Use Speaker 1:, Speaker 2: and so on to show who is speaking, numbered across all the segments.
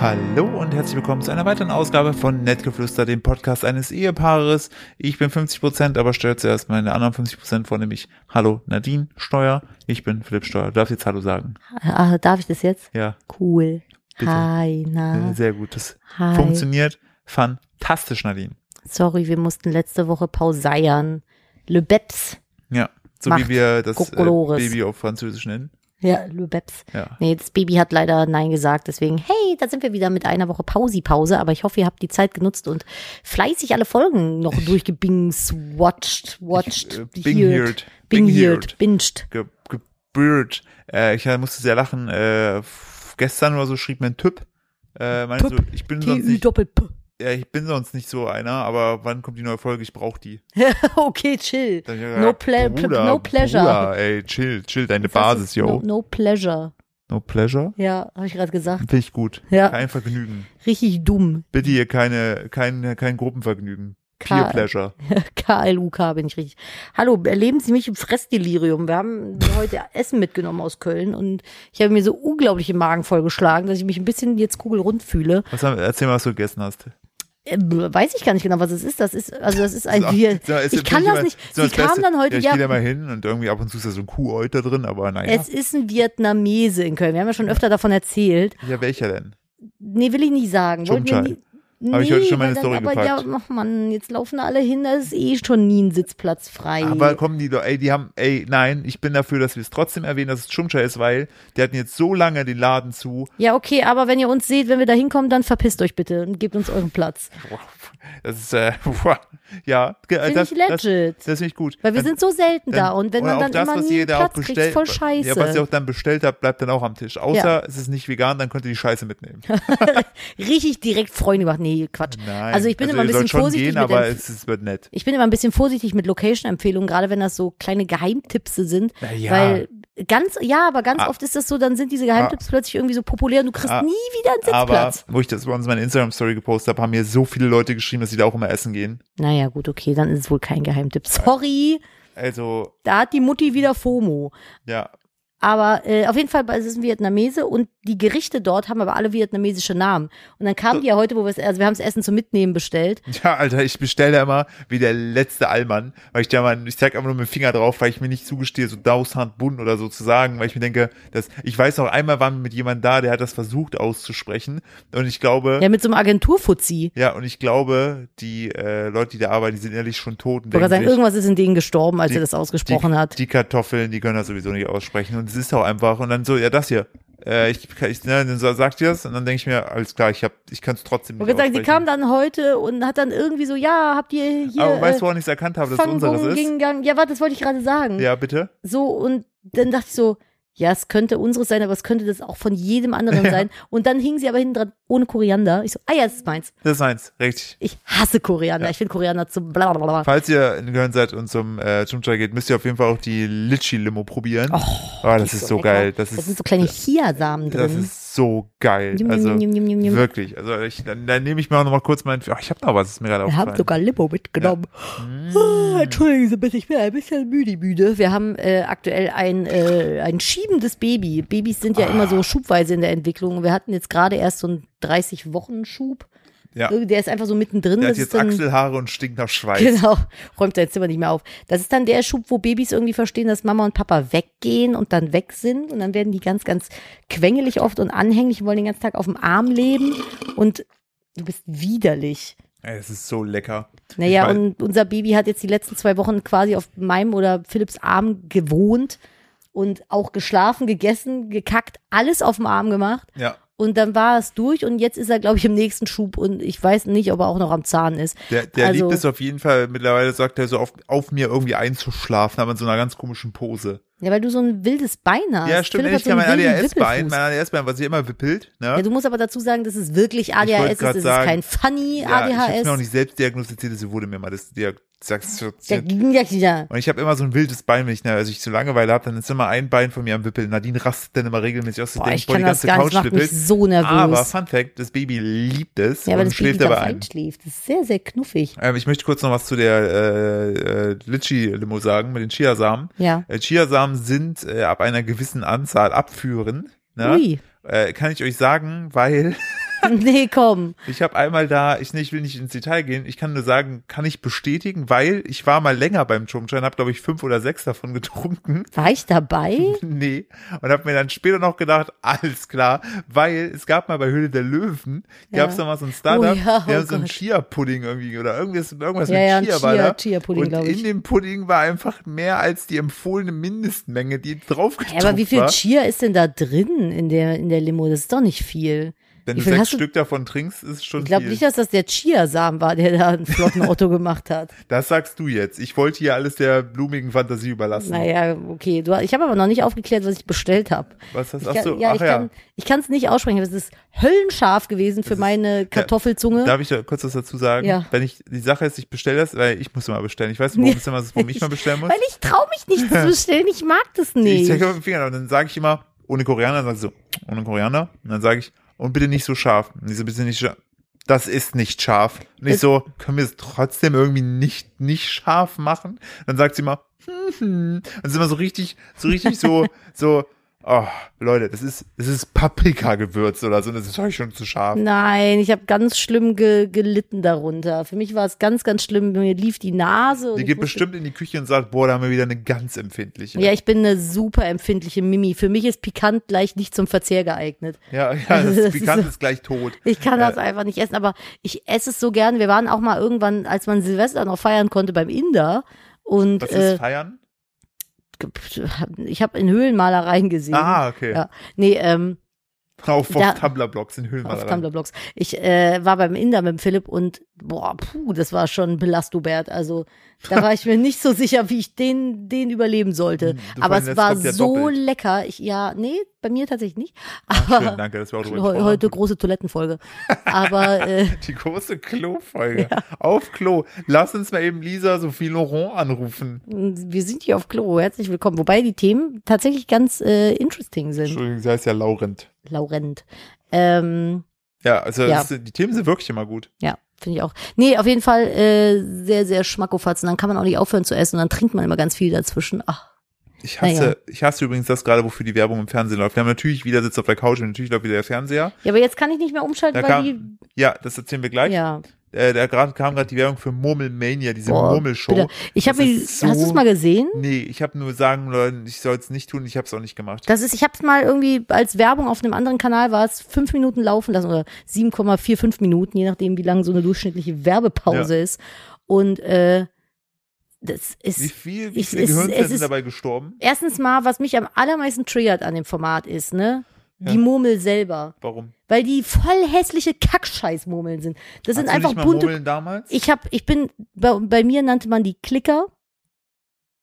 Speaker 1: Hallo und herzlich willkommen zu einer weiteren Ausgabe von Nettgeflüster, dem Podcast eines Ehepaares. Ich bin 50%, aber steuert zuerst meine anderen 50% vor, nämlich Hallo Nadine Steuer. Ich bin Philipp Steuer. Du darfst jetzt Hallo sagen.
Speaker 2: Ah, darf ich das jetzt?
Speaker 1: Ja,
Speaker 2: Cool.
Speaker 1: Bitte.
Speaker 2: Hi, na.
Speaker 1: sehr gut. Das
Speaker 2: Hi.
Speaker 1: funktioniert fantastisch, Nadine.
Speaker 2: Sorry, wir mussten letzte Woche pauseiern. Le Beps.
Speaker 1: Ja, so
Speaker 2: Macht
Speaker 1: wie wir das äh,
Speaker 2: Kokolores.
Speaker 1: Baby auf Französisch nennen.
Speaker 2: Ja, Le Beps.
Speaker 1: Ja.
Speaker 2: Nee, das Baby hat leider Nein gesagt, deswegen, hey, da sind wir wieder mit einer Woche Pausi-Pause, aber ich hoffe, ihr habt die Zeit genutzt und fleißig alle Folgen noch durchgebings, watched, watched,
Speaker 1: Ich, äh, bingheard. Bingheard.
Speaker 2: binged, binged.
Speaker 1: Ge gebührt. Äh, ich musste sehr lachen. Äh, f- gestern oder so schrieb mir ein Typ. Äh, meinte so,
Speaker 2: Typ.
Speaker 1: ich bin sonst nicht
Speaker 2: T-Ü-Doppel-P.
Speaker 1: Ja, ich bin sonst nicht so einer, aber wann kommt die neue Folge? Ich brauche die.
Speaker 2: Okay, chill.
Speaker 1: Dann hab ich
Speaker 2: No, ple
Speaker 1: Bruder,
Speaker 2: no pleasure.
Speaker 1: Bruder, ey, chill, chill deine Basis, yo.
Speaker 2: No,
Speaker 1: No,
Speaker 2: no pleasure.
Speaker 1: pleasure?
Speaker 2: Ja, habe ich gerade gesagt.
Speaker 1: Finde ich gut.
Speaker 2: Ja.
Speaker 1: Kein Vergnügen.
Speaker 2: Richtig dumm.
Speaker 1: Bitte hier keine, kein, kein Gruppenvergnügen.
Speaker 2: Ka-
Speaker 1: Peer Pleasure.
Speaker 2: KLUK bin ich richtig. Hallo, erleben Sie mich im Fressdelirium. Wir haben heute Essen mitgenommen aus Köln und ich habe mir so unglaublich den Magen vollgeschlagen, dass ich mich ein bisschen jetzt kugelrund fühle.
Speaker 1: Was haben, erzähl mal, was du gegessen hast.
Speaker 2: Äh, weiß ich gar nicht genau, was es ist. Das ist, also das ist ein
Speaker 1: So,
Speaker 2: Bier.
Speaker 1: so, ist-
Speaker 2: Ich
Speaker 1: find
Speaker 2: kann das
Speaker 1: immer-
Speaker 2: nicht.
Speaker 1: ist immer
Speaker 2: Sie
Speaker 1: das Beste.
Speaker 2: kam dann heute,
Speaker 1: ja. Ich
Speaker 2: ja,
Speaker 1: gehe da mal hin und irgendwie ab und zu ist da so ein Kuhäuter drin, aber naja.
Speaker 2: es ist ein Vietnamese in Köln. Wir haben ja schon öfter davon erzählt.
Speaker 1: Ja, welcher denn?
Speaker 2: Nee, will ich nicht sagen. Wollten wir
Speaker 1: Chumchai.
Speaker 2: nie. Nee,
Speaker 1: Hab ich heute schon meine
Speaker 2: weil dann,
Speaker 1: Story
Speaker 2: aber
Speaker 1: gepackt.
Speaker 2: ja, ach Mann, jetzt laufen alle hin, da ist eh schon nie ein Sitzplatz frei.
Speaker 1: Aber kommen die doch, ey, die haben, ey, nein, ich bin dafür, dass wir es trotzdem erwähnen, dass es Chumcha ist, weil die hatten jetzt so lange den Laden zu.
Speaker 2: Ja, okay, aber wenn ihr uns seht, wenn wir da hinkommen, dann verpisst euch bitte und gebt uns euren Platz.
Speaker 1: Das ist, äh, ja. ge- äh,
Speaker 2: Finde
Speaker 1: das,
Speaker 2: ich
Speaker 1: Das,
Speaker 2: legit.
Speaker 1: das finde ich gut.
Speaker 2: Weil wir
Speaker 1: Dann-
Speaker 2: sind so selten da und wenn
Speaker 1: oder
Speaker 2: man
Speaker 1: auch
Speaker 2: dann
Speaker 1: das,
Speaker 2: immer
Speaker 1: was
Speaker 2: nie
Speaker 1: ihr
Speaker 2: einen
Speaker 1: da
Speaker 2: Platz
Speaker 1: auch
Speaker 2: kriegt,
Speaker 1: bestellt,
Speaker 2: voll scheiße.
Speaker 1: Ja, was ihr auch dann bestellt habt, bleibt dann auch am Tisch. Außer es ist nicht vegan, dann könnt ihr die Scheiße mitnehmen.
Speaker 2: Also Richtig direkt Freunde gemacht. Nee, Quatsch.
Speaker 1: Nein.
Speaker 2: Also ich bin immer
Speaker 1: ihr
Speaker 2: ein bisschen
Speaker 1: sollt schon gehen,
Speaker 2: vorsichtig mit
Speaker 1: aber
Speaker 2: den-
Speaker 1: es, es wird nett.
Speaker 2: Ich bin immer ein bisschen vorsichtig mit Location-Empfehlungen, gerade wenn das so kleine Geheimtipps sind.
Speaker 1: Na ja.
Speaker 2: Weil ganz, ja, aber ganz
Speaker 1: Ah.
Speaker 2: oft ist das so, dann sind diese Geheimtipps plötzlich irgendwie so populär und du kriegst
Speaker 1: Ah.
Speaker 2: nie wieder einen
Speaker 1: Aber
Speaker 2: Sitzplatz.
Speaker 1: wo ich das bei uns meine Instagram-Story gepostet habe, haben mir so viele Leute geschrieben, dass sie da auch immer essen gehen.
Speaker 2: Naja, gut, okay, dann ist es wohl kein Geheimtipp. Sorry,
Speaker 1: Also,
Speaker 2: da hat die Mutti wieder FOMO.
Speaker 1: ja.
Speaker 2: Aber äh, auf jeden Fall, es ist ein Vietnamese und die Gerichte dort haben aber alle vietnamesische Namen. Und dann kamen die ja heute, wo wir es, also wir haben das Essen zum Mitnehmen bestellt.
Speaker 1: Ja, Alter, ich bestelle da immer wie der letzte Allmann, weil ich da mal, ich zeig einfach nur mit dem Finger drauf, weil ich mir nicht zugestehe, so Daushand Bun oder so zu sagen, weil ich mir denke, dass, ich weiß noch, einmal waren wir mit jemand da, der hat das versucht auszusprechen und ich glaube,
Speaker 2: Ja, mit so einem Agenturfuzzi.
Speaker 1: Ja, und ich glaube, die äh, Leute, die da arbeiten, die sind ehrlich schon tot und
Speaker 2: Oder
Speaker 1: denken
Speaker 2: sagen,
Speaker 1: sich,
Speaker 2: irgendwas ist in denen gestorben, als
Speaker 1: Die-
Speaker 2: er das
Speaker 1: die,
Speaker 2: ausgesprochen hat.
Speaker 1: die Kartoffeln, die können das sowieso nicht aussprechen. Und es ist auch einfach. Und dann so, ja, das hier. Äh, ich, ich, ne, dann so- sagt ihr das und dann denke ich mir, alles klar, ich, hab- ich kann es trotzdem
Speaker 2: Und
Speaker 1: nicht
Speaker 2: gesagt, die
Speaker 1: aussprechen.
Speaker 2: kam dann heute und hat dann irgendwie so, ja, habt ihr hier
Speaker 1: Aber weißt du,
Speaker 2: äh,
Speaker 1: woran ich es erkannt habe, dass es
Speaker 2: Fangung
Speaker 1: unseres ist?
Speaker 2: gegen Gang? Ja, warte, das wollte ich gerade sagen.
Speaker 1: Ja, bitte?
Speaker 2: So, und dann dachte ich so, ja, es könnte unseres sein, aber es könnte das auch von jedem anderen sein. Und dann hing sie aber hinten dran ohne Koriander. Ich so, ah ja, das ist meins.
Speaker 1: Das ist eins, richtig.
Speaker 2: Ich hasse Koriander.
Speaker 1: Ja.
Speaker 2: Ich finde Koriander zu blablabla.
Speaker 1: Falls ihr in Köln seid und zum äh, Chumchai geht, müsst ihr auf jeden Fall auch die Litschi-Limo probieren. Oh, das
Speaker 2: Die
Speaker 1: ist so
Speaker 2: lecker.
Speaker 1: geil. Das
Speaker 2: da sind
Speaker 1: ist,
Speaker 2: so kleine Chiasamen
Speaker 1: das
Speaker 2: drin.
Speaker 1: ist so geil.
Speaker 2: Jum, jum,
Speaker 1: Also,
Speaker 2: jum, jum, jum, jum.
Speaker 1: Wirklich. Also ich, dann, dann nehme ich mir auch nochmal kurz mein. Ach, ich habe noch was, ist mir gerade
Speaker 2: Wir haben
Speaker 1: aufgefallen.
Speaker 2: sogar Limo mitgenommen. Ah, entschuldigen Sie bitte, ich bin ein bisschen müde, müde. Wir haben äh, aktuell ein, äh, ein schiebendes Baby. Babys sind ja immer
Speaker 1: Ah.
Speaker 2: so schubweise in der Entwicklung. Wir hatten jetzt gerade erst so einen 30-Wochen-Schub.
Speaker 1: Ja.
Speaker 2: Der ist einfach so mittendrin.
Speaker 1: Der hat
Speaker 2: das
Speaker 1: jetzt
Speaker 2: ist dann,
Speaker 1: Achselhaare und stinkt nach Schweiß.
Speaker 2: Genau, räumt sein Zimmer nicht mehr auf. Das ist dann der Schub, wo Babys irgendwie verstehen, dass Mama und Papa weggehen und dann weg sind. Und dann werden die ganz, ganz quengelig oft und anhänglich und wollen den ganzen Tag auf dem Arm leben. Und du bist widerlich.
Speaker 1: Ey, es ist so lecker.
Speaker 2: Naja,
Speaker 1: Ich weiß-
Speaker 2: und unser Baby hat jetzt die letzten zwei Wochen quasi auf meinem oder Philipps Arm gewohnt und auch geschlafen, gegessen, gekackt, alles auf dem Arm gemacht.
Speaker 1: Ja,
Speaker 2: Und dann war es durch und jetzt ist er, glaube ich, im nächsten Schub und ich weiß nicht, ob er auch noch am Zahn ist.
Speaker 1: der, der
Speaker 2: Also-
Speaker 1: liebt es auf jeden Fall. Mittlerweile sagt er so auf, auf mir irgendwie einzuschlafen, aber in so einer ganz komischen Pose.
Speaker 2: Ja, weil du so ein wildes Bein hast.
Speaker 1: ja, stimmt.
Speaker 2: Philipp
Speaker 1: Ich
Speaker 2: hat halt so
Speaker 1: kann mein
Speaker 2: einen wilden
Speaker 1: ADHS-Bein,
Speaker 2: Wippelfuß.
Speaker 1: mein ADHS-Bein, was sich immer wippelt. Ne?
Speaker 2: Ja, du musst aber dazu sagen, dass es wirklich ADHS ist.
Speaker 1: grad
Speaker 2: Es ist
Speaker 1: sagen,
Speaker 2: kein funny
Speaker 1: Ja, Ich hab's mir auch
Speaker 2: ADHS.
Speaker 1: nicht selbst diagnostiziert, es wurde mir mal das
Speaker 2: Ja,
Speaker 1: diagnostiziert.
Speaker 2: ja, ja.
Speaker 1: Und ich habe immer so ein wildes Bein, wenn ich, ne, also ich so Langeweile habe, dann ist immer ein Bein von mir am Wippeln. Nadine rastet dann immer regelmäßig aus, sie
Speaker 2: Boah,
Speaker 1: denkt,
Speaker 2: ich
Speaker 1: boah, die
Speaker 2: kann das
Speaker 1: ganze
Speaker 2: gar nicht.
Speaker 1: Couch
Speaker 2: Macht mich
Speaker 1: wippelt.
Speaker 2: so nervös.
Speaker 1: Aber Fun Fact, das Baby liebt es
Speaker 2: ja, weil
Speaker 1: und
Speaker 2: das Baby
Speaker 1: schläft
Speaker 2: dabei
Speaker 1: dabei ein.
Speaker 2: einschläft. Das ist sehr, sehr knuffig.
Speaker 1: Ähm, ich möchte kurz noch was zu der äh, äh, Litschi-Limo sagen mit den Chiasamen.
Speaker 2: Ja.
Speaker 1: Äh, Chiasamen sind äh, ab einer gewissen Anzahl abführen. Ne?
Speaker 2: Ui.
Speaker 1: Äh, kann ich euch sagen, weil
Speaker 2: Nee, komm.
Speaker 1: Ich habe einmal da, ich, nicht- will nicht ins Detail gehen, ich kann nur sagen, kann ich bestätigen, weil ich war mal länger beim Chumchan, habe glaube ich fünf oder sechs davon getrunken.
Speaker 2: War ich dabei?
Speaker 1: Nee. Und habe mir dann später noch gedacht, alles klar, weil es gab mal bei Höhle der Löwen,
Speaker 2: Ja.
Speaker 1: gab es da mal so ein Startup,
Speaker 2: Oh ja, oh
Speaker 1: die haben so einen
Speaker 2: Gott.
Speaker 1: Chia-Pudding irgendwie oder irgendwas, irgendwas
Speaker 2: Ja,
Speaker 1: mit
Speaker 2: ja, ein
Speaker 1: Chia war
Speaker 2: Chia-
Speaker 1: da.
Speaker 2: Chia-Pudding,
Speaker 1: Und
Speaker 2: glaub ich.
Speaker 1: in dem Pudding war einfach mehr als die empfohlene Mindestmenge, die drauf
Speaker 2: Ja, aber wie viel
Speaker 1: war.
Speaker 2: Chia ist denn da drin in der, in der Limo? Das ist doch nicht viel.
Speaker 1: Wenn
Speaker 2: wie
Speaker 1: du
Speaker 2: viel
Speaker 1: sechs
Speaker 2: hast du-
Speaker 1: Stück davon trinkst, ist schon
Speaker 2: Ich glaube
Speaker 1: viel.
Speaker 2: nicht, dass das der Chia-Samen war, der da einen flotten Otto gemacht hat.
Speaker 1: das sagst du jetzt. Ich wollte hier alles der blumigen Fantasie überlassen.
Speaker 2: Naja, okay. Du, ich habe aber noch nicht aufgeklärt, was ich bestellt habe.
Speaker 1: Was hast
Speaker 2: Ich
Speaker 1: du?
Speaker 2: kann,
Speaker 1: Achso,
Speaker 2: ja,
Speaker 1: ach
Speaker 2: ich
Speaker 1: ja.
Speaker 2: kann, ich kann es nicht aussprechen, aber es ist höllenscharf gewesen für meine Kartoffelzunge.
Speaker 1: Darf ich da kurz was dazu sagen?
Speaker 2: ne? Ja.
Speaker 1: Wenn ich, die Sache ist, ich bestelle das, weil ich muss immer bestellen. Ich weiß nicht, warum,
Speaker 2: Ja.
Speaker 1: es immer, ist, warum ich mal bestellen muss.
Speaker 2: weil ich traue mich nicht zu bestellen, ich mag das nicht.
Speaker 1: Ich zeige auf den Finger und dann sage ich immer, ohne Koreaner, dann sag ich so, ohne Koreaner. Und dann sage ich, und bitte nicht so scharf. Und die so, bitte nicht scharf. Das ist nicht scharf. Und ich
Speaker 2: Es-
Speaker 1: so, können wir es trotzdem irgendwie nicht, nicht scharf machen? Dann sagt sie immer, hm, hm. Dann sind wir so richtig, so richtig so, so, oh, Leute, das ist, das ist Paprika-Gewürz oder so. Das ist euch schon zu scharf.
Speaker 2: Nein, ich habe ganz schlimm ge gelitten darunter. Für mich war es ganz, ganz schlimm. Mir lief die Nase. Und
Speaker 1: Die
Speaker 2: ich
Speaker 1: geht
Speaker 2: musste-
Speaker 1: bestimmt in die Küche und sagt, boah, da haben wir wieder eine ganz empfindliche.
Speaker 2: Ja, ich bin eine super empfindliche Mimi. Für mich ist pikant gleich nicht zum Verzehr geeignet.
Speaker 1: ja, ja das,
Speaker 2: Das ist
Speaker 1: Pikant
Speaker 2: so-
Speaker 1: ist gleich tot.
Speaker 2: Ich kann das einfach nicht essen, aber ich esse es so gern. Wir waren auch mal irgendwann, als man Silvester noch feiern konnte, beim Inder. Und
Speaker 1: Was
Speaker 2: äh,
Speaker 1: ist feiern?
Speaker 2: ich habe in Höhlenmalereien gesehen.
Speaker 1: Ah, okay.
Speaker 2: Ja. Nee, ähm,
Speaker 1: Auf, auf
Speaker 2: Da-
Speaker 1: Tumblr-Blogs in
Speaker 2: auf
Speaker 1: Höhlenmalereien.
Speaker 2: Tumblr-Blogs. Ich äh, war beim Inder mit dem Philipp und boah, puh, das war schon Belastubert. Also da war ich mir nicht so sicher, wie ich den, den überleben sollte.
Speaker 1: Hm, du vor allem,
Speaker 2: Aber es
Speaker 1: jetzt
Speaker 2: war
Speaker 1: kommt ja
Speaker 2: so
Speaker 1: doppelt.
Speaker 2: lecker. Ich, ja, nee, bei mir tatsächlich nicht.
Speaker 1: Ah, schön,
Speaker 2: Aber
Speaker 1: danke, dass wir auch drüber
Speaker 2: heu-
Speaker 1: gesprochen
Speaker 2: heute
Speaker 1: haben.
Speaker 2: große Toilettenfolge. Aber äh,
Speaker 1: Die große Klo-Folge. Auf Klo. Lass uns mal eben Lisa Sophie Laurent anrufen.
Speaker 2: wir sind hier auf Klo. Herzlich willkommen. Wobei die Themen tatsächlich ganz äh, interesting sind.
Speaker 1: Entschuldigung, sie heißt ja Laurent.
Speaker 2: Laurent. Ähm,
Speaker 1: Ja, also
Speaker 2: Ja.
Speaker 1: Es, die Themen sind wirklich immer gut.
Speaker 2: Ja, finde ich auch. Nee, auf jeden Fall äh, sehr, sehr schmackofatz. Und dann kann man auch nicht aufhören zu essen und dann trinkt man immer ganz viel dazwischen. Ach,
Speaker 1: Ich hasse,
Speaker 2: Naja.
Speaker 1: ich hasse übrigens das gerade, wofür die Werbung im Fernsehen läuft. Wir haben natürlich wieder sitzt auf der Couch und natürlich läuft wieder der Fernseher.
Speaker 2: ja, aber jetzt kann ich nicht mehr umschalten,
Speaker 1: Da
Speaker 2: weil
Speaker 1: kam, ja, das erzählen wir
Speaker 2: die.
Speaker 1: gleich.
Speaker 2: Ja,
Speaker 1: Äh, da grad, kam gerade die Werbung für Murmelmania, diese
Speaker 2: boah,
Speaker 1: Murmelshow.
Speaker 2: bitte. Ich habe
Speaker 1: Das
Speaker 2: mir,
Speaker 1: ist so-
Speaker 2: hast du es mal gesehen?
Speaker 1: Nee, ich habe nur sagen wollen, ich soll es nicht tun, ich habe es auch nicht gemacht.
Speaker 2: Das ist, ich habe es mal irgendwie als Werbung auf einem anderen Kanal war es fünf Minuten laufen lassen oder 7,45 Minuten, je nachdem, wie lang so eine durchschnittliche Werbepause ist. Und äh, das
Speaker 1: Wie
Speaker 2: ist
Speaker 1: viel, wie
Speaker 2: Ich-
Speaker 1: viele
Speaker 2: es-
Speaker 1: Gehirnzellen
Speaker 2: es
Speaker 1: sind
Speaker 2: ist-
Speaker 1: dabei gestorben?
Speaker 2: erstens mal, was mich am allermeisten triggert an dem Format ist, ne? Die
Speaker 1: Ja.
Speaker 2: Murmel selber.
Speaker 1: Warum?
Speaker 2: weil die voll hässliche Kackscheißmurmeln sind. Das sind
Speaker 1: Hast du
Speaker 2: einfach
Speaker 1: nicht mal
Speaker 2: bunte.
Speaker 1: Murmeln damals?
Speaker 2: Ich hab, ich bin bei, bei mir nannte man die Klicker.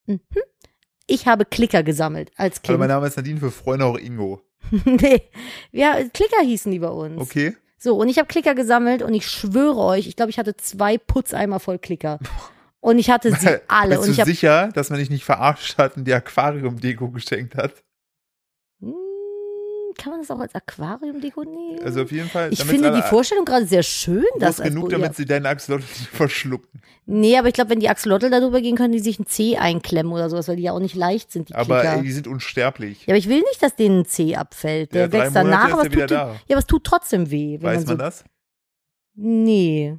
Speaker 2: Mhm. Ich habe Klicker gesammelt als
Speaker 1: Hallo, mein
Speaker 2: Kind.
Speaker 1: Name ist Nadine, für Freunde auch Ingo.
Speaker 2: nee. Ja, Klicker hießen die bei uns.
Speaker 1: Okay?
Speaker 2: So, und ich habe Klicker gesammelt und ich schwöre euch, ich glaube, ich hatte zwei Putzeimer voll Klicker. Und ich hatte sie alle.
Speaker 1: Bist
Speaker 2: Und
Speaker 1: du
Speaker 2: ich habe.
Speaker 1: sicher, dass man dich nicht verarscht hat und die Aquarium-Deko geschenkt hat?
Speaker 2: Hm, Kann man das auch als Aquarium dekorieren?
Speaker 1: Also auf jeden Fall.
Speaker 2: ich
Speaker 1: damit's
Speaker 2: finde
Speaker 1: alle
Speaker 2: die Vorstellung gerade sehr schön,
Speaker 1: groß
Speaker 2: dass als
Speaker 1: genug,
Speaker 2: Bo- ja.
Speaker 1: damit sie deinen Axolotl nicht verschlucken.
Speaker 2: Nee, aber ich glaube, wenn die Axolotl darüber gehen, können die sich einen Zeh einklemmen oder sowas, weil die ja auch nicht leicht sind, die
Speaker 1: Aber
Speaker 2: Klicker.
Speaker 1: ey, die sind unsterblich.
Speaker 2: ja, aber ich will nicht, dass denen ein Zeh abfällt. Der
Speaker 1: Ja, drei
Speaker 2: wächst danach,
Speaker 1: Monate
Speaker 2: aber
Speaker 1: ist
Speaker 2: es
Speaker 1: er wieder
Speaker 2: tut,
Speaker 1: da.
Speaker 2: ja, aber es tut trotzdem weh. Wenn
Speaker 1: Weiß
Speaker 2: so,
Speaker 1: man das?
Speaker 2: Nee.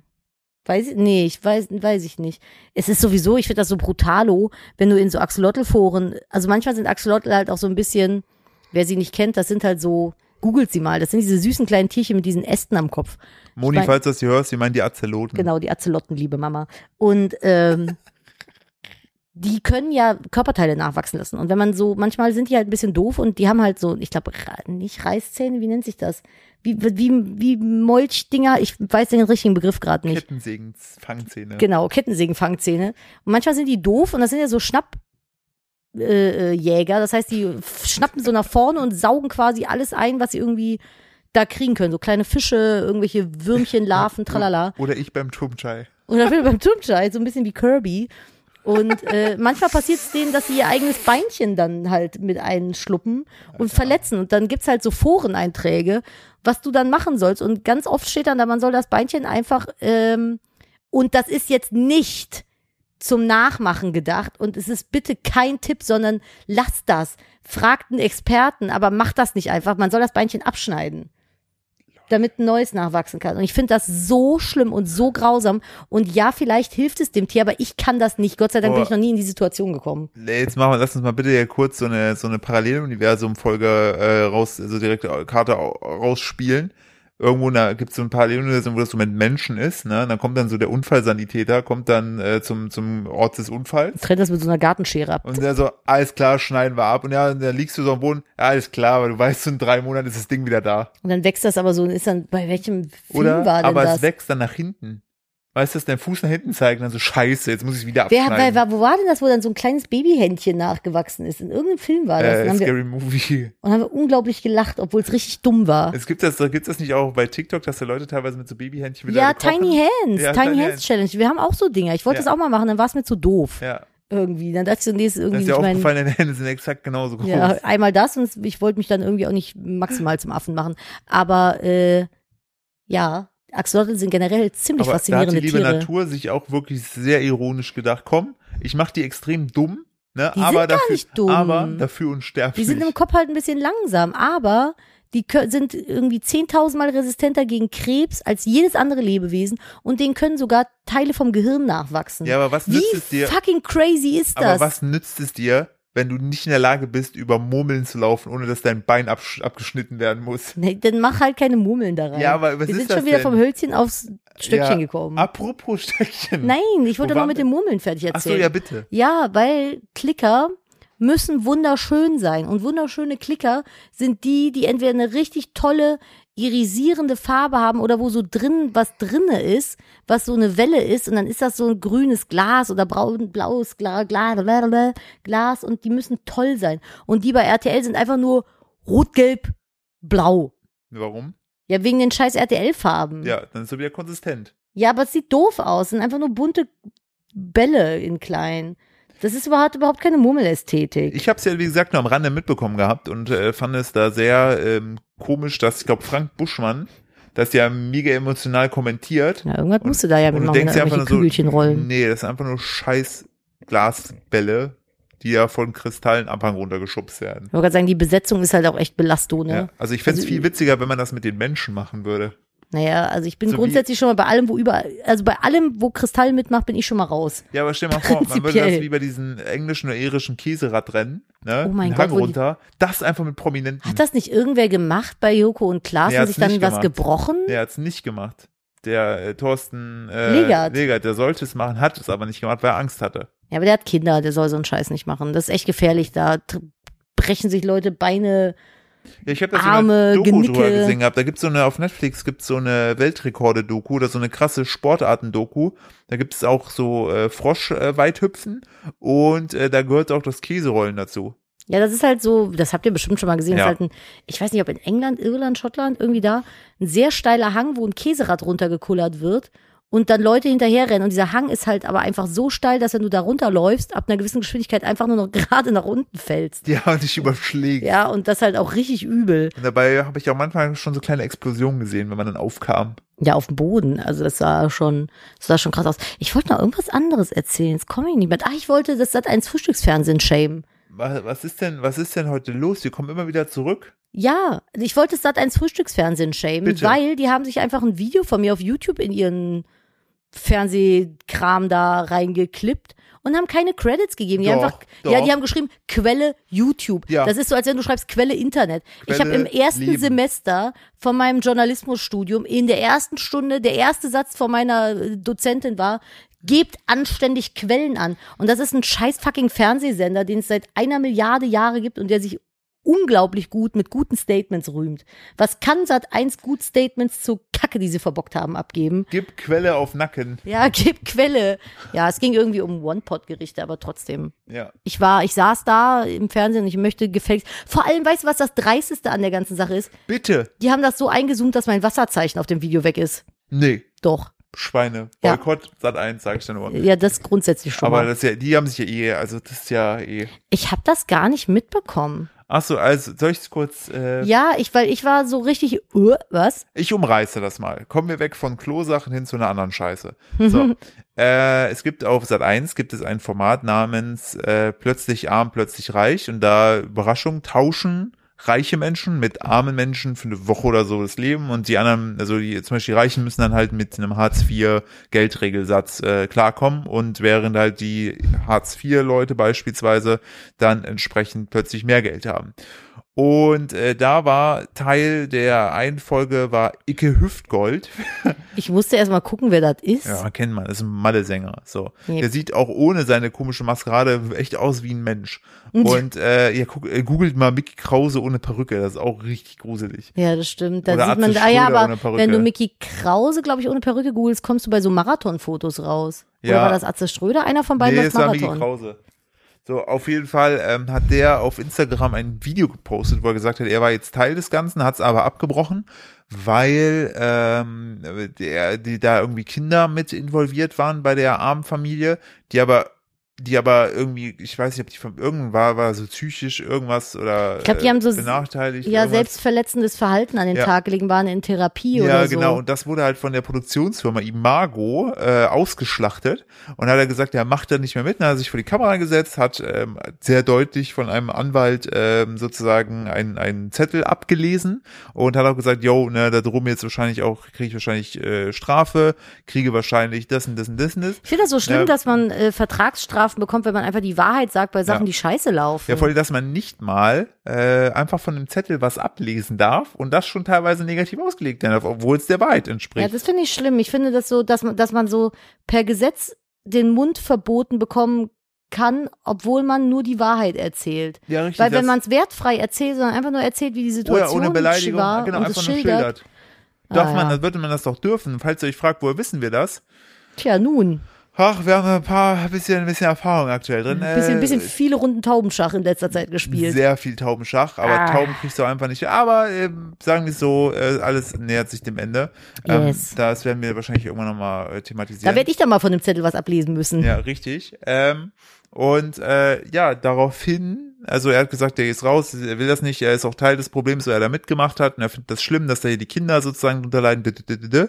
Speaker 2: Weiß, ich- nee, ich weiß, weiß ich nicht. Es ist sowieso, ich finde das so brutalo, wenn du in so Axolotl-Foren, also manchmal sind Axolotl halt auch so ein bisschen, wer sie nicht kennt, das sind halt so, googelt sie mal, das sind diese süßen kleinen Tierchen mit diesen Ästen am Kopf.
Speaker 1: Moni,
Speaker 2: mein-
Speaker 1: falls du das hier hörst, wir meinen die Azeloten.
Speaker 2: Genau, die Azelotten, liebe Mama. Und ähm, die können ja Körperteile nachwachsen lassen. Und wenn man so, manchmal sind die halt ein bisschen doof und die haben halt so, ich glaube, nicht Reißzähne, wie nennt sich das? Wie, wie, wie Molchdinger, ich weiß den richtigen Begriff gerade nicht.
Speaker 1: Kettensägen, Fangzähne.
Speaker 2: Genau, Kettensägenfangzähne. Und manchmal sind die doof und das sind ja so Schnapp. Äh, äh, Jäger, das heißt, die f- schnappen so nach vorne und saugen quasi alles ein, was sie irgendwie da kriegen können. So kleine Fische, irgendwelche Würmchen, Larven, tralala.
Speaker 1: Oder ich beim Chumchai.
Speaker 2: Und dann wird beim Turmschei so ein bisschen wie Kirby. Und äh, manchmal passiert es denen, dass sie ihr eigenes Beinchen dann halt mit einschluppen und verletzen. Und dann gibt's halt so Foreneinträge, was du dann machen sollst. Und ganz oft steht dann da, man soll das Beinchen einfach, ähm, und das ist jetzt nicht zum Nachmachen gedacht. Und es ist bitte kein Tipp, sondern lasst das. Fragt einen Experten, aber macht das nicht einfach. Man soll das Beinchen abschneiden. damit ein neues nachwachsen kann. Und ich finde das so schlimm und so grausam. Und ja, vielleicht hilft es dem Tier, aber ich kann das nicht. Gott sei Dank bin
Speaker 1: Boah.
Speaker 2: ich noch nie in die Situation gekommen.
Speaker 1: Nee, Jetzt machen wir, lass uns mal bitte ja kurz so eine, so eine Paralleluniversum-Folge äh, raus, so direkt äh, Karte au- rausspielen. Irgendwo gibt es so ein Paralleluniversum, wo das so mit Menschen ist, ne? Und dann kommt dann so der Unfallsanitäter, kommt dann äh, zum, zum Ort des Unfalls.
Speaker 2: Trennt das mit so einer Gartenschere ab.
Speaker 1: Und der so, alles klar, schneiden wir ab. Und ja, und dann liegst du so am Boden, ja, alles klar, aber du weißt, so in drei Monaten ist das Ding wieder da.
Speaker 2: Und dann wächst das aber so und ist dann, bei welchem Film
Speaker 1: Oder?
Speaker 2: war denn
Speaker 1: aber
Speaker 2: das?
Speaker 1: es wächst dann nach hinten. Weißt du, dass dein Fuß nach hinten zeigt und dann so, scheiße, jetzt muss ich wieder
Speaker 2: Wer,
Speaker 1: abschneiden.
Speaker 2: wer, wer, wo war denn das, wo dann so ein kleines Babyhändchen nachgewachsen ist? In irgendeinem Film war das. und,
Speaker 1: äh,
Speaker 2: haben wir,
Speaker 1: Scary Movie.
Speaker 2: und haben wir unglaublich gelacht, obwohl es richtig dumm war.
Speaker 1: Es gibt das, gibt's das nicht auch bei TikTok, dass da Leute teilweise mit so Babyhändchen mit
Speaker 2: Ja, Tiny Hands,
Speaker 1: Ja,
Speaker 2: Tiny
Speaker 1: Tiny
Speaker 2: Hands
Speaker 1: Hands.
Speaker 2: Challenge. Wir haben auch so Dinger. Ich wollte
Speaker 1: Ja.
Speaker 2: das auch mal machen, dann war es mir zu doof.
Speaker 1: Ja,
Speaker 2: Irgendwie. Dann dachte ich so, nee, ist
Speaker 1: das
Speaker 2: irgendwie
Speaker 1: ist ja
Speaker 2: nicht mein.
Speaker 1: aufgefallen, deine Hände sind exakt genauso groß.
Speaker 2: Ja, einmal das und ich wollte mich dann irgendwie auch nicht maximal zum Affen machen. Aber äh, ja, Axolotl sind generell ziemlich
Speaker 1: Aber da hat die
Speaker 2: faszinierende
Speaker 1: liebe
Speaker 2: Tiere.
Speaker 1: Natur sich auch wirklich sehr ironisch gedacht, komm, ich mach die extrem dumm, ne,
Speaker 2: Die
Speaker 1: aber
Speaker 2: sind gar
Speaker 1: dafür,
Speaker 2: nicht dumm.
Speaker 1: aber dafür unsterblich.
Speaker 2: Die sind im Kopf halt ein bisschen langsam, aber die kö- sind irgendwie 10.000 Mal resistenter gegen Krebs als jedes andere Lebewesen und denen können sogar Teile vom Gehirn nachwachsen.
Speaker 1: ja, aber was nützt
Speaker 2: Wie
Speaker 1: es dir?
Speaker 2: fucking crazy ist
Speaker 1: Aber
Speaker 2: das?
Speaker 1: was nützt es dir, wenn du nicht in der Lage bist, über Murmeln zu laufen, ohne dass dein Bein absch- abgeschnitten werden muss?
Speaker 2: Nee, dann mach halt keine Murmeln da rein.
Speaker 1: Ja, aber was
Speaker 2: Wir
Speaker 1: ist
Speaker 2: sind
Speaker 1: das
Speaker 2: schon wieder
Speaker 1: denn?
Speaker 2: vom Hölzchen aufs Stöckchen
Speaker 1: Ja,
Speaker 2: gekommen.
Speaker 1: Apropos Stöckchen.
Speaker 2: Nein, ich wollte
Speaker 1: Wo
Speaker 2: doch noch
Speaker 1: waren
Speaker 2: mit
Speaker 1: wir?
Speaker 2: den Murmeln fertig
Speaker 1: Ach so, ja,
Speaker 2: erzählen.
Speaker 1: bitte.
Speaker 2: ja, weil Klicker müssen wunderschön sein. Und wunderschöne Klicker sind die, die entweder eine richtig tolle irisierende Farbe haben oder wo so drin was drinne ist, was so eine Welle ist und dann ist das so ein grünes Glas oder braun blaues Glas, Glas, Glas und die müssen toll sein. Und die bei RTL sind einfach nur rot, gelb, blau.
Speaker 1: Warum?
Speaker 2: Ja, wegen den scheiß RTL-Farben.
Speaker 1: Ja, dann ist er wieder konsistent.
Speaker 2: ja, aber es sieht doof aus. Es sind einfach nur bunte Bälle in klein. Das ist überhaupt, überhaupt keine Murmelästhetik.
Speaker 1: Ich habe es ja, wie gesagt, nur am Rande mitbekommen gehabt und äh, fand es da sehr ähm, komisch, dass ich glaube, Frank Buschmann das ja mega emotional kommentiert.
Speaker 2: Ja, irgendwas musst du da ja
Speaker 1: und du
Speaker 2: mitmachen, wenn
Speaker 1: denkst
Speaker 2: da
Speaker 1: dir einfach
Speaker 2: irgendwelche
Speaker 1: nur so,
Speaker 2: Kügelchen rollen.
Speaker 1: nee, das sind einfach nur scheiß Glasbälle, die ja von Kristallen Abhang runtergeschubst werden.
Speaker 2: Ich wollte gerade sagen, die Besetzung ist halt auch echt belastend. Ne?
Speaker 1: Ja. Also ich fänd's
Speaker 2: Also-
Speaker 1: viel witziger, wenn man das mit den Menschen machen würde.
Speaker 2: Naja, also ich bin
Speaker 1: So wie-
Speaker 2: grundsätzlich schon mal bei allem, wo überall, also bei allem, wo Kristall mitmacht, bin ich schon mal raus.
Speaker 1: Ja, aber stell mal vor, man würde das
Speaker 2: Prinzipiell.
Speaker 1: wie bei diesen englischen oder irischen Käseradrennen, ne?
Speaker 2: Oh mein
Speaker 1: den
Speaker 2: Gott,
Speaker 1: Hang
Speaker 2: wo die-
Speaker 1: runter, das einfach mit Prominenten.
Speaker 2: Hat das nicht irgendwer gemacht bei Joko und Klaas
Speaker 1: Nee,
Speaker 2: und
Speaker 1: hat's
Speaker 2: sich dann
Speaker 1: nicht
Speaker 2: was
Speaker 1: gemacht.
Speaker 2: gebrochen?
Speaker 1: Der hat's nicht gemacht. Der äh, Thorsten äh,
Speaker 2: Legert.
Speaker 1: Legert, der sollte es machen, hat es aber nicht gemacht, weil er Angst hatte.
Speaker 2: Ja, aber der hat Kinder, der soll so einen Scheiß nicht machen. Das ist echt gefährlich. Da tr- brechen sich Leute Beine.
Speaker 1: Ja, ich habe das
Speaker 2: Arme,
Speaker 1: so eine Doku drüber
Speaker 2: Genicke.
Speaker 1: gesehen gehabt. Da gibt's so eine, auf Netflix gibt's so eine Weltrekorde-Doku oder so eine krasse Sportarten-Doku. Da gibt's auch so äh, Frosch-Weithüpfen und äh, da gehört auch das Käserollen dazu.
Speaker 2: Ja, das ist halt so, das habt ihr bestimmt schon mal gesehen.
Speaker 1: Ja.
Speaker 2: Das Ist halt ein, ich weiß nicht, ob in England, Irland, Schottland, irgendwie da, ein sehr steiler Hang, wo ein Käserad runtergekullert wird und dann Leute hinterherrennen. Und dieser Hang ist halt aber einfach so steil, dass wenn du da runterläufst, ab einer gewissen Geschwindigkeit einfach nur noch gerade nach unten fällst.
Speaker 1: Ja, und ich überschläge.
Speaker 2: Ja, und das halt auch richtig übel.
Speaker 1: Und dabei habe ich auch manchmal schon so kleine Explosionen gesehen, wenn man dann aufkam.
Speaker 2: Ja, auf dem Boden. Also das sah schon, das sah schon krass aus. Ich wollte noch irgendwas anderes erzählen. Jetzt komme ich nicht mehr. Ach, ich wollte das sat eins Frühstücksfernsehen shamen.
Speaker 1: Was, was ist denn, was ist denn heute los? Wir kommen immer wieder zurück.
Speaker 2: Ja, ich wollte das sat eins Frühstücksfernsehen shamen,
Speaker 1: Bitte.
Speaker 2: weil die haben sich einfach ein Video von mir auf YouTube in ihren Fernsehkram da reingeklippt und haben keine Credits gegeben. Die
Speaker 1: Doch,
Speaker 2: haben einfach, ja,
Speaker 1: doch.
Speaker 2: die haben geschrieben Quelle YouTube.
Speaker 1: Ja.
Speaker 2: Das ist so, als wenn du schreibst Quelle Internet. ich habe im
Speaker 1: Quelle
Speaker 2: ersten
Speaker 1: Leben.
Speaker 2: Semester von meinem Journalismusstudium in der ersten Stunde, der erste Satz von meiner äh, Dozentin war, gebt anständig Quellen an. Und das ist ein scheiß fucking Fernsehsender, den es seit einer Milliarde Jahre gibt und der sich unglaublich gut mit guten Statements rühmt. Was kann Sat 1 gut Statements zur Kacke, die sie verbockt haben, abgeben?
Speaker 1: Gib Quelle auf Nacken.
Speaker 2: Ja, gib Quelle. Ja, es ging irgendwie um One-Pot-Gerichte, aber trotzdem.
Speaker 1: Ja.
Speaker 2: Ich war, ich saß da im Fernsehen und ich möchte gefälligst. Vor allem, weißt du, was das Dreisteste an der ganzen Sache ist?
Speaker 1: Bitte.
Speaker 2: Die haben das so eingezoomt, dass mein Wasserzeichen auf dem Video weg ist.
Speaker 1: Nee.
Speaker 2: Doch.
Speaker 1: Schweine.
Speaker 2: Ja.
Speaker 1: Boykott, Sat 1, sag ich dann nur.
Speaker 2: Ja, das grundsätzlich schon
Speaker 1: Aber
Speaker 2: mal.
Speaker 1: das ist ja, die haben sich ja eh, also das ist ja eh.
Speaker 2: Ich habe das gar nicht mitbekommen.
Speaker 1: Achso, also soll ich es kurz, äh,
Speaker 2: Ja, ich, weil ich war so richtig, uh, was?
Speaker 1: ich umreiße das mal. Kommen wir weg von Klosachen hin zu einer anderen Scheiße. So, äh, es gibt auf Sat 1 gibt es ein Format namens äh, Plötzlich arm, plötzlich reich und da Überraschung tauschen reiche Menschen mit armen Menschen für eine Woche oder so das Leben und die anderen, also die, zum Beispiel die Reichen müssen dann halt mit einem Hartz-IV-Geldregelsatz äh, klarkommen und während halt die Hartz-IV-Leute beispielsweise dann entsprechend plötzlich mehr Geld haben. Und äh, da war Teil der einen Folge war Icke Hüftgold.
Speaker 2: Ich musste erst mal gucken, wer das ist.
Speaker 1: Ja, kennt man, ist ein Malle-Sänger. So.
Speaker 2: Ja.
Speaker 1: Der sieht auch ohne seine komische Maskerade echt aus wie ein Mensch. Und äh, ja, guck, äh, googelt mal Mickey Krause ohne Perücke, das ist auch richtig gruselig.
Speaker 2: Ja, das stimmt. Da
Speaker 1: Oder
Speaker 2: sieht man,
Speaker 1: Atze
Speaker 2: ah ja,
Speaker 1: Schröder
Speaker 2: aber
Speaker 1: ohne Perücke.
Speaker 2: wenn du Mickey Krause, glaube ich, ohne Perücke googelst, kommst du bei so Marathon-Fotos raus. Oder
Speaker 1: Ja.
Speaker 2: war das Atze Schröder? Einer von beiden
Speaker 1: Nee,
Speaker 2: macht
Speaker 1: es war Mickey
Speaker 2: Marathon.
Speaker 1: Krause. So, auf jeden Fall ähm, hat der auf Instagram ein Video gepostet, wo er gesagt hat, er war jetzt Teil des Ganzen, hat es aber abgebrochen, weil ähm, der, die da irgendwie Kinder mit involviert waren bei der armen Familie, die aber die aber irgendwie, ich weiß nicht, ob die von irgendwann war, war so psychisch irgendwas oder äh,
Speaker 2: Ich glaub, die haben so-
Speaker 1: benachteiligt.
Speaker 2: ja,
Speaker 1: irgendwas.
Speaker 2: selbstverletzendes Verhalten an den
Speaker 1: Ja.
Speaker 2: Tag gelegen, waren in Therapie
Speaker 1: Ja,
Speaker 2: oder so.
Speaker 1: genau. Und das wurde halt von der Produktionsfirma Imago äh, ausgeschlachtet. Und hat er gesagt, er macht da nicht mehr mit. Dann hat er sich vor die Kamera gesetzt, hat ähm, sehr deutlich von einem Anwalt ähm, sozusagen einen, einen Zettel abgelesen und hat auch gesagt, yo, ne, da drum jetzt wahrscheinlich auch, kriege ich wahrscheinlich äh, Strafe, kriege wahrscheinlich das und das und das und das.
Speaker 2: Ich finde das so schlimm,
Speaker 1: Ja.
Speaker 2: dass man äh, Vertragsstrafen bekommt, wenn man einfach die Wahrheit sagt bei Sachen,
Speaker 1: Ja.
Speaker 2: die scheiße laufen.
Speaker 1: Ja, vor allem, dass man nicht mal äh, einfach von einem Zettel was ablesen darf und das schon teilweise negativ ausgelegt werden darf, obwohl es der Wahrheit
Speaker 2: Ja,
Speaker 1: entspricht.
Speaker 2: das finde ich schlimm. Ich finde das so, dass man, dass man so per Gesetz den Mund verboten bekommen kann, obwohl man nur die Wahrheit erzählt.
Speaker 1: Ja, richtig.
Speaker 2: Weil wenn
Speaker 1: das-
Speaker 2: man es wertfrei erzählt, sondern einfach nur erzählt, wie die
Speaker 1: Oder
Speaker 2: Situation
Speaker 1: ohne Beleidigung,
Speaker 2: war
Speaker 1: genau,
Speaker 2: und
Speaker 1: einfach
Speaker 2: es
Speaker 1: nur
Speaker 2: schildert.
Speaker 1: schildert. Darf
Speaker 2: Ah,
Speaker 1: man,
Speaker 2: ja.
Speaker 1: dann würde man das doch dürfen. Falls ihr euch fragt, woher wissen wir das?
Speaker 2: Tja, nun.
Speaker 1: Ach, wir haben ein paar, ein bisschen, ein bisschen Erfahrung aktuell drin.
Speaker 2: Ein bisschen,
Speaker 1: Äh,
Speaker 2: bisschen viele Runden Taubenschach in letzter Zeit gespielt.
Speaker 1: Sehr viel Taubenschach, aber
Speaker 2: Ah.
Speaker 1: Tauben kriegst du einfach nicht. Aber ähm, sagen wir es so, äh, alles nähert sich dem Ende. Ähm,
Speaker 2: Yes.
Speaker 1: Das werden wir wahrscheinlich irgendwann nochmal äh, thematisieren.
Speaker 2: da werde ich dann mal von dem Zettel was ablesen müssen.
Speaker 1: Ja, richtig. Ähm, und äh, ja, daraufhin, also er hat gesagt, der ist raus, er will das nicht, er ist auch Teil des Problems, weil er da mitgemacht hat und er findet das schlimm, dass da hier die Kinder sozusagen drunter leiden. d- d- d- d- d.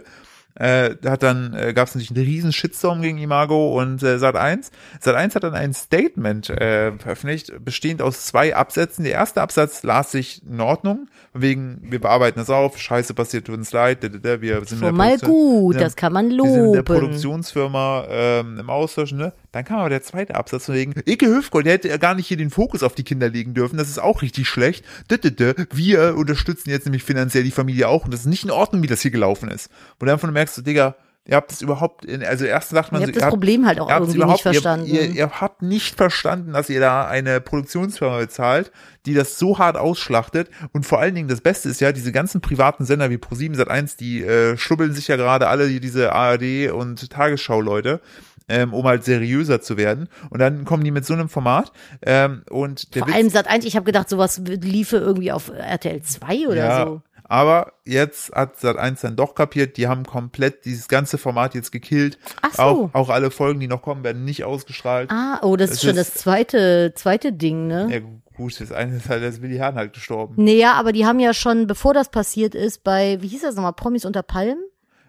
Speaker 1: Äh, hat dann äh, gab es natürlich einen riesen Shitstorm gegen Imago und äh, Sat 1. Sat 1 hat dann ein Statement äh, veröffentlicht, bestehend aus zwei Absätzen. Der erste Absatz las sich in Ordnung, von wegen wir bearbeiten das auf, Scheiße passiert tut uns leid, d- d- d, wir sind in der
Speaker 2: Schon mal
Speaker 1: Produktion-
Speaker 2: gut,
Speaker 1: Ja.
Speaker 2: das kann man
Speaker 1: wir sind mit der
Speaker 2: loben.
Speaker 1: Produktionsfirma ähm, im Austausch, ne? Dann kam aber der zweite Absatz von wegen, Icke Hüfgold, der hätte ja gar nicht hier den Fokus auf die Kinder legen dürfen, das ist auch richtig schlecht. Dö, dö, dö. Wir unterstützen jetzt nämlich finanziell die Familie auch und das ist nicht in Ordnung, wie das hier gelaufen ist. Wo du einfach nur merkst, so, Digga, ihr habt es überhaupt, in, also erst sagt man
Speaker 2: Ihr
Speaker 1: so,
Speaker 2: habt das Problem halt auch
Speaker 1: ihr habt's
Speaker 2: irgendwie nicht
Speaker 1: überhaupt-
Speaker 2: verstanden.
Speaker 1: Ihr, ihr, ihr habt nicht verstanden, dass ihr da eine Produktionsfirma bezahlt, die das so hart ausschlachtet. Und vor allen Dingen das Beste ist ja, diese ganzen privaten Sender wie ProSieben Sat1, die äh, schlubbeln sich ja gerade alle die- diese ARD und Tagesschau-Leute. Ähm, um halt seriöser zu werden. Und dann kommen die mit so einem Format. Ähm, und der
Speaker 2: Vor
Speaker 1: Witz-
Speaker 2: allem Sat 1, ich habe gedacht, sowas liefe irgendwie auf RTL 2 oder
Speaker 1: ja,
Speaker 2: so.
Speaker 1: Aber jetzt hat Sat1 dann doch kapiert, die haben komplett dieses ganze Format jetzt gekillt.
Speaker 2: Ach so.
Speaker 1: Auch, auch alle Folgen, die noch kommen, werden nicht ausgestrahlt.
Speaker 2: Ah, oh, das
Speaker 1: Es
Speaker 2: ist schon
Speaker 1: ist-
Speaker 2: das zweite, zweite Ding, ne?
Speaker 1: Ja, gut, das eine ist halt, dass Willi Hahn halt gestorben.
Speaker 2: Naja, aber die haben ja schon, bevor das passiert ist, bei, wie hieß das nochmal, Promis unter Palmen?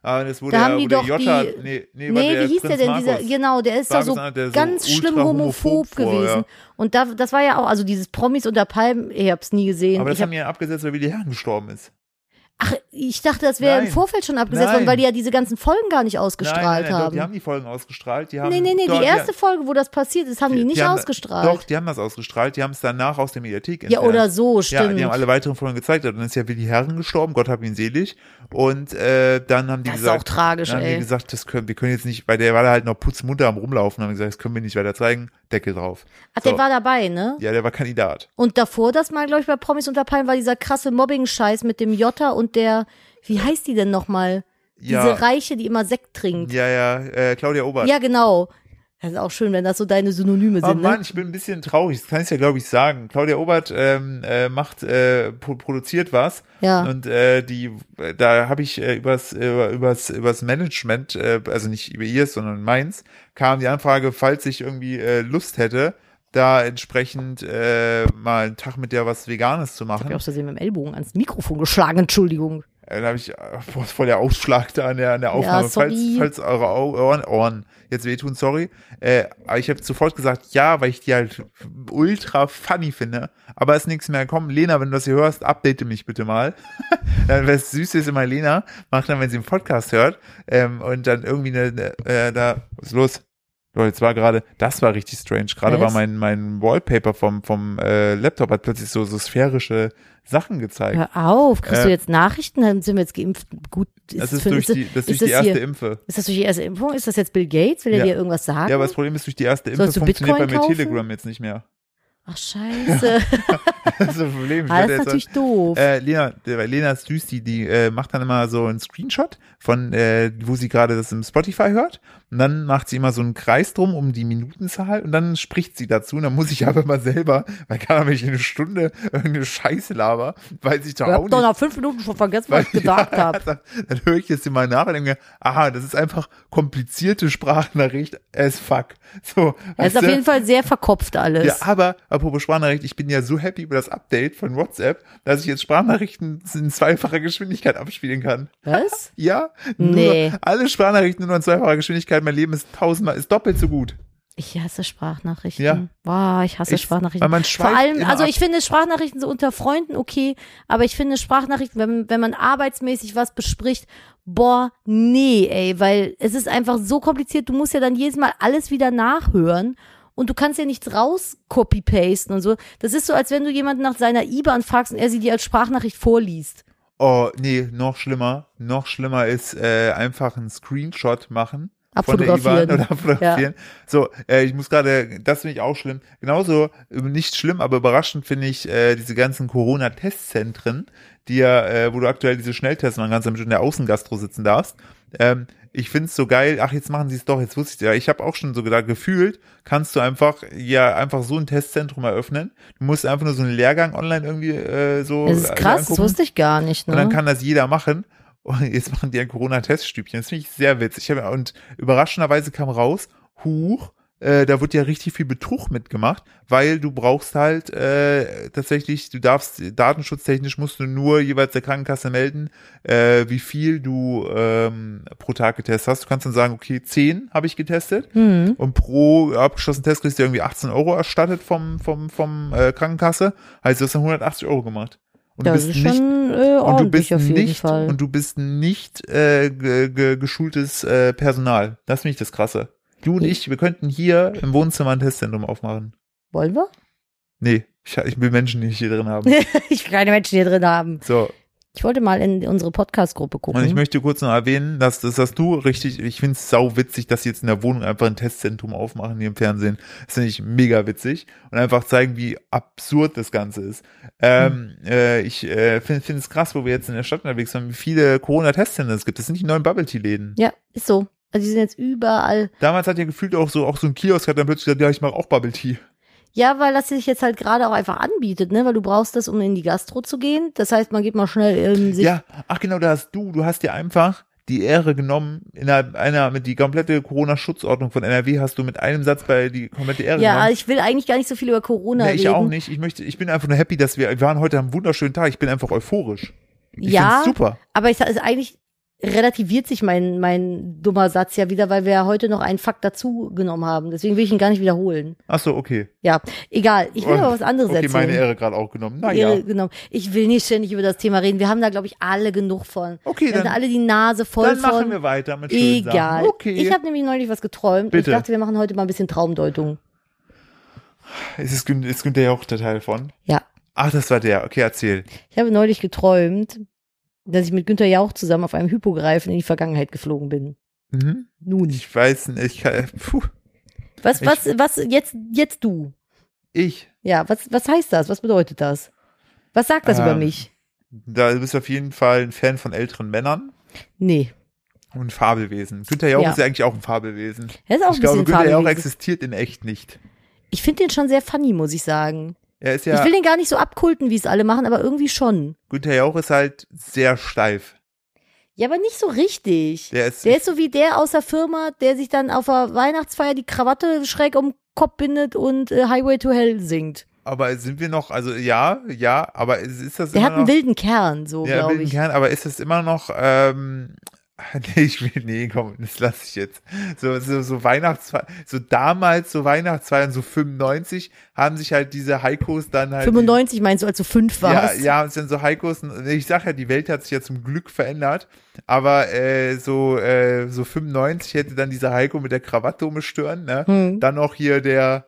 Speaker 1: Aber das Ah, wurde
Speaker 2: Da
Speaker 1: ja,
Speaker 2: haben die
Speaker 1: wurde
Speaker 2: doch
Speaker 1: Jotta,
Speaker 2: die-
Speaker 1: nee, nee, war
Speaker 2: Nee,
Speaker 1: der
Speaker 2: wie hieß
Speaker 1: Prinz
Speaker 2: der denn
Speaker 1: Markus.
Speaker 2: dieser? Genau, der ist
Speaker 1: War
Speaker 2: da so
Speaker 1: einer, der so
Speaker 2: ganz
Speaker 1: ultra
Speaker 2: schlimm homophob
Speaker 1: homophob war,
Speaker 2: gewesen.
Speaker 1: ja.
Speaker 2: Und da, das war ja auch, also dieses Promis unter Palmen, ich hab's nie gesehen.
Speaker 1: Aber das
Speaker 2: ich, hab,
Speaker 1: haben die ja abgesetzt, weil Willi Hahn gestorben ist.
Speaker 2: ach, ich dachte, das wäre im
Speaker 1: Nein.
Speaker 2: Vorfeld schon abgesetzt worden,
Speaker 1: Nein.
Speaker 2: weil die ja diese ganzen Folgen gar nicht
Speaker 1: nein,
Speaker 2: ausgestrahlt
Speaker 1: nein, nein, Doch, die
Speaker 2: haben.
Speaker 1: haben die Folgen ausgestrahlt. Die haben,
Speaker 2: Nee, nee, nee,
Speaker 1: doch,
Speaker 2: die erste Folge, wo das passiert ist, haben die, nicht
Speaker 1: haben-
Speaker 2: ausgestrahlt.
Speaker 1: Doch, die haben das ausgestrahlt. Die haben es danach aus der Mediathek
Speaker 2: ja,
Speaker 1: entfernt.
Speaker 2: oder so,
Speaker 1: Ja,
Speaker 2: stimmt.
Speaker 1: die haben alle weiteren Folgen gezeigt. Dann ist ja Willi Herren gestorben, Gott hab ihn selig. Und äh, dann haben die
Speaker 2: das ist auch
Speaker 1: gesagt,
Speaker 2: tragisch,
Speaker 1: dann haben die
Speaker 2: ey.
Speaker 1: gesagt, das können, wir können jetzt nicht, weil der war da halt noch putzmunter am Rumlaufen, haben gesagt, das können wir nicht weiter zeigen, Deckel drauf.
Speaker 2: Ach,
Speaker 1: So.
Speaker 2: der war dabei, ne?
Speaker 1: Ja, der war Kandidat.
Speaker 2: Und davor das mal, glaube ich, bei Promis unter Palmen war dieser krasse Mobbing-Scheiß mit dem Jotta und der, wie heißt die denn nochmal?
Speaker 1: Ja.
Speaker 2: Diese Reiche, die immer Sekt trinkt.
Speaker 1: Ja, ja, äh, Claudia Obert.
Speaker 2: Ja, genau. Das ist auch schön, wenn das so deine Synonyme
Speaker 1: Oh
Speaker 2: sind,
Speaker 1: Mann,
Speaker 2: ne?
Speaker 1: ich bin ein bisschen traurig, das kann ich ja glaube ich sagen. Claudia Obert ähm, äh, macht, äh, pro produziert was
Speaker 2: Ja.
Speaker 1: und äh, die, da habe ich äh, übers, über, übers, übers Management, äh, also nicht über ihr, sondern meins, kam die Anfrage, falls ich irgendwie äh, Lust hätte, da entsprechend äh, mal einen Tag mit der was Veganes zu
Speaker 2: Ich hab
Speaker 1: machen.
Speaker 2: ja aus Versehen mit dem Ellbogen ans Mikrofon geschlagen, Entschuldigung.
Speaker 1: Äh, Da habe ich äh, boah, voll der Ausschlag da an der, an der Aufnahme. falls,
Speaker 2: sorry.
Speaker 1: falls eure Au- Ohren, Ohren jetzt wehtun, sorry. Äh, aber ich habe sofort gesagt, ja, weil ich die halt ultra funny finde. Aber ist nichts mehr gekommen. Lena, wenn du das hier hörst, update mich bitte mal. dann was Süßes ist immer Lena, macht dann, wenn sie einen Podcast hört. Ähm, und dann irgendwie eine, eine, äh, da, was ist los? Leute, jetzt war gerade, das war richtig strange. Gerade
Speaker 2: Was?
Speaker 1: war mein, mein Wallpaper vom, vom äh, Laptop hat plötzlich so, so sphärische Sachen gezeigt.
Speaker 2: Hör auf, kriegst
Speaker 1: Äh,
Speaker 2: du jetzt Nachrichten? Dann sind wir jetzt geimpft. Gut, ist,
Speaker 1: Das
Speaker 2: das
Speaker 1: ist
Speaker 2: für,
Speaker 1: durch
Speaker 2: ist,
Speaker 1: die, das ist durch
Speaker 2: das
Speaker 1: die erste
Speaker 2: hier-
Speaker 1: Impfe.
Speaker 2: ist das durch die erste Impfung? Ist das jetzt Bill Gates? Will er
Speaker 1: Ja.
Speaker 2: dir irgendwas sagen?
Speaker 1: Ja, aber das Problem ist, durch die erste Impfe
Speaker 2: Sollst du
Speaker 1: funktioniert bei
Speaker 2: Bitcoin
Speaker 1: mir
Speaker 2: kaufen?
Speaker 1: Telegram jetzt nicht mehr.
Speaker 2: Ach, scheiße.
Speaker 1: Das ist ein Problem. Ich
Speaker 2: Ah, das
Speaker 1: werde
Speaker 2: ist
Speaker 1: jetzt-
Speaker 2: natürlich doof.
Speaker 1: äh, Lena, äh, weil Lena ist süß, die, die äh, macht dann immer so einen Screenshot von, äh, wo sie gerade das im Spotify hört. Und dann macht sie immer so einen Kreis drum um die Minutenzahl und dann spricht sie dazu. Und dann muss ich aber mal selber, weil kann wenn ich eine Stunde irgendeine Scheiße laber, weil ich doch
Speaker 2: Ich
Speaker 1: auch
Speaker 2: hab doch
Speaker 1: nicht.
Speaker 2: nach fünf Minuten schon vergessen, was ich gesagt habe.
Speaker 1: dann, dann höre ich jetzt mal nach und denke, mir, aha, das ist einfach komplizierte Sprachnachricht as fuck. So,
Speaker 2: Es
Speaker 1: weißt
Speaker 2: ist auf
Speaker 1: du?
Speaker 2: jeden Fall sehr verkopft alles.
Speaker 1: Ja, aber apropos Sprachnachricht, ich bin ja so happy über das Update von WhatsApp, dass ich jetzt Sprachnachrichten in zweifacher Geschwindigkeit abspielen kann.
Speaker 2: Was?
Speaker 1: Ja?
Speaker 2: Nee.
Speaker 1: Nur, alle Sprachnachrichten nur in zweifacher Geschwindigkeit. Mein Leben ist tausendmal, ist doppelt so gut.
Speaker 2: Ich hasse Sprachnachrichten.
Speaker 1: Ja.
Speaker 2: Wow, ich hasse
Speaker 1: Ich-
Speaker 2: Sprachnachrichten.
Speaker 1: weil man
Speaker 2: Vor
Speaker 1: schweift
Speaker 2: allem,
Speaker 1: immer
Speaker 2: also
Speaker 1: ab.
Speaker 2: ich finde Sprachnachrichten so unter Freunden okay, aber ich finde Sprachnachrichten, wenn, wenn man arbeitsmäßig was bespricht, boah, nee, ey, weil es ist einfach so kompliziert, du musst ja dann jedes Mal alles wieder nachhören. Und du kannst ja nichts raus copy-pasten und so. Das ist so, als wenn du jemanden nach seiner IBAN fragst und er sie dir als Sprachnachricht vorliest.
Speaker 1: Oh, nee, noch schlimmer. Noch schlimmer ist äh, einfach einen Screenshot machen. von der
Speaker 2: Abfotografieren.
Speaker 1: IBAN oder abfotografieren. So, äh, ich muss gerade, das finde ich auch schlimm. Genauso, äh, nicht schlimm, aber überraschend finde ich äh, diese ganzen Corona-Testzentren, die ja, äh, wo du aktuell diese Schnelltests machen kannst, damit du in der Außengastro sitzen darfst. Ähm, ich finde es so geil, ach, jetzt machen sie es doch, jetzt wusste ich ja. Ich habe auch schon so gedacht, gefühlt kannst du einfach, ja, einfach so ein Testzentrum eröffnen. Du musst einfach nur so einen Lehrgang online irgendwie äh, so.
Speaker 2: Das ist krass, das
Speaker 1: angucken.
Speaker 2: wusste ich gar nicht. Ne?
Speaker 1: Und dann kann das jeder machen. Und jetzt machen die ein Corona-Teststübchen. Das finde ich sehr witzig. Ich hab, und überraschenderweise kam raus, huch, äh, da wird ja richtig viel Betrug mitgemacht, weil du brauchst halt äh, tatsächlich, du darfst, datenschutztechnisch musst du nur jeweils der Krankenkasse melden, äh, wie viel du ähm, pro Tag getestet hast. Du kannst dann sagen, okay, 10 habe ich getestet
Speaker 2: mhm.
Speaker 1: und pro abgeschlossenen Test kriegst du irgendwie 18 Euro erstattet vom, vom, vom äh, Krankenkasse. Heißt, du hast dann 180 Euro gemacht. Und
Speaker 2: Das
Speaker 1: du
Speaker 2: ist
Speaker 1: bist nicht
Speaker 2: schon äh,
Speaker 1: und du bist
Speaker 2: ordentlich auf jeden
Speaker 1: nicht,
Speaker 2: Fall.
Speaker 1: Und du bist nicht äh, ge, ge, geschultes äh, Personal. Das finde ich das Krasse. Du und ich, wir könnten hier im Wohnzimmer ein Testzentrum aufmachen.
Speaker 2: Wollen wir?
Speaker 1: Nee, ich, ich will Menschen nicht hier drin haben.
Speaker 2: Ich will keine Menschen hier drin haben.
Speaker 1: So,
Speaker 2: Ich wollte mal in unsere Podcast-Gruppe gucken.
Speaker 1: und ich möchte kurz noch erwähnen, dass das hast du richtig, ich finde es sau witzig, dass sie jetzt in der Wohnung einfach ein Testzentrum aufmachen hier im Fernsehen. Das finde ich mega witzig und einfach zeigen, wie absurd das Ganze ist. Ähm,
Speaker 2: Mhm.
Speaker 1: äh, ich äh, finde es krass, wo wir jetzt in der Stadt unterwegs sind, wie viele Corona-Testzentren es gibt. Das sind die neuen Bubble-Tea-Läden.
Speaker 2: ja, ist so. Also die sind jetzt überall.
Speaker 1: Damals hat ja gefühlt auch so, auch so ein Kiosk hat dann plötzlich gesagt, ja, ich mache auch Bubble Tea.
Speaker 2: Ja, weil das sich jetzt halt gerade auch einfach anbietet, ne? Weil du brauchst das, um in die Gastro zu gehen. Das heißt, man geht mal schnell ähm, sich.
Speaker 1: ja, ach genau, da hast du, du hast dir einfach die Ehre genommen, innerhalb einer, mit die komplette Corona-Schutzordnung von NRW hast du mit einem Satz bei die komplette Ehre
Speaker 2: ja genau.
Speaker 1: genommen.
Speaker 2: ich will eigentlich gar nicht so viel über Corona
Speaker 1: Nee,
Speaker 2: reden.
Speaker 1: ich auch nicht. Ich möchte, ich bin einfach nur happy, dass wir, wir waren heute am wunderschönen Tag. Ich bin einfach euphorisch. Ich
Speaker 2: ja,
Speaker 1: find's super.
Speaker 2: aber ich also eigentlich relativiert sich mein, mein dummer Satz ja wieder, weil wir ja heute noch einen Fakt dazu genommen haben. Deswegen will ich ihn gar nicht wiederholen.
Speaker 1: Ach so, okay.
Speaker 2: Ja, egal. Ich will
Speaker 1: Oh,
Speaker 2: aber was anderes
Speaker 1: Okay,
Speaker 2: erzählen.
Speaker 1: meine Ehre gerade auch genommen.
Speaker 2: Irre
Speaker 1: Naja.
Speaker 2: genommen. Äh, genau. Ich will nicht ständig über das Thema reden. Wir haben da, glaube ich, alle genug von.
Speaker 1: Okay,
Speaker 2: wir haben
Speaker 1: dann-
Speaker 2: da alle die Nase voll
Speaker 1: Dann
Speaker 2: von.
Speaker 1: machen wir weiter mit schönen
Speaker 2: Egal.
Speaker 1: Sachen. Okay.
Speaker 2: Ich habe nämlich neulich was geträumt.
Speaker 1: Bitte.
Speaker 2: Ich dachte, wir machen heute mal ein bisschen Traumdeutung.
Speaker 1: ist, es, Gün- ist Günther ja auch der Teil von?
Speaker 2: Ja.
Speaker 1: Ach, das war der. Okay, erzähl.
Speaker 2: Ich habe neulich geträumt, dass ich mit Günther Jauch zusammen auf einem Hypogreifen in die Vergangenheit geflogen bin.
Speaker 1: Mhm.
Speaker 2: Nun.
Speaker 1: Ich weiß nicht. Ich kann, puh.
Speaker 2: Was,
Speaker 1: Ich-
Speaker 2: was, was, jetzt, jetzt du.
Speaker 1: Ich.
Speaker 2: Ja, was, was heißt das? Was bedeutet das? Was sagt das
Speaker 1: Ähm.
Speaker 2: über mich?
Speaker 1: Da bist du auf jeden Fall ein Fan von älteren Männern
Speaker 2: Nee.
Speaker 1: und Fabelwesen. Günther Jauch
Speaker 2: Ja.
Speaker 1: ist ja eigentlich auch ein Fabelwesen.
Speaker 2: Er ist auch
Speaker 1: ich
Speaker 2: ein
Speaker 1: glaube,
Speaker 2: bisschen
Speaker 1: Günther Jauch
Speaker 2: fabelwesen.
Speaker 1: existiert in echt nicht.
Speaker 2: Ich finde den schon sehr funny, muss ich sagen.
Speaker 1: Er ist ja,
Speaker 2: Ich will den gar nicht so abkulten, wie es alle machen, aber irgendwie schon.
Speaker 1: Günther Jauch ist halt sehr steif.
Speaker 2: Ja, aber nicht so richtig.
Speaker 1: Der ist,
Speaker 2: Der ist so wie der aus der Firma, der sich dann auf der Weihnachtsfeier die Krawatte schräg um den Kopf bindet und äh, Highway to Hell singt.
Speaker 1: aber sind wir noch, also ja, ja, aber ist, ist das
Speaker 2: Der
Speaker 1: immer
Speaker 2: hat einen
Speaker 1: noch,
Speaker 2: wilden Kern, so
Speaker 1: ja,
Speaker 2: glaube
Speaker 1: wilden
Speaker 2: ich.
Speaker 1: Kern, aber ist das immer noch, ähm, nee, ich will, nee, komm, das lasse ich jetzt. So, so, so Weihnachtsfeier, so damals, so Weihnachtsfeiern, so 95, haben sich halt diese Heikos dann halt.
Speaker 2: 95 meinst du, als du fünf
Speaker 1: Ja,
Speaker 2: warst?
Speaker 1: ja, haben es dann so Heikos, ich sag ja, die Welt hat sich ja zum Glück verändert, aber äh, so, äh, so 95 hätte dann dieser Heiko mit der Krawatte um die Stirn, ne?
Speaker 2: Hm.
Speaker 1: Dann noch hier der,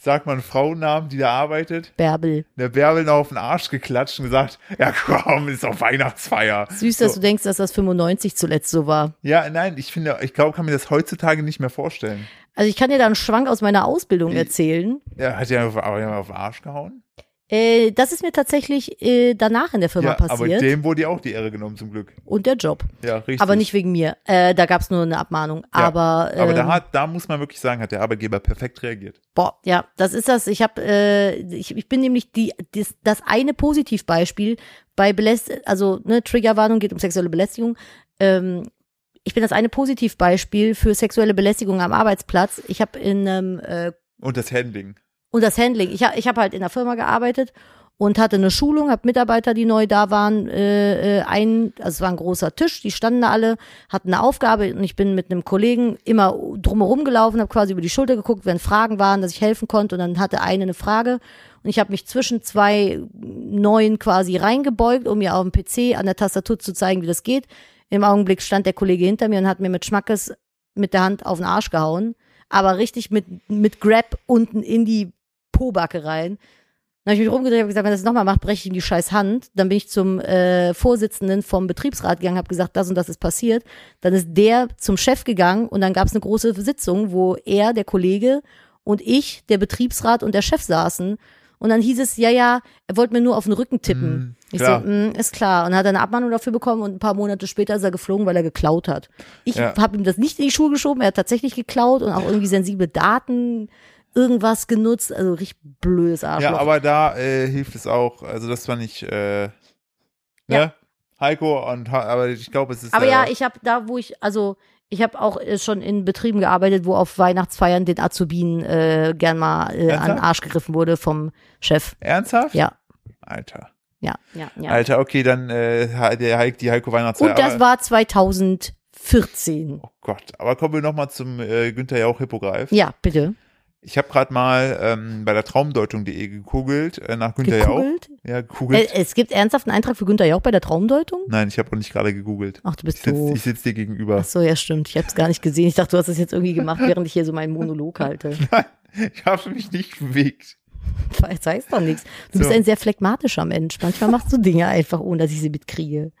Speaker 1: sag mal, einen Frauennamen, die da arbeitet.
Speaker 2: Bärbel.
Speaker 1: Der Bärbel noch auf den Arsch geklatscht und gesagt, ja komm, ist doch Weihnachtsfeier.
Speaker 2: Süß, dass
Speaker 1: So.
Speaker 2: du denkst, dass das 95 zuletzt so war.
Speaker 1: Ja, nein, ich finde, ich glaube, kann mir das heutzutage nicht mehr vorstellen.
Speaker 2: Also ich kann dir da einen Schwank aus meiner Ausbildung
Speaker 1: Ich-
Speaker 2: erzählen.
Speaker 1: Ja, hat ja auf, aber ja auf den Arsch gehauen.
Speaker 2: Äh, das ist mir tatsächlich äh, danach in der Firma
Speaker 1: Ja, aber
Speaker 2: passiert
Speaker 1: dem wurde ja auch die Ehre genommen, zum Glück.
Speaker 2: und der Job.
Speaker 1: Ja, richtig.
Speaker 2: Aber nicht wegen mir. Äh, da gab's nur eine Abmahnung. aber
Speaker 1: Aber da,
Speaker 2: ähm,
Speaker 1: hat, da muss man wirklich sagen, hat der Arbeitgeber perfekt reagiert.
Speaker 2: Boah, ja, das ist das. Ich habe, äh, ich, ich bin nämlich die, das, das eine Positivbeispiel bei Belästigung, also ne, Triggerwarnung geht um sexuelle Belästigung. Ähm, ich bin das eine Positivbeispiel für sexuelle Belästigung am Arbeitsplatz. Ich habe in einem äh,
Speaker 1: Und das Handling.
Speaker 2: und das Handling. Ich, ha- ich habe halt in einer Firma gearbeitet und hatte eine Schulung, habe Mitarbeiter, die neu da waren, äh, äh, ein, also es war ein großer Tisch, die standen da alle, hatten eine Aufgabe und ich bin mit einem Kollegen immer drumherum gelaufen, habe quasi über die Schulter geguckt, wenn Fragen waren, dass ich helfen konnte und dann hatte eine eine Frage und ich habe mich zwischen zwei neuen quasi reingebeugt, um mir auf dem PC an der Tastatur zu zeigen, wie das geht. Im Augenblick stand der Kollege hinter mir und hat mir mit Schmackes mit der Hand auf den Arsch gehauen, aber richtig mit, mit Grab unten in die Pobacke rein. Dann habe ich mich rumgedreht und gesagt, wenn er das nochmal macht, breche ich ihm die scheiß Hand. Dann bin ich zum äh, Vorsitzenden vom Betriebsrat gegangen, habe gesagt, das und das ist passiert. Dann ist der zum Chef gegangen und dann gab es eine große Sitzung, wo er, der Kollege und ich, der Betriebsrat und der Chef saßen. Und dann hieß es, ja, ja, er wollte mir nur auf den Rücken tippen.
Speaker 1: Mm,
Speaker 2: ich
Speaker 1: klar.
Speaker 2: so, mm, ist klar. Und hat dann eine Abmahnung dafür bekommen und ein paar Monate später ist er geflogen, weil er geklaut hat. Ich
Speaker 1: Ja.
Speaker 2: habe ihm das nicht in die Schuhe geschoben, er hat tatsächlich geklaut und auch irgendwie sensible Daten irgendwas genutzt. Also richtig blödes Arschloch.
Speaker 1: Ja, aber da äh, hilft es auch. Also, das war nicht, äh, ne?
Speaker 2: Ja.
Speaker 1: Heiko und, Ha- aber ich glaube, es ist.
Speaker 2: Aber
Speaker 1: äh,
Speaker 2: ja, ich habe da, wo ich, also ich habe auch äh, schon in Betrieben gearbeitet, wo auf Weihnachtsfeiern den Azubinen äh, gern mal äh, an den
Speaker 1: Ernsthaft?
Speaker 2: Arsch gegriffen wurde vom Chef.
Speaker 1: Ernsthaft?
Speaker 2: Ja,
Speaker 1: Alter.
Speaker 2: ja, ja, ja.
Speaker 1: Alter, okay, dann äh, Ha- der Heik, die Heiko Weihnachtsfeier.
Speaker 2: Und das
Speaker 1: aber-
Speaker 2: war 2014.
Speaker 1: Oh Gott, aber kommen wir nochmal zum äh, Günther Jauch Hippogreif.
Speaker 2: Ja, bitte.
Speaker 1: Ich habe gerade mal ähm, bei der Traumdeutung.de gegoogelt äh, nach Günther Jauch.
Speaker 2: Gekugelt.
Speaker 1: Ja, gegoogelt.
Speaker 2: Äh, es gibt ernsthaft einen Eintrag für Günther Jauch bei der Traumdeutung?
Speaker 1: Nein, ich habe auch nicht gerade gegoogelt.
Speaker 2: Ach, du
Speaker 1: Ich
Speaker 2: bist
Speaker 1: sitze
Speaker 2: doof.
Speaker 1: ich sitz dir gegenüber.
Speaker 2: Ach so, ja, stimmt. Ich habe es gar nicht gesehen. Ich dachte, du hast es jetzt irgendwie gemacht, während ich hier so meinen Monolog halte.
Speaker 1: Ich habe mich nicht bewegt.
Speaker 2: Das heißt doch nichts. Du bist
Speaker 1: So.
Speaker 2: ein sehr phlegmatischer Mensch. Manchmal machst du Dinge einfach, ohne dass ich sie mitkriege.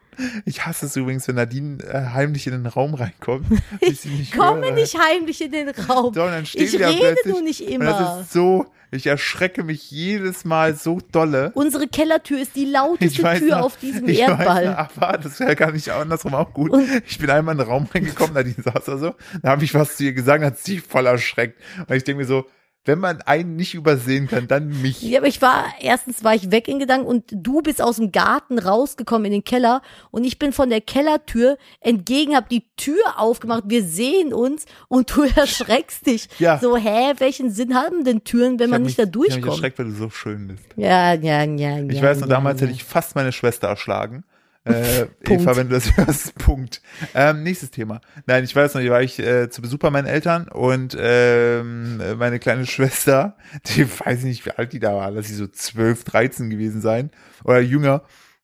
Speaker 1: Ich hasse es übrigens, wenn Nadine äh, heimlich in den Raum reinkommt. Ich sie nicht
Speaker 2: Komme
Speaker 1: höre.
Speaker 2: nicht heimlich in den Raum.
Speaker 1: So, und dann steht
Speaker 2: ich
Speaker 1: die da
Speaker 2: rede
Speaker 1: plötzlich
Speaker 2: nur nicht
Speaker 1: Und das
Speaker 2: immer.
Speaker 1: ist so, ich erschrecke mich jedes Mal so dolle.
Speaker 2: Unsere Kellertür ist die
Speaker 1: Ich
Speaker 2: lauteste
Speaker 1: weiß
Speaker 2: Tür
Speaker 1: noch,
Speaker 2: auf diesem
Speaker 1: ich
Speaker 2: Erdball.
Speaker 1: Weiß, noch, aber das wäre gar nicht andersrum auch gut.
Speaker 2: Und-
Speaker 1: ich bin einmal in den Raum reingekommen, Nadine saß da so, da habe ich was zu ihr gesagt, hat sie voll erschreckt. Und ich denke mir so, wenn man einen nicht übersehen kann, dann mich.
Speaker 2: Ja, aber ich war, erstens war ich weg in Gedanken und du bist aus dem Garten rausgekommen in den Keller und ich bin von der Kellertür entgegen, hab die Tür aufgemacht, wir sehen uns und du erschreckst dich.
Speaker 1: Ja.
Speaker 2: So, hä, welchen Sinn haben denn Türen, wenn
Speaker 1: Ich
Speaker 2: man
Speaker 1: hab mich-
Speaker 2: nicht
Speaker 1: Ich
Speaker 2: da
Speaker 1: habe mich
Speaker 2: durchkommt?
Speaker 1: erschreckt, weil du so schön bist.
Speaker 2: Ja, ja, ja, ja.
Speaker 1: Ich weiß nur,
Speaker 2: ja,
Speaker 1: damals
Speaker 2: ja.
Speaker 1: hätte ich fast meine Schwester erschlagen. Äh,
Speaker 2: Punkt.
Speaker 1: Eva, wenn du das hörst, Punkt. Ähm, nächstes Thema. Nein, ich weiß noch, hier war ich äh, zu Besuch bei meinen Eltern und ähm, meine kleine Schwester, die weiß ich nicht, wie alt die da war, lass sie so 12, 13 gewesen sein oder jünger.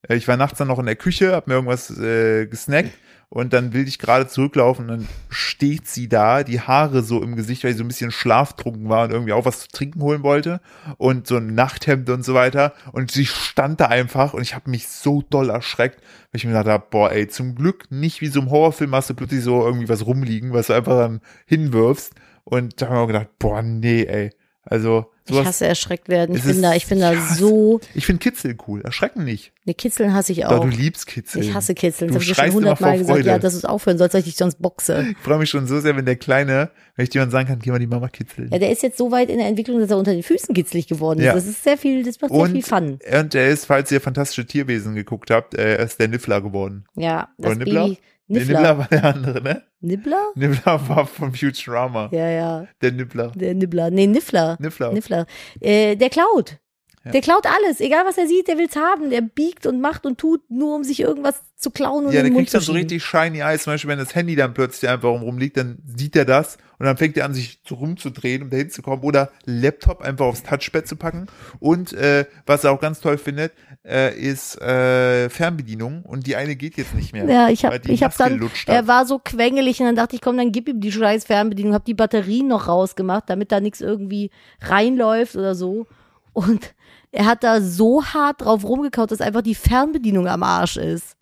Speaker 1: Äh, ich war nachts dann noch in der Küche, hab mir irgendwas äh, gesnackt und dann will ich gerade zurücklaufen und dann steht sie da, die Haare so im Gesicht, weil sie so ein bisschen schlaftrunken war und irgendwie auch was zu trinken holen wollte und so ein Nachthemd und so weiter und sie stand da einfach und ich habe mich so doll erschreckt, weil ich mir gedacht habe, boah ey, zum Glück nicht wie so im Horrorfilm hast du plötzlich so irgendwie was rumliegen, was du einfach dann hinwirfst und da haben wir auch gedacht, boah nee ey, also
Speaker 2: Ich
Speaker 1: sowas,
Speaker 2: hasse erschreckt werden. Ich
Speaker 1: Es
Speaker 2: bin da,
Speaker 1: ist-
Speaker 2: ich bin da
Speaker 1: ich hasse-
Speaker 2: so,
Speaker 1: ich, find Kitzeln cool, erschrecken nicht,
Speaker 2: ne, Kitzeln hasse ich
Speaker 1: da
Speaker 2: auch.
Speaker 1: du liebst Kitzeln.
Speaker 2: Ich hasse Kitzeln.
Speaker 1: Du
Speaker 2: Das habe ich dir schon
Speaker 1: schreist immer
Speaker 2: hundertmal
Speaker 1: vor
Speaker 2: gesagt,
Speaker 1: Freude.
Speaker 2: ja, dass du es aufhören sollst, dass ich dich sonst boxe.
Speaker 1: Ich freue mich schon so sehr, wenn der Kleine, wenn ich jemand sagen kann, geh mal die Mama kitzeln.
Speaker 2: Ja, der ist jetzt so weit in der Entwicklung, dass er unter den Füßen kitzlig geworden ist.
Speaker 1: Ja.
Speaker 2: Das ist sehr viel, das macht sehr
Speaker 1: Und-
Speaker 2: viel Fun.
Speaker 1: Und er ist, falls ihr fantastische Tierwesen geguckt habt, äh, er ist der Niffler geworden.
Speaker 2: Ja, das
Speaker 1: Oder Nibbler?
Speaker 2: Baby.
Speaker 1: Der
Speaker 2: Niffler.
Speaker 1: Nibbler war der andere, ne?
Speaker 2: Nibbler?
Speaker 1: Nibbler war vom Futurama.
Speaker 2: Ja, ja.
Speaker 1: Der Nibbler.
Speaker 2: Der Nibbler. Nee, Niffler.
Speaker 1: Niffler.
Speaker 2: Niffler. Äh, der klaut.
Speaker 1: Ja.
Speaker 2: Der klaut alles, egal was er sieht, der will's haben. Der biegt und macht und tut, nur um sich irgendwas zu klauen und
Speaker 1: Ja, der
Speaker 2: in den Mund
Speaker 1: kriegt
Speaker 2: zu
Speaker 1: dann so
Speaker 2: schieben.
Speaker 1: richtig shiny Eyes, zum Beispiel, wenn das Handy dann plötzlich einfach rumliegt, dann sieht er das und dann fängt er an, sich so rumzudrehen, um dahin zu kommen oder Laptop einfach aufs Touchpad zu packen und äh, was er auch ganz toll findet, äh, ist äh, Fernbedienung und die eine geht jetzt nicht mehr.
Speaker 2: Ja, ich
Speaker 1: weil
Speaker 2: hab,
Speaker 1: die
Speaker 2: ich hab
Speaker 1: Maske
Speaker 2: dann,
Speaker 1: gelutscht hat.
Speaker 2: er war so quengelig und dann dachte ich, komm, dann gib ihm die scheiß Fernbedienung, hab die Batterien noch rausgemacht, damit da nichts irgendwie reinläuft oder so. Und er hat da so hart drauf rumgekaut, dass einfach die Fernbedienung am Arsch ist.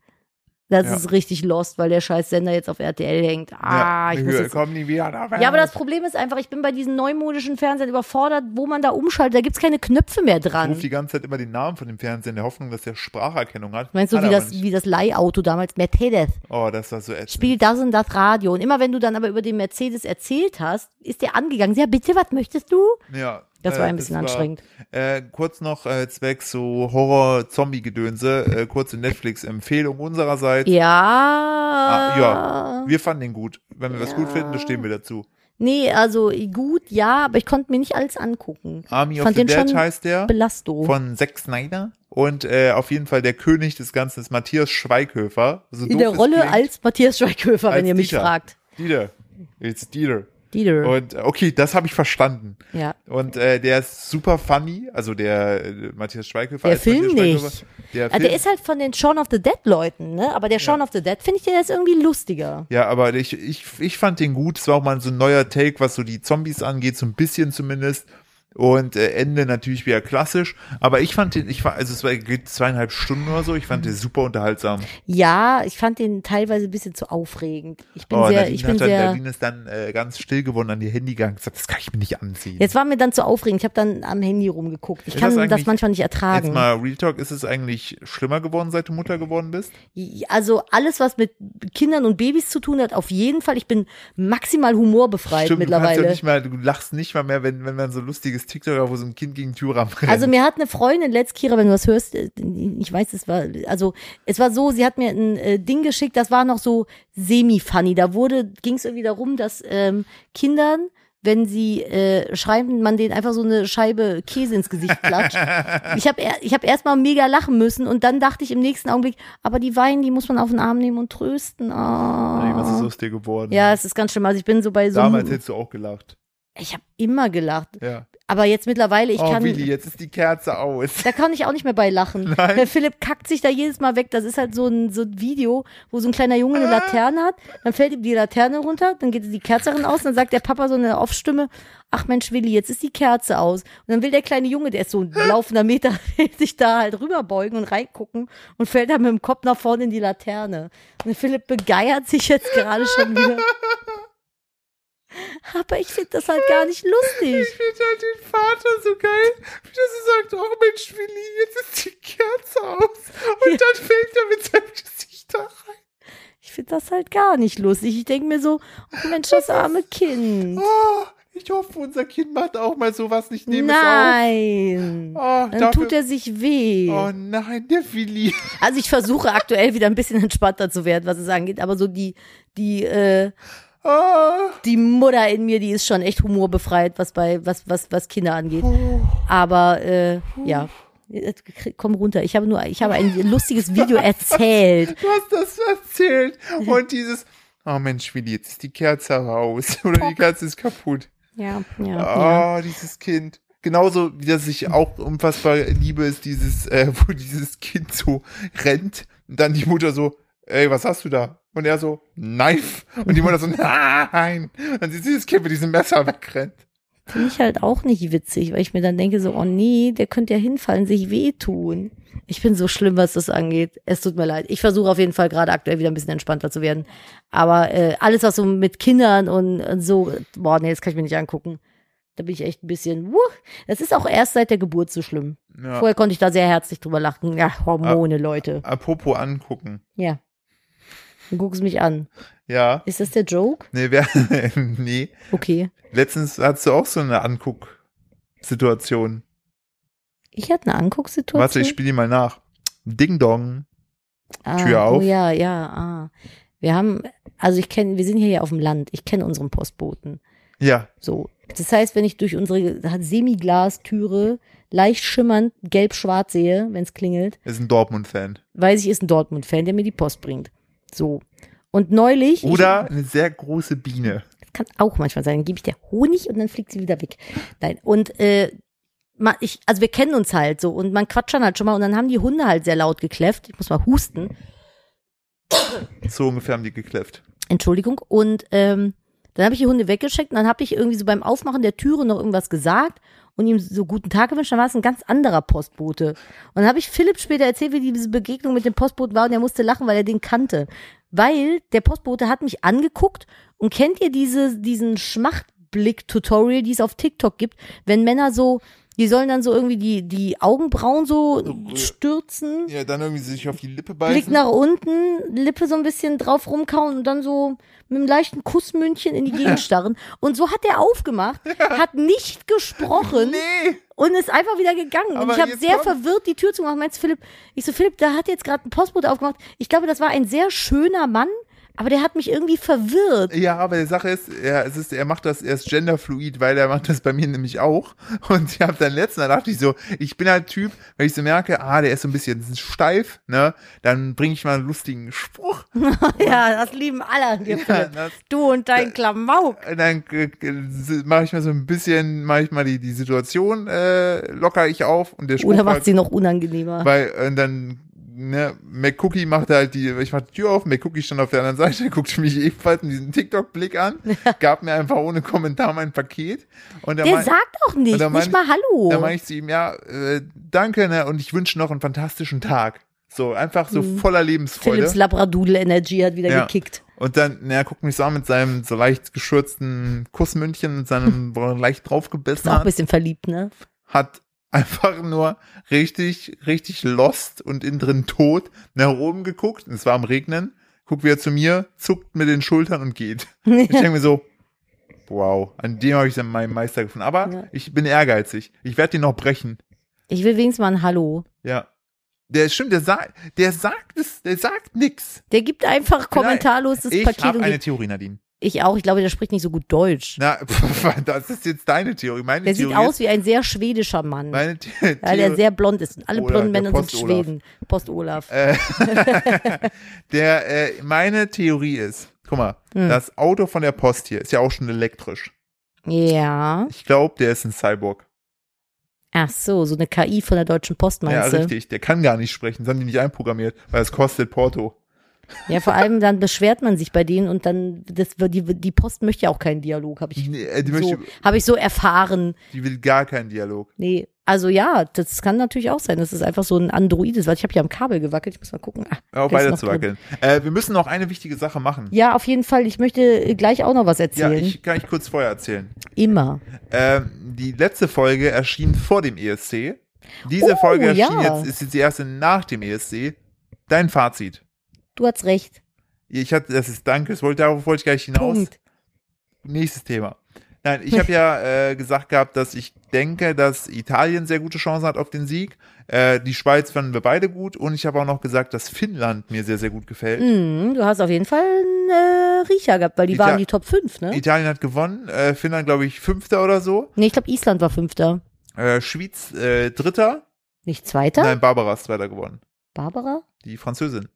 Speaker 2: Das
Speaker 1: Ja.
Speaker 2: ist richtig lost, weil der scheiß Sender jetzt auf RTL hängt. Ah,
Speaker 1: ja,
Speaker 2: ich muss
Speaker 1: wir
Speaker 2: jetzt
Speaker 1: kommen nie wieder nach
Speaker 2: ja, aber das Problem ist einfach, ich bin bei diesen neumodischen Fernsehern überfordert, wo man da umschaltet. Da gibt's keine Knöpfe mehr
Speaker 1: Ich
Speaker 2: dran.
Speaker 1: rufe die ganze Zeit immer den Namen von dem Fernseher in der Hoffnung, dass der Spracherkennung hat.
Speaker 2: Meinst du,
Speaker 1: Hat
Speaker 2: wie
Speaker 1: er
Speaker 2: das,
Speaker 1: aber nicht.
Speaker 2: wie das Leihauto damals, Mercedes?
Speaker 1: Oh, das war so ätzend.
Speaker 2: Spiel das und das Radio. Und immer wenn du dann aber über den Mercedes erzählt hast, ist der angegangen. Ja, bitte, was möchtest du?
Speaker 1: Ja.
Speaker 2: Das
Speaker 1: äh,
Speaker 2: war ein bisschen anstrengend.
Speaker 1: Äh, kurz noch äh, zwecks so Horror-Zombie-Gedönse, äh, kurze Netflix-Empfehlung unsererseits.
Speaker 2: Ja.
Speaker 1: Ah, ja. Wir fanden ihn gut. Wenn wir was gut finden, dann stehen wir dazu.
Speaker 2: Nee, also gut, ja, aber ich konnte mir nicht alles angucken.
Speaker 1: Army of
Speaker 2: Fand
Speaker 1: the
Speaker 2: den
Speaker 1: Dead
Speaker 2: schon
Speaker 1: heißt der.
Speaker 2: Belasto.
Speaker 1: Von Zack Snyder. Und äh, auf jeden Fall der König des Ganzen ist Matthias Schweighöfer. So
Speaker 2: In
Speaker 1: doof
Speaker 2: der
Speaker 1: es
Speaker 2: Rolle
Speaker 1: klingt.
Speaker 2: als Matthias Schweighöfer, wenn
Speaker 1: Als
Speaker 2: ihr mich
Speaker 1: Dieter.
Speaker 2: fragt.
Speaker 1: Dieter. It's Dieter.
Speaker 2: Dieter.
Speaker 1: Und äh, okay, das habe ich verstanden.
Speaker 2: ja.
Speaker 1: Und äh, der ist super funny, also der äh, Matthias Schweighöfer.
Speaker 2: Der
Speaker 1: als Matthias
Speaker 2: Film
Speaker 1: Schweighöfer.
Speaker 2: nicht.
Speaker 1: Der,
Speaker 2: Ah,
Speaker 1: Film,
Speaker 2: der ist halt von den Shaun of the Dead Leuten, ne? Aber der Shaun of the Dead finde ich der ist irgendwie lustiger.
Speaker 1: Ja, aber ich, ich, ich fand den gut. Es war auch mal so ein neuer Take, was so die Zombies angeht, so ein bisschen zumindest. Und äh, Ende natürlich wieder klassisch. Aber ich fand den, ich war, also es war, geht zweieinhalb Stunden oder so, ich fand den super unterhaltsam.
Speaker 2: Ja, ich fand den teilweise ein bisschen zu aufregend. Ich bin
Speaker 1: Oh,
Speaker 2: sehr,
Speaker 1: Nadine
Speaker 2: ich bin
Speaker 1: hat dann,
Speaker 2: sehr.
Speaker 1: Nadine ist dann äh, ganz still geworden an ihr Handy gegangen und gesagt, das kann ich mir nicht anziehen.
Speaker 2: Jetzt war mir dann zu aufregend. Ich habe dann am Handy rumgeguckt.
Speaker 1: Ist
Speaker 2: Ich kann
Speaker 1: das
Speaker 2: das,
Speaker 1: eigentlich-
Speaker 2: manchmal nicht ertragen.
Speaker 1: Jetzt mal Real Talk, ist es eigentlich schlimmer geworden, seit du Mutter geworden bist?
Speaker 2: Also alles, was mit Kindern und Babys zu tun hat, auf jeden Fall. Ich bin maximal humorbefreit
Speaker 1: Stimmt, Du, kannst ja
Speaker 2: mittlerweile.
Speaker 1: nicht mal, du lachst nicht mal mehr, wenn, wenn man so lustiges TikTok hat, wo so ein Kind gegen die Tür rammt.
Speaker 2: Also mir hat eine Freundin letzt, Kira, wenn du das hörst, äh, ich weiß, es war, also es war so, sie hat mir ein äh, Ding geschickt, das war noch so semi-funny. Da wurde, ging es irgendwie darum, dass ähm, Kindern, wenn sie äh, schreiben, man denen einfach so eine Scheibe Käse ins Gesicht klatscht. ich habe ich hab erstmal mega lachen müssen und dann dachte ich im nächsten Augenblick, aber die weinen, die muss man auf den Arm nehmen und trösten.
Speaker 1: Irgendwas ist
Speaker 2: Ah.
Speaker 1: aus dir geworden.
Speaker 2: Ja, es ist ganz schlimm. Also ich bin so bei so.
Speaker 1: Damals
Speaker 2: einem-
Speaker 1: hättest du auch gelacht.
Speaker 2: Ich habe immer gelacht.
Speaker 1: Ja.
Speaker 2: Aber jetzt mittlerweile, ich
Speaker 1: oh,
Speaker 2: kann.
Speaker 1: Willi, jetzt ist die Kerze aus.
Speaker 2: Da kann ich auch nicht mehr bei lachen.
Speaker 1: Nein.
Speaker 2: Der Philipp kackt sich da jedes Mal weg. Das ist halt so ein, so ein Video, wo so ein kleiner Junge eine Laterne hat. Dann fällt ihm die Laterne runter, dann geht die Kerze aus und dann sagt der Papa so eine Off-Stimme, ach Mensch Willi, jetzt ist die Kerze aus. Und dann will der kleine Junge, der ist so ein laufender Meter, sich da halt rüberbeugen und reingucken und fällt dann mit dem Kopf nach vorne in die Laterne. Und der Philipp begeiert sich jetzt gerade schon wieder. Aber ich finde das halt gar nicht lustig.
Speaker 1: Ich finde halt den Vater so geil, wie er so sagt, oh Mensch, Willi, jetzt ist die Kerze aus. Und dann fällt er mit seinem Gesicht da rein.
Speaker 2: Ich finde das halt gar nicht lustig. Ich denke mir so, oh Mensch, das arme Kind.
Speaker 1: Oh, ich hoffe, unser Kind macht auch mal sowas. Ich nehme
Speaker 2: Nein.
Speaker 1: es auf. Oh,
Speaker 2: Dann
Speaker 1: dafür-
Speaker 2: tut er sich weh.
Speaker 1: Oh nein, der Willi.
Speaker 2: Also ich versuche aktuell wieder ein bisschen entspannter zu werden, was es angeht, aber so die, die, äh,
Speaker 1: Oh.
Speaker 2: die Mutter in mir, die ist schon echt humorbefreit, was bei, was, was, was Kinder angeht. Aber äh, ja. Jetzt krieg- Komm runter. Ich habe nur, ich habe ein lustiges Video erzählt.
Speaker 1: Du hast das erzählt. Und dieses, oh Mensch, Willi, jetzt ist die Kerze raus. Oder die Kerze ist kaputt.
Speaker 2: Ja, ja, ja.
Speaker 1: Ah, dieses Kind. Genauso, wie das ich auch unfassbar liebe, ist dieses, äh, wo dieses Kind so rennt und dann die Mutter so, ey, was hast du da? Und er so, Knife. Und die Mutter so, nein. Und dann sieht sie das Kind mit diesem Messer wegrennt.
Speaker 2: Finde ich halt auch nicht witzig, weil ich mir dann denke so, oh nee, der könnte ja hinfallen, sich wehtun. Ich bin so schlimm, was das angeht. Es tut mir leid. Ich versuche auf jeden Fall gerade aktuell wieder ein bisschen entspannter zu werden. Aber äh, alles, was so mit Kindern und, und so, boah, nee, das kann ich mir nicht angucken. Da bin ich echt ein bisschen, wuh. Das ist auch erst seit der Geburt so schlimm.
Speaker 1: Ja.
Speaker 2: Vorher konnte ich da sehr herzlich drüber lachen. Ja, Hormone, Leute.
Speaker 1: Apropos angucken.
Speaker 2: Ja. Dann guck es mich an.
Speaker 1: Ja.
Speaker 2: Ist das der Joke?
Speaker 1: Nee, wer, nee.
Speaker 2: Okay.
Speaker 1: Letztens hattest du auch so eine Anguck-Situation.
Speaker 2: Ich hatte eine Angucksituation.
Speaker 1: Warte, ich spiele die mal nach. Ding Dong.
Speaker 2: Ah,
Speaker 1: Tür
Speaker 2: Oh
Speaker 1: auf.
Speaker 2: ja, ja, ah. Wir haben, also ich kenne, wir sind hier ja auf dem Land. Ich kenne unseren Postboten.
Speaker 1: Ja.
Speaker 2: So. Das heißt, wenn ich durch unsere Semiglastüre leicht schimmernd gelb-schwarz sehe, wenn es klingelt,
Speaker 1: Ist ein Dortmund-Fan.
Speaker 2: weiß ich, ist ein Dortmund-Fan, der mir die Post bringt. So. Und neulich.
Speaker 1: Oder eine sehr große Biene.
Speaker 2: Ich, kann auch manchmal sein. Dann gebe ich der Honig und dann fliegt sie wieder weg. Nein. Und äh, ma- ich, also wir kennen uns halt so und man quatscht dann halt schon mal und dann haben die Hunde halt sehr laut gekläfft. Ich muss mal husten.
Speaker 1: So ungefähr haben die gekläfft.
Speaker 2: Entschuldigung. Und ähm, dann habe ich die Hunde weggeschickt und dann habe ich irgendwie so beim Aufmachen der Türe noch irgendwas gesagt und ihm so guten Tag gewünscht. Dann war es ein ganz anderer Postbote. Und dann habe ich Philipp später erzählt, wie diese Begegnung mit dem Postboten war und er musste lachen, weil er den kannte. Weil der Postbote hat mich angeguckt und kennt ihr diese, diesen Schmachtblick-Tutorial, die es auf TikTok gibt, wenn Männer so, die sollen dann so irgendwie die, die Augenbrauen so stürzen.
Speaker 1: Ja, dann irgendwie sich auf die Lippe
Speaker 2: Blick nach unten, Lippe so ein bisschen drauf rumkauen und dann so mit einem leichten Kussmündchen in die Gegend starren. Und so hat er aufgemacht, hat nicht gesprochen
Speaker 1: Nee!
Speaker 2: und ist einfach wieder gegangen.
Speaker 1: Aber
Speaker 2: und ich habe
Speaker 1: jetzt
Speaker 2: sehr
Speaker 1: kommt's.
Speaker 2: verwirrt die Tür zugemacht. Meinst du, Philipp? Ich so, Philipp, da hat jetzt gerade ein Postbote aufgemacht. Ich glaube, das war ein sehr schöner Mann, aber der hat mich irgendwie verwirrt.
Speaker 1: Ja, aber die Sache ist, er, es ist, er macht das erst genderfluid, weil er macht das bei mir nämlich auch. Und ich habe dann letzten, da dachte ich so, ich bin halt Typ, wenn ich so merke, ah, der ist so ein bisschen steif, ne, dann bringe ich mal einen lustigen Spruch.
Speaker 2: ja, das lieben alle an dir,
Speaker 1: Ja,
Speaker 2: Philipp.
Speaker 1: das,
Speaker 2: Du und dein Klamauk.
Speaker 1: Und dann äh, mache ich mal so ein bisschen, mache ich mal die, die Situation, äh, locker ich auf und der Spruch
Speaker 2: Oder
Speaker 1: war
Speaker 2: macht sie noch unangenehmer?
Speaker 1: Weil und dann, ne, McCookie machte halt die, ich mach die Tür auf, McCookie stand auf der anderen Seite, guckte mich ebenfalls in diesen TikTok-Blick an, gab mir einfach ohne Kommentar mein Paket. Und dann
Speaker 2: Der
Speaker 1: mein-
Speaker 2: sagt auch nicht,
Speaker 1: da
Speaker 2: nicht
Speaker 1: mein-
Speaker 2: mal Hallo.
Speaker 1: dann meine ich zu ihm, ja, äh, danke, ne, und ich wünsche noch einen fantastischen Tag. So, einfach so voller Lebensfreude.
Speaker 2: Mhm. Philipps Labradudel Energy hat wieder
Speaker 1: Ja.
Speaker 2: gekickt.
Speaker 1: Und dann, na, er guckt mich so an mit seinem so leicht geschürzten Kussmündchen und seinem wo er leicht
Speaker 2: Ist auch ein
Speaker 1: draufgebessenen,
Speaker 2: bisschen verliebt, ne?
Speaker 1: hat einfach nur richtig, richtig lost und innen drin tot nach oben geguckt. Und es war am Regnen. Guckt wieder zu mir, zuckt mit den Schultern und geht. Ich denke mir so, wow, an dem habe ich dann meinen Meister gefunden. Aber
Speaker 2: Ja.
Speaker 1: ich bin ehrgeizig. Ich werde den noch brechen.
Speaker 2: Ich will wenigstens mal ein Hallo.
Speaker 1: Ja. Der stimmt, der sagt, der sagt es, der sagt nix.
Speaker 2: Der gibt einfach kommentarlos das
Speaker 1: Ich
Speaker 2: Paket
Speaker 1: habe
Speaker 2: und
Speaker 1: eine
Speaker 2: geht.
Speaker 1: Theorie, Nadine.
Speaker 2: Ich auch. Ich glaube, der spricht nicht so gut Deutsch.
Speaker 1: Na, das ist jetzt deine Theorie. Meine
Speaker 2: der
Speaker 1: Theorie
Speaker 2: sieht
Speaker 1: ist-
Speaker 2: aus wie ein sehr schwedischer Mann.
Speaker 1: Meine The
Speaker 2: Weil
Speaker 1: Theo-
Speaker 2: er sehr blond ist. Und alle
Speaker 1: Olaf,
Speaker 2: blonden
Speaker 1: der
Speaker 2: Männer sind
Speaker 1: Post-Olaf.
Speaker 2: Schweden. Post-Olaf.
Speaker 1: der, äh, meine Theorie ist, guck mal,
Speaker 2: Hm.
Speaker 1: das Auto von der Post hier ist ja auch schon elektrisch. Äh.
Speaker 2: Ja.
Speaker 1: Ich glaube, der ist ein Cyborg.
Speaker 2: Ach so, so eine KI von der Deutschen Post
Speaker 1: ja,
Speaker 2: meinst du?
Speaker 1: richtig. Der kann gar nicht sprechen, das haben die nicht einprogrammiert, weil es kostet Porto.
Speaker 2: Ja, vor allem dann beschwert man sich bei denen und dann, das, wird- die, die Post möchte ja auch keinen Dialog, habe ich,
Speaker 1: Nee, äh, die,
Speaker 2: so,
Speaker 1: möchte,
Speaker 2: hab ich so erfahren.
Speaker 1: die will gar keinen Dialog.
Speaker 2: Nee, also ja, das kann natürlich auch sein, dass es einfach so ein Android ist, weil ich habe ja am Kabel gewackelt, ich muss mal gucken. Ah,
Speaker 1: Hör Auf
Speaker 2: da ist
Speaker 1: weiter
Speaker 2: noch
Speaker 1: zu
Speaker 2: drin.
Speaker 1: wackeln. Äh, wir müssen noch eine wichtige Sache machen.
Speaker 2: Ja, auf jeden Fall, ich möchte gleich auch noch was
Speaker 1: Ja,
Speaker 2: erzählen.
Speaker 1: ich kann ich kurz vorher erzählen.
Speaker 2: Immer.
Speaker 1: Ähm, die letzte Folge erschien vor dem ESC. Diese
Speaker 2: Oh,
Speaker 1: Folge erschien
Speaker 2: ja.
Speaker 1: jetzt, ist jetzt die erste nach dem ESC. Dein Fazit.
Speaker 2: Du hast recht.
Speaker 1: Ich hatte, das ist Danke, das wollte, darauf wollte ich gleich hinaus.
Speaker 2: Punkt.
Speaker 1: Nächstes Thema. Nein, ich habe ja äh, gesagt gehabt, dass ich denke, dass Italien sehr gute Chancen hat auf den Sieg. Äh, die Schweiz fanden wir beide gut und ich habe auch noch gesagt, dass Finnland mir sehr, sehr gut gefällt.
Speaker 2: Mhm, du hast auf jeden Fall einen äh, Riecher gehabt, weil die
Speaker 1: Ita-
Speaker 2: waren die Top 5, ne?
Speaker 1: Italien hat gewonnen, äh, Finnland glaube ich Fünfter oder so,
Speaker 2: nee, ich glaube, Island war Fünfter.
Speaker 1: äh, Schweiz äh, Dritter.
Speaker 2: Nicht Zweiter?
Speaker 1: Nein, Barbara ist Zweiter geworden,
Speaker 2: Barbara?
Speaker 1: die Französin.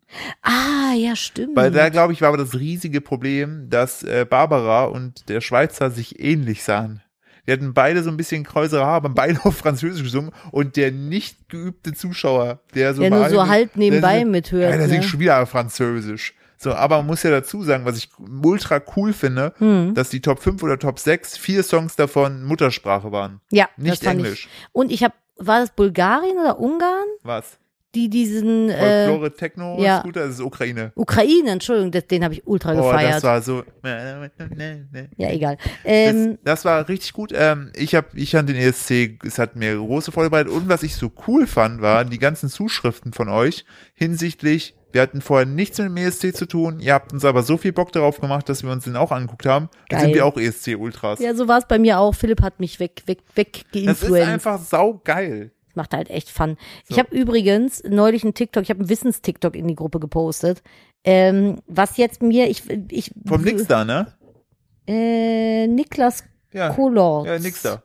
Speaker 2: Ah, ja, stimmt.
Speaker 1: Weil da glaube ich war aber das riesige Problem, dass äh, Barbara und der Schweizer sich ähnlich sahen. Die hatten beide so ein bisschen kräusere Haare, haben beide auf Französisch gesungen und der nicht geübte Zuschauer, der so
Speaker 2: der nur
Speaker 1: bei
Speaker 2: so
Speaker 1: allen-
Speaker 2: halb nebenbei
Speaker 1: der so-
Speaker 2: mithört.
Speaker 1: Ja, der singt
Speaker 2: ne?
Speaker 1: schon wieder Französisch. So, aber man muss ja dazu sagen, was ich ultra cool finde,
Speaker 2: Hm.
Speaker 1: dass die Top 5 oder Top 6 vier Songs davon Muttersprache waren.
Speaker 2: ja,
Speaker 1: Nicht
Speaker 2: das fand
Speaker 1: Englisch.
Speaker 2: Ich. Und ich habe, war das Bulgarien oder Ungarn,
Speaker 1: Was?
Speaker 2: die diesen äh,
Speaker 1: Folklore, Techno,
Speaker 2: ja.
Speaker 1: ist gut, das ist Ukraine.
Speaker 2: Ukraine, Entschuldigung, das- den habe ich ultra
Speaker 1: Oh, das
Speaker 2: gefeiert.
Speaker 1: war so.
Speaker 2: ja, egal. Ähm,
Speaker 1: das, das war richtig gut. Ähm, ich habe, ich fand den ESC, es hat mir große Freude bereitet. Und was ich so cool fand, waren die ganzen Zuschriften von euch hinsichtlich, wir hatten vorher nichts mit dem ESC zu tun, ihr habt uns aber so viel Bock darauf gemacht, dass wir uns den auch angeguckt haben. Dann
Speaker 2: Geil.
Speaker 1: sind wir auch E ESC-Ultras.
Speaker 2: ja, so war es bei mir auch. Philipp hat mich weg, weg,
Speaker 1: das ist
Speaker 2: weggeinfluenced.
Speaker 1: einfach saugeil.
Speaker 2: macht halt echt Fun. Ich
Speaker 1: So.
Speaker 2: habe übrigens neulich einen TikTok, ich habe einen Wissens-TikTok in die Gruppe gepostet. Ähm, was jetzt mir, ich, ich
Speaker 1: Vom Nix da, ne?
Speaker 2: Äh, Niklas
Speaker 1: Ah. Ja.
Speaker 2: Kolorz.
Speaker 1: Ja, Nix da.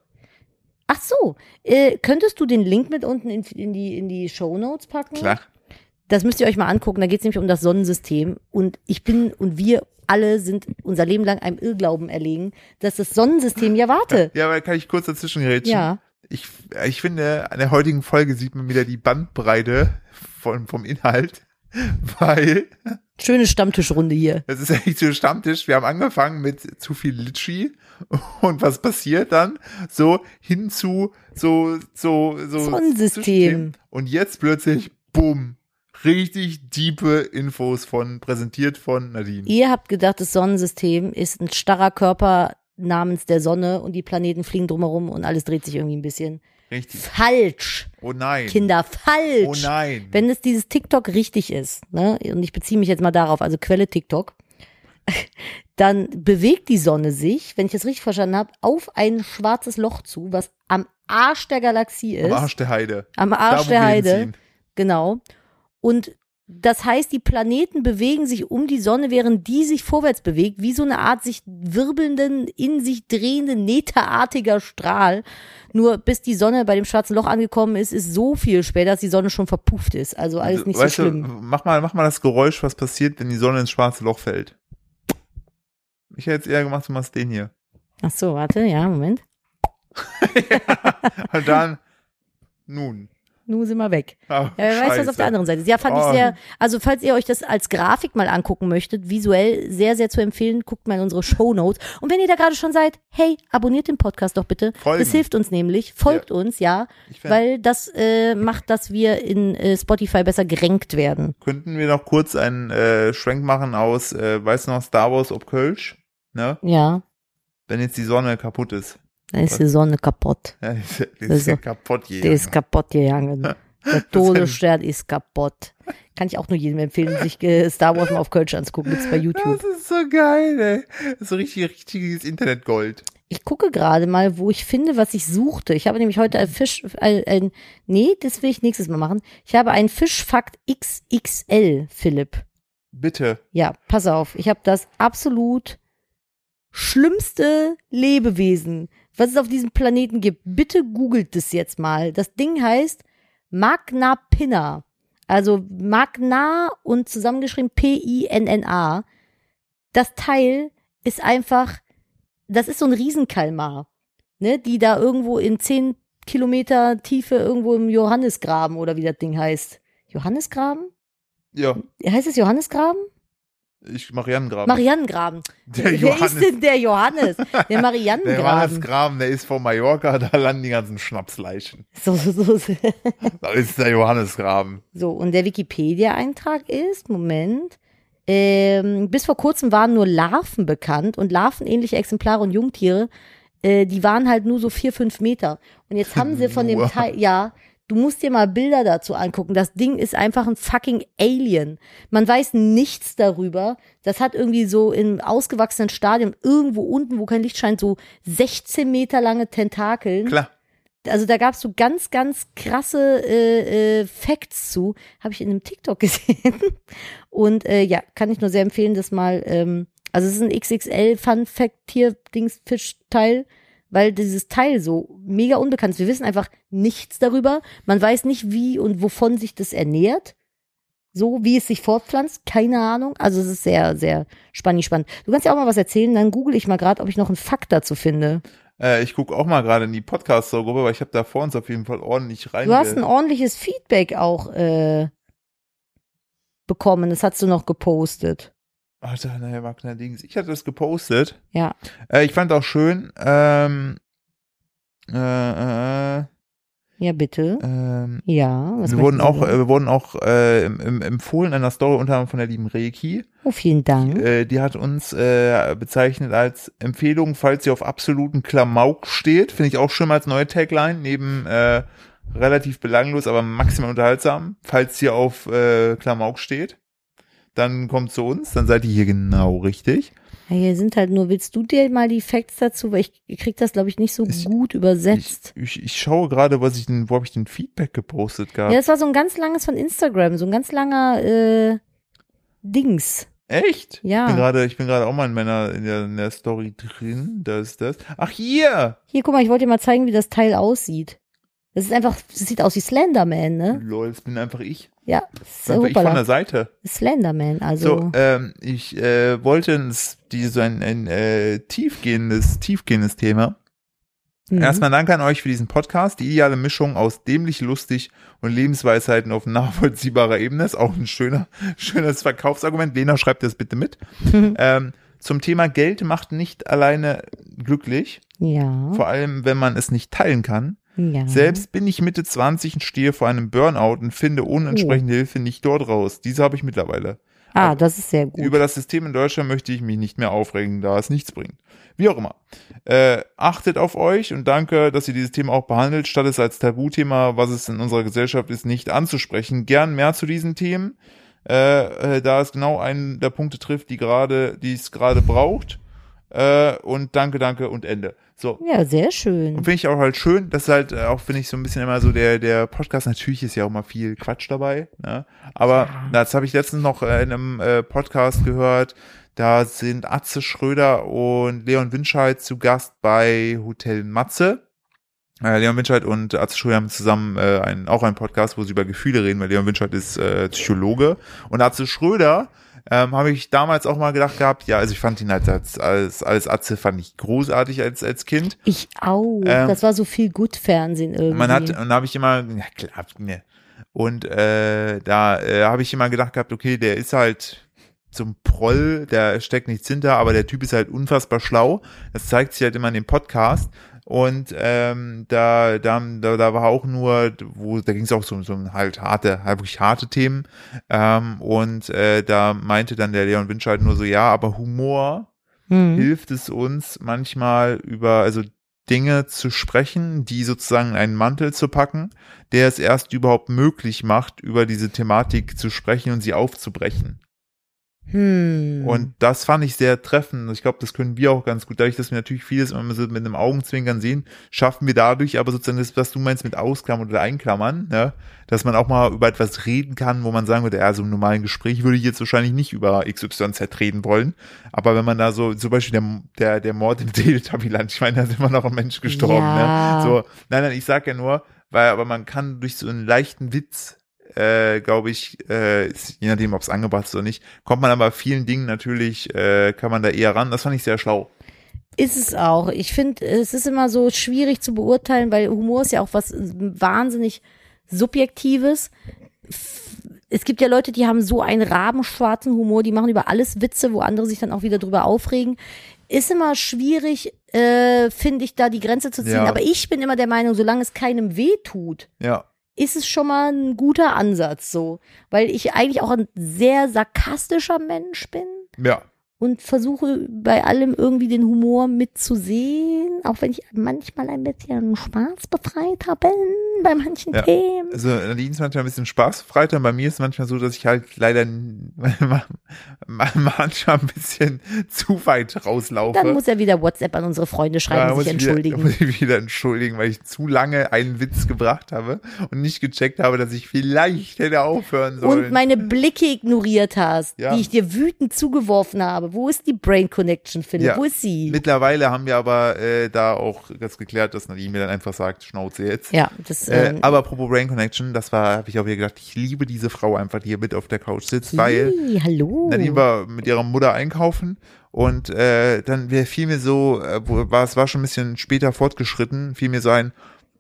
Speaker 2: Ach so, äh, könntest du den Link mit unten in, in die, in die Show Notes packen?
Speaker 1: Klar.
Speaker 2: Das müsst ihr euch mal angucken. Da geht es nämlich um das Sonnensystem. Und ich bin und wir alle sind unser Leben lang einem Irrglauben erlegen, dass das Sonnensystem ja warte.
Speaker 1: Ja, aber kann ich kurz dazwischen rätschen?
Speaker 2: Ja.
Speaker 1: Ich, ich finde, an der heutigen Folge sieht man wieder die Bandbreite von, vom Inhalt, weil
Speaker 2: Schöne Stammtischrunde hier.
Speaker 1: das ist eigentlich so Stammtisch. Wir haben angefangen mit zu viel Litschi und was passiert dann? So hin zu so, so, so.
Speaker 2: Sonnensystem.
Speaker 1: Zwischenthemen. Und jetzt plötzlich, bumm, richtig diepe Infos von, präsentiert von Nadine.
Speaker 2: Ihr habt gedacht, das Sonnensystem ist ein starrer Körper namens der Sonne und die Planeten fliegen drumherum und alles dreht sich irgendwie ein bisschen.
Speaker 1: Richtig.
Speaker 2: Falsch,
Speaker 1: Oh nein.
Speaker 2: Kinder, falsch.
Speaker 1: Oh nein.
Speaker 2: Wenn es dieses TikTok richtig ist, ne, und ich beziehe mich jetzt mal darauf, also Quelle TikTok, dann bewegt die Sonne sich, wenn ich das richtig verstanden habe, auf ein schwarzes Loch zu, was am Arsch der Galaxie ist.
Speaker 1: Am Arsch der Heide.
Speaker 2: Am
Speaker 1: Da,
Speaker 2: Arsch
Speaker 1: wo
Speaker 2: der
Speaker 1: wir
Speaker 2: Heide.
Speaker 1: hinziehen.
Speaker 2: Genau. Und das heißt, die Planeten bewegen sich um die Sonne, während die sich vorwärts bewegt, wie so eine Art sich wirbelnden, in sich drehenden, neterartiger Strahl. Nur bis die Sonne bei dem schwarzen Loch angekommen ist, ist so viel später, dass die Sonne schon verpufft ist. Also alles nicht
Speaker 1: weißt ähm,
Speaker 2: so schlimm.
Speaker 1: Du, mach, mal, mach mal das Geräusch, was passiert, wenn die Sonne ins schwarze Loch fällt. Ich hätte jetzt eher gemacht, du machst den hier.
Speaker 2: Ach so, warte, ja, Moment.
Speaker 1: Und dann, nun.
Speaker 2: Nun sind wir weg.
Speaker 1: Ah,
Speaker 2: Ja, wer weiß, was auf der anderen Seite ist. Ja, fand
Speaker 1: Oh.
Speaker 2: ich sehr, also falls ihr euch das als Grafik mal angucken möchtet, visuell sehr, sehr zu empfehlen, guckt mal in unsere Shownotes. Und wenn ihr da gerade schon seid, hey, abonniert den Podcast doch bitte.
Speaker 1: Folgen.
Speaker 2: Das hilft uns nämlich, folgt uns, ja,
Speaker 1: Ich fänd-
Speaker 2: weil das äh, macht, dass wir in äh, Spotify besser gerankt werden.
Speaker 1: Könnten wir noch kurz einen äh, Schwenk machen aus, äh, weißt du noch, Star Wars ob Kölsch? Ne?
Speaker 2: Ja,
Speaker 1: Wenn jetzt die Sonne kaputt ist.
Speaker 2: da ist die Sonne kaputt.
Speaker 1: Ja, die ist, die ist
Speaker 2: Also,
Speaker 1: ja kaputt hier.
Speaker 2: Die ist kaputt gegangen. Der Todesstern ist kaputt. Kann ich auch nur jedem empfehlen, sich äh, Star Wars mal auf Kölsch anzugucken, gibt's bei YouTube.
Speaker 1: Das ist so geil, ey. Das ist so richtig, richtiges Internetgold.
Speaker 2: Ich gucke gerade mal, wo ich finde, was ich suchte. Ich habe nämlich heute ein Fisch, ein, ein nee, das will ich nächstes Mal machen. Ich habe einen Fischfakt XXL, Philipp.
Speaker 1: Bitte.
Speaker 2: Ja, pass auf. Ich habe das absolut schlimmste Lebewesen, was es auf diesem Planeten gibt. Bitte googelt das jetzt mal. Das Ding heißt Magna Pinna. Also Magna und zusammengeschrieben P-I-N-N-A. Das Teil ist einfach, das ist so ein Riesenkalmar, ne, die da irgendwo in 10 Kilometer Tiefe irgendwo im Johannesgraben oder wie das Ding heißt. Johannesgraben?
Speaker 1: Ja,
Speaker 2: Heißt es Johannesgraben?
Speaker 1: ich Marianengraben.
Speaker 2: Mariannengraben.
Speaker 1: der
Speaker 2: Wer
Speaker 1: Johannes.
Speaker 2: ist denn der Johannes? Der
Speaker 1: Der Johannes
Speaker 2: Mariannengraben.
Speaker 1: Graben, der ist von Mallorca, da landen die ganzen Schnapsleichen.
Speaker 2: So, so, so, so.
Speaker 1: Da ist der Johannes Graben.
Speaker 2: so, und der Wikipedia-Eintrag ist, Moment, ähm, bis vor kurzem waren nur Larven bekannt und larvenähnliche Exemplare und Jungtiere, äh, die waren halt nur so vier, fünf Meter. Und jetzt haben sie von dem
Speaker 1: Wow.
Speaker 2: Teil, ja, du musst dir mal Bilder dazu angucken. Das Ding ist einfach ein fucking Alien. Man weiß nichts darüber. Das hat irgendwie so im ausgewachsenen Stadium irgendwo unten, wo kein Licht scheint, so 16 Meter lange Tentakeln.
Speaker 1: Klar.
Speaker 2: also da gab's so ganz, ganz krasse äh, äh, Facts zu, habe ich in einem TikTok gesehen. Und äh, ja, kann ich nur sehr empfehlen, das mal, ähm, also es ist ein XXL Fun Fact Tier Dings Fisch Teil, weil dieses Teil so mega unbekannt ist. Wir wissen einfach nichts darüber. Man weiß nicht, wie und wovon sich das ernährt. So, wie es sich fortpflanzt, keine Ahnung. Also es ist sehr, sehr spannend, spannend. Du kannst ja auch mal was erzählen, dann google ich mal gerade, ob ich noch einen Fakt dazu finde.
Speaker 1: Äh, ich gucke auch mal gerade in die Podcast-Gruppe, weil ich habe da vor uns auf jeden Fall ordentlich rein.
Speaker 2: Du hast ein ordentliches Feedback auch äh, bekommen. Das hast du noch gepostet.
Speaker 1: Alter, naja, Wagner Dings. Ich hatte das gepostet.
Speaker 2: Ja.
Speaker 1: Äh, ich fand auch schön, ähm, äh, äh,
Speaker 2: Ja, bitte.
Speaker 1: ähm,
Speaker 2: Ja. was
Speaker 1: wir
Speaker 2: möchten
Speaker 1: wurden
Speaker 2: Sie
Speaker 1: auch,
Speaker 2: sagen?
Speaker 1: äh, wir wurden auch äh, im, im, empfohlen einer Story unter anderem von der lieben Reiki.
Speaker 2: oh, vielen Dank.
Speaker 1: Äh, die hat uns äh, bezeichnet als Empfehlung, falls ihr auf absoluten Klamauk steht. Finde ich auch schon mal als neue Tagline, neben äh, relativ belanglos, aber maximal unterhaltsam. Falls ihr auf äh, Klamauk steht, dann kommt zu uns, dann seid ihr hier genau richtig.
Speaker 2: Ja, hier sind halt nur, willst du dir mal die Facts dazu? Weil ich krieg das, glaube ich, nicht so
Speaker 1: Ich-
Speaker 2: gut übersetzt.
Speaker 1: Ich, ich, ich schaue gerade, was ich denn, wo habe ich den Feedback gepostet
Speaker 2: Ja,
Speaker 1: gehabt.
Speaker 2: das war so ein ganz langes von Instagram, so ein ganz langer äh, Dings.
Speaker 1: Echt?
Speaker 2: Ja.
Speaker 1: Ich bin gerade, ich bin gerade auch mal in meiner, in der, in der Story drin. Da ist das. Ach, hier!
Speaker 2: Hier, guck mal, ich wollte dir mal zeigen, wie das Teil aussieht. Das ist einfach, das sieht aus wie Slenderman, ne?
Speaker 1: Lol, das bin einfach ich.
Speaker 2: Ja,
Speaker 1: Das bin einfach ich von der
Speaker 2: super.
Speaker 1: Seite.
Speaker 2: Slenderman, also.
Speaker 1: So, ähm, ich äh, wollte ins, die, so ein, ein äh, tiefgehendes, tiefgehendes Thema.
Speaker 2: mhm.
Speaker 1: Erstmal danke an euch für diesen Podcast. Die ideale Mischung aus dämlich, lustig und Lebensweisheiten auf nachvollziehbarer Ebene ist auch ein schöner, schönes Verkaufsargument. Lena, schreibt das bitte mit. Ähm, zum Thema Geld macht nicht alleine glücklich,
Speaker 2: Ja.
Speaker 1: vor allem wenn man es nicht teilen kann.
Speaker 2: ja.
Speaker 1: Selbst bin ich Mitte 20 und stehe vor einem Burnout und finde ohne entsprechende Hilfe nicht dort raus. Diese habe ich mittlerweile.
Speaker 2: Ah, das ist sehr gut.
Speaker 1: Über das System in Deutschland möchte ich mich nicht mehr aufregen, da es nichts bringt. Wie auch immer. Äh, achtet auf euch und danke, dass ihr dieses Thema auch behandelt, statt es als Tabuthema, was es in unserer Gesellschaft ist, nicht anzusprechen. Gern mehr zu diesen Themen, äh, äh, da es genau einen der Punkte trifft, die gerade, die es gerade braucht. Äh, und danke, danke und Ende. So.
Speaker 2: Ja, sehr schön.
Speaker 1: Und finde ich auch halt schön, dass halt äh, auch, finde ich, so ein bisschen immer so der, der Podcast, natürlich ist ja auch mal viel Quatsch dabei, ne? Aber das habe ich letztens noch äh, in einem äh, Podcast gehört, da sind Atze Schröder und Leon Winscheid zu Gast bei Hotel Matze. Äh, Leon Winscheid und Atze Schröder haben zusammen äh, einen, auch einen Podcast, wo sie über Gefühle reden, weil Leon Winscheid ist äh, Psychologe. Und Atze Schröder ähm, habe ich damals auch mal gedacht gehabt, ja, also ich fand ihn halt als, als, als Atze fand ich großartig als, als Kind.
Speaker 2: Ich auch.
Speaker 1: Ähm,
Speaker 2: das war so viel gut Fernsehen irgendwie.
Speaker 1: Und man hat, und da habe ich immer, ja klar, ne. Und äh, da äh, habe ich immer gedacht gehabt, okay, der ist halt so ein Proll, der steckt nichts hinter, aber der Typ ist halt unfassbar schlau. Das zeigt sich halt immer in dem Podcast. Und ähm, da, da, da, da war auch nur, wo, da ging es auch so um so um halt harte, halt wirklich harte Themen. Ähm, und äh, da meinte dann der Leon Winsch halt nur so, ja, aber Humor
Speaker 2: hm.
Speaker 1: hilft es uns manchmal über, also Dinge zu sprechen, die sozusagen in einen Mantel zu packen, der es erst überhaupt möglich macht, über diese Thematik zu sprechen und sie aufzubrechen.
Speaker 2: Hm.
Speaker 1: Und das fand ich sehr treffend. Ich glaube, das können wir auch ganz gut. Dadurch, dass wir natürlich vieles immer so mit einem Augenzwinkern sehen, schaffen wir dadurch aber sozusagen das, was du meinst mit Ausklammern oder Einklammern, ne? dass man auch mal über etwas reden kann, wo man sagen würde, ja, so im normalen Gespräch würde ich jetzt wahrscheinlich nicht über XYZ reden wollen. Aber wenn man da so, zum Beispiel der, der, der Mord im Deltaviland, ich meine, da ist immer noch ein Mensch gestorben.
Speaker 2: Ja.
Speaker 1: Ne? So, nein, nein, ich sag ja nur, weil aber man kann durch so einen leichten Witz äh, glaube ich, äh, ist, je nachdem, ob es angebracht ist oder nicht, kommt man aber vielen Dingen natürlich, äh, kann man da eher ran. Das fand ich sehr schlau.
Speaker 2: Ist es auch. Ich finde, es ist immer so schwierig zu beurteilen, weil Humor ist ja auch was äh, wahnsinnig Subjektives. F- Es gibt ja Leute, die haben so einen rabenschwarzen Humor, die machen über alles Witze, wo andere sich dann auch wieder drüber aufregen. Ist immer schwierig, äh, finde ich, da die Grenze zu ziehen.
Speaker 1: Ja.
Speaker 2: Aber ich bin immer der Meinung, solange es keinem weh tut,
Speaker 1: Ja.
Speaker 2: ist es schon mal ein guter Ansatz so. Weil ich eigentlich auch ein sehr sarkastischer Mensch bin
Speaker 1: Ja.
Speaker 2: und versuche bei allem irgendwie den Humor mitzusehen, auch wenn ich manchmal ein bisschen schwarzbefreiter bin bei manchen
Speaker 1: Ja.
Speaker 2: Themen.
Speaker 1: Also Nadine ist manchmal ein bisschen spaßfreiter. Bei mir ist manchmal so, dass ich halt leider n- manchmal ein bisschen zu weit rauslaufe.
Speaker 2: Dann muss er wieder WhatsApp an unsere Freunde schreiben
Speaker 1: Da
Speaker 2: und sich
Speaker 1: muss ich Wieder,
Speaker 2: entschuldigen.
Speaker 1: muss ich wieder entschuldigen, weil ich zu lange einen Witz gebracht habe und nicht gecheckt habe, dass ich vielleicht hätte aufhören sollen.
Speaker 2: Und meine Blicke ignoriert hast,
Speaker 1: Ja.
Speaker 2: die ich dir wütend zugeworfen habe. Wo ist die Brain Connection, Philipp?
Speaker 1: Ja.
Speaker 2: Wo ist sie?
Speaker 1: Mittlerweile haben wir aber äh, da auch das geklärt, dass Nadine mir dann einfach sagt, Schnauze jetzt.
Speaker 2: ja, das
Speaker 1: Äh,
Speaker 2: ähm,
Speaker 1: aber apropos Brain Connection, das war, habe ich auch wieder gedacht, ich liebe diese Frau einfach, die hier mit auf der Couch sitzt, weil
Speaker 2: hi, hallo.
Speaker 1: Nadine war mit ihrer Mutter einkaufen und äh, dann wär- fiel mir so, äh, wo- war, es war schon ein bisschen später fortgeschritten, fiel mir so ein,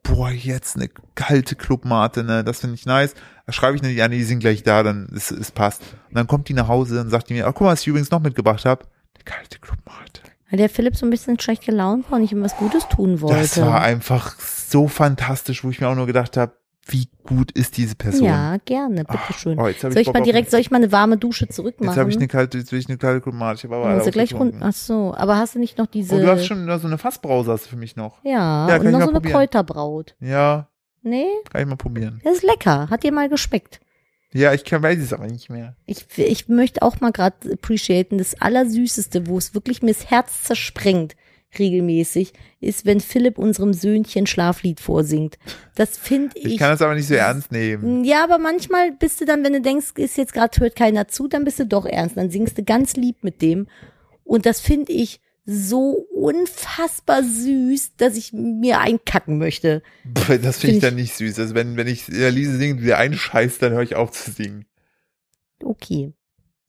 Speaker 1: boah, jetzt eine kalte Clubmate, ne, das finde ich nice. Da Schreibe ich Nadine an, die sind gleich da, dann ist es passt. Und dann kommt die nach Hause und sagt die mir, ach guck mal, was ich übrigens noch mitgebracht habe, eine kalte Clubmate.
Speaker 2: Weil der Philipp so ein bisschen schlecht gelaunt war und ich ihm was Gutes tun wollte.
Speaker 1: Das war einfach so fantastisch, wo ich mir auch nur gedacht habe, wie gut ist diese Person?
Speaker 2: ja, gerne, bitteschön.
Speaker 1: also oh, jetzt hab ich
Speaker 2: soll ich
Speaker 1: Bock
Speaker 2: mal
Speaker 1: auf-
Speaker 2: direkt, soll ich mal eine warme Dusche zurückmachen?
Speaker 1: Jetzt habe ich eine kalte, jetzt will ich eine kalte Clubmate. Ich habe aber
Speaker 2: Dann musst
Speaker 1: alle
Speaker 2: du gleich
Speaker 1: ausgetrunken.
Speaker 2: runter. Ach so, aber hast du nicht noch diese.
Speaker 1: Oh, du hast schon so eine Fassbrause hast du für mich noch.
Speaker 2: ja,
Speaker 1: Ja, kann
Speaker 2: und
Speaker 1: ich
Speaker 2: noch
Speaker 1: mal
Speaker 2: so eine
Speaker 1: probieren.
Speaker 2: Kräuterbraut.
Speaker 1: Ja,
Speaker 2: Nee,
Speaker 1: kann ich mal probieren.
Speaker 2: das ist lecker. Hat dir mal geschmeckt.
Speaker 1: Ja, ich kann, weiß es aber nicht mehr.
Speaker 2: Ich, ich möchte auch mal gerade appreciaten, das Allersüßeste, wo es wirklich mir das Herz zerspringt, regelmäßig, ist, wenn Philipp unserem Söhnchen Schlaflied vorsingt. Das finde ich.
Speaker 1: Ich kann das aber nicht so ernst nehmen.
Speaker 2: ja, aber manchmal bist du dann, wenn du denkst, ist jetzt gerade hört keiner zu, dann bist du doch ernst. Dann singst du ganz lieb mit dem. Und das finde ich so unfassbar süß, dass ich mir einkacken möchte.
Speaker 1: Pff, Das finde ich
Speaker 2: Find ich-
Speaker 1: dann nicht süß. Also wenn, wenn ich Elise singt, wieder einscheißt, dann höre ich auf zu singen.
Speaker 2: Okay.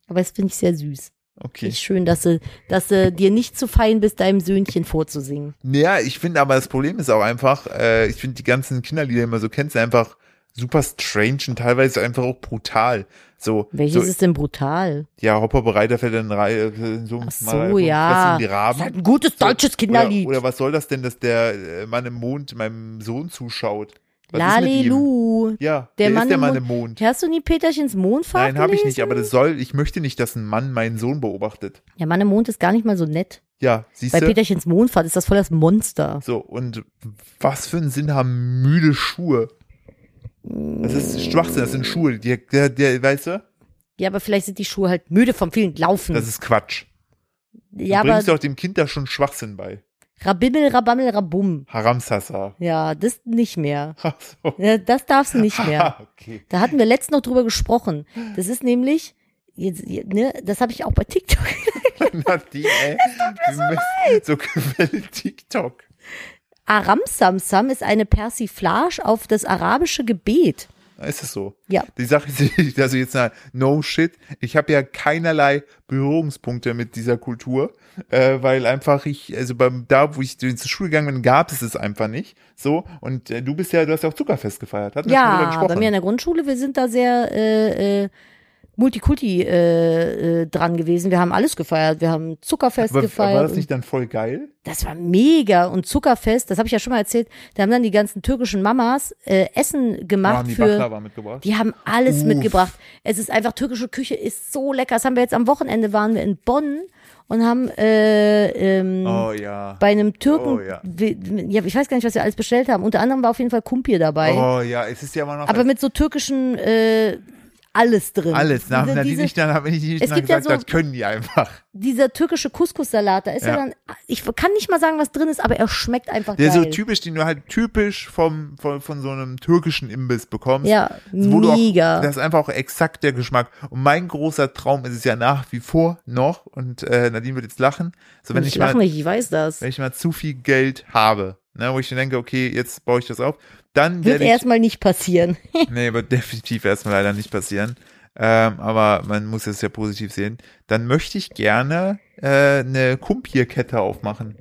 Speaker 2: Aber das finde ich sehr süß.
Speaker 1: Okay.
Speaker 2: Ist schön, dass du, dass du dir nicht zu fein bist, deinem Söhnchen vorzusingen.
Speaker 1: Ja, ich finde aber das Problem ist auch einfach, äh, ich finde die ganzen Kinderlieder, die man so kennt, sind einfach super strange und teilweise einfach auch brutal. So,
Speaker 2: Welches
Speaker 1: so
Speaker 2: ist denn brutal?
Speaker 1: ja, Hopper Bereiterfeld in Reihe, äh, so,
Speaker 2: Ach
Speaker 1: mal-
Speaker 2: so, ja.
Speaker 1: was sind die
Speaker 2: Das ist
Speaker 1: Raben.
Speaker 2: halt ein gutes
Speaker 1: So,
Speaker 2: deutsches
Speaker 1: Oder,
Speaker 2: Kinderlied.
Speaker 1: oder was soll das denn, dass der äh, Mann im Mond meinem Sohn zuschaut? Was ist mit ihm?
Speaker 2: Lalilu.
Speaker 1: Ja,
Speaker 2: Der
Speaker 1: der,
Speaker 2: Mann
Speaker 1: ist der
Speaker 2: im
Speaker 1: Mann
Speaker 2: Mond-
Speaker 1: im Mond.
Speaker 2: Hast du nie Peterchens Mondfahrt
Speaker 1: Nein, habe ich nicht,
Speaker 2: gelesen?
Speaker 1: aber das soll, ich möchte nicht, dass ein Mann meinen Sohn beobachtet.
Speaker 2: Ja, Mann im Mond ist gar nicht mal so nett.
Speaker 1: Ja, siehst
Speaker 2: Bei
Speaker 1: du?
Speaker 2: Peterchens Mondfahrt ist das voll das Monster.
Speaker 1: So, und was für einen Sinn haben müde Schuhe? Das ist Schwachsinn, das sind Schuhe. Der, der, der, weißt du?
Speaker 2: Hm. Ja, aber vielleicht sind die Schuhe halt müde vom vielen Laufen.
Speaker 1: Das ist Quatsch.
Speaker 2: ja,
Speaker 1: du
Speaker 2: aber
Speaker 1: bringst doch dem Kind da schon Schwachsinn bei.
Speaker 2: rabimmel, rabammel, rabum.
Speaker 1: Haramsasa.
Speaker 2: Ja, das nicht mehr.
Speaker 1: Ach so.
Speaker 2: Ja, Das darfst du nicht mehr.
Speaker 1: okay.
Speaker 2: Da hatten wir letztens noch drüber gesprochen. Das ist nämlich, jetzt, ne, das habe ich auch bei TikTok
Speaker 1: Nadine, ey. Es tut mir so gefällt TikTok.
Speaker 2: Aramsamsam ist eine Persiflage auf das arabische Gebet.
Speaker 1: Na, Ist es so?
Speaker 2: Ja.
Speaker 1: Die Sache ist, also jetzt mal, no shit. Ich habe ja keinerlei Berührungspunkte mit dieser Kultur, äh, weil einfach ich, also beim da, wo ich zur Schule gegangen bin, gab es es einfach nicht. So, und äh, du bist ja, du hast ja auch Zuckerfest gefeiert. Hatten wir schon drüber
Speaker 2: Ja,
Speaker 1: gesprochen.
Speaker 2: bei mir in der Grundschule, wir sind da sehr äh, äh, Multikulti äh, äh, dran gewesen. Wir haben alles gefeiert. Wir haben Zuckerfest
Speaker 1: Aber,
Speaker 2: gefeiert.
Speaker 1: war das
Speaker 2: und-
Speaker 1: nicht dann voll geil?
Speaker 2: das war mega. Und Zuckerfest, das habe ich ja schon mal erzählt, da haben dann die ganzen türkischen Mamas äh, Essen
Speaker 1: Da
Speaker 2: gemacht
Speaker 1: haben die
Speaker 2: für.
Speaker 1: Baklava mitgebracht.
Speaker 2: Die haben alles
Speaker 1: Uff.
Speaker 2: mitgebracht. Es ist einfach türkische Küche, ist so lecker. Das haben wir jetzt am Wochenende waren wir in Bonn und haben äh, ähm,
Speaker 1: oh ja.
Speaker 2: bei einem Türken,
Speaker 1: Oh, ja.
Speaker 2: wir- ja, ich weiß gar nicht, was wir alles bestellt haben. Unter anderem war auf jeden Fall Kumpir dabei,
Speaker 1: Oh ja, es ist ja immer noch
Speaker 2: aber mit so türkischen äh, alles drin.
Speaker 1: alles. Nach,
Speaker 2: Diese,
Speaker 1: Nadine
Speaker 2: diese,
Speaker 1: nicht, dann habe ich nicht
Speaker 2: Es
Speaker 1: nach
Speaker 2: gibt ja
Speaker 1: gesagt,
Speaker 2: so-
Speaker 1: das können die einfach.
Speaker 2: dieser türkische Couscous-Salat, da ist ja.
Speaker 1: Ja.
Speaker 2: dann, ich kann nicht mal sagen, was drin ist, aber er schmeckt einfach
Speaker 1: Der ist
Speaker 2: geil.
Speaker 1: so typisch, den du halt typisch vom, von, von so einem türkischen Imbiss bekommst.
Speaker 2: Ja,
Speaker 1: wo du
Speaker 2: mega.
Speaker 1: Auch, das ist einfach auch exakt der Geschmack. Und mein großer Traum ist es ja nach wie vor noch, und äh, Nadine wird jetzt lachen, so wenn
Speaker 2: ich
Speaker 1: ich,
Speaker 2: lache
Speaker 1: mal,
Speaker 2: nicht, ich weiß das.
Speaker 1: wenn ich mal zu viel Geld habe, ne, wo ich dann denke, okay, jetzt baue ich das auf, dann
Speaker 2: Wird
Speaker 1: werde ich,
Speaker 2: erstmal nicht passieren.
Speaker 1: nee, wird definitiv erstmal leider nicht passieren, ähm, aber man muss es ja positiv sehen, dann möchte ich gerne äh, eine Kumpierkette aufmachen.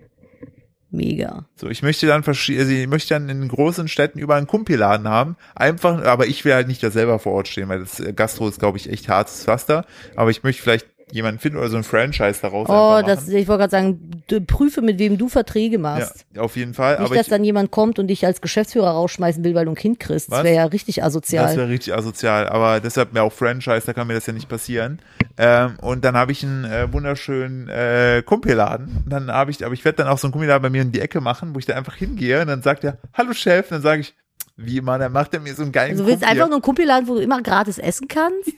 Speaker 2: Mega.
Speaker 1: So, ich möchte dann verschi- also ich möchte dann in großen Städten überall einen Kumpiladen haben. Einfach, aber ich will halt nicht da selber vor Ort stehen, weil das äh, Gastro ist, glaube ich, echt hartes Pflaster. Aber ich möchte vielleicht jemanden finden oder so ein Franchise daraus
Speaker 2: Oh,
Speaker 1: einfach
Speaker 2: das,
Speaker 1: machen.
Speaker 2: ich wollte gerade sagen, du- prüfe, mit wem du Verträge machst.
Speaker 1: ja, auf jeden Fall.
Speaker 2: Nicht,
Speaker 1: aber
Speaker 2: dass
Speaker 1: ich,
Speaker 2: dann jemand kommt und dich als Geschäftsführer rausschmeißen will, weil du ein Kind kriegst.
Speaker 1: Was?
Speaker 2: Das wäre ja richtig
Speaker 1: das
Speaker 2: asozial.
Speaker 1: wäre richtig asozial. Aber deshalb mir auch Franchise, da kann mir das ja nicht passieren. Ähm, und dann habe ich einen äh, wunderschönen äh, Kumpiladen. Und dann habe ich, aber ich werde dann auch so einen Kumpiladen bei mir in die Ecke machen, wo ich da einfach hingehe und dann sagt er, hallo Chef, und dann sage ich, wie immer, dann macht er mir so einen geilen
Speaker 2: Also du willst
Speaker 1: Kumpier.
Speaker 2: einfach nur einen Kumpelladen, wo du immer gratis essen kannst?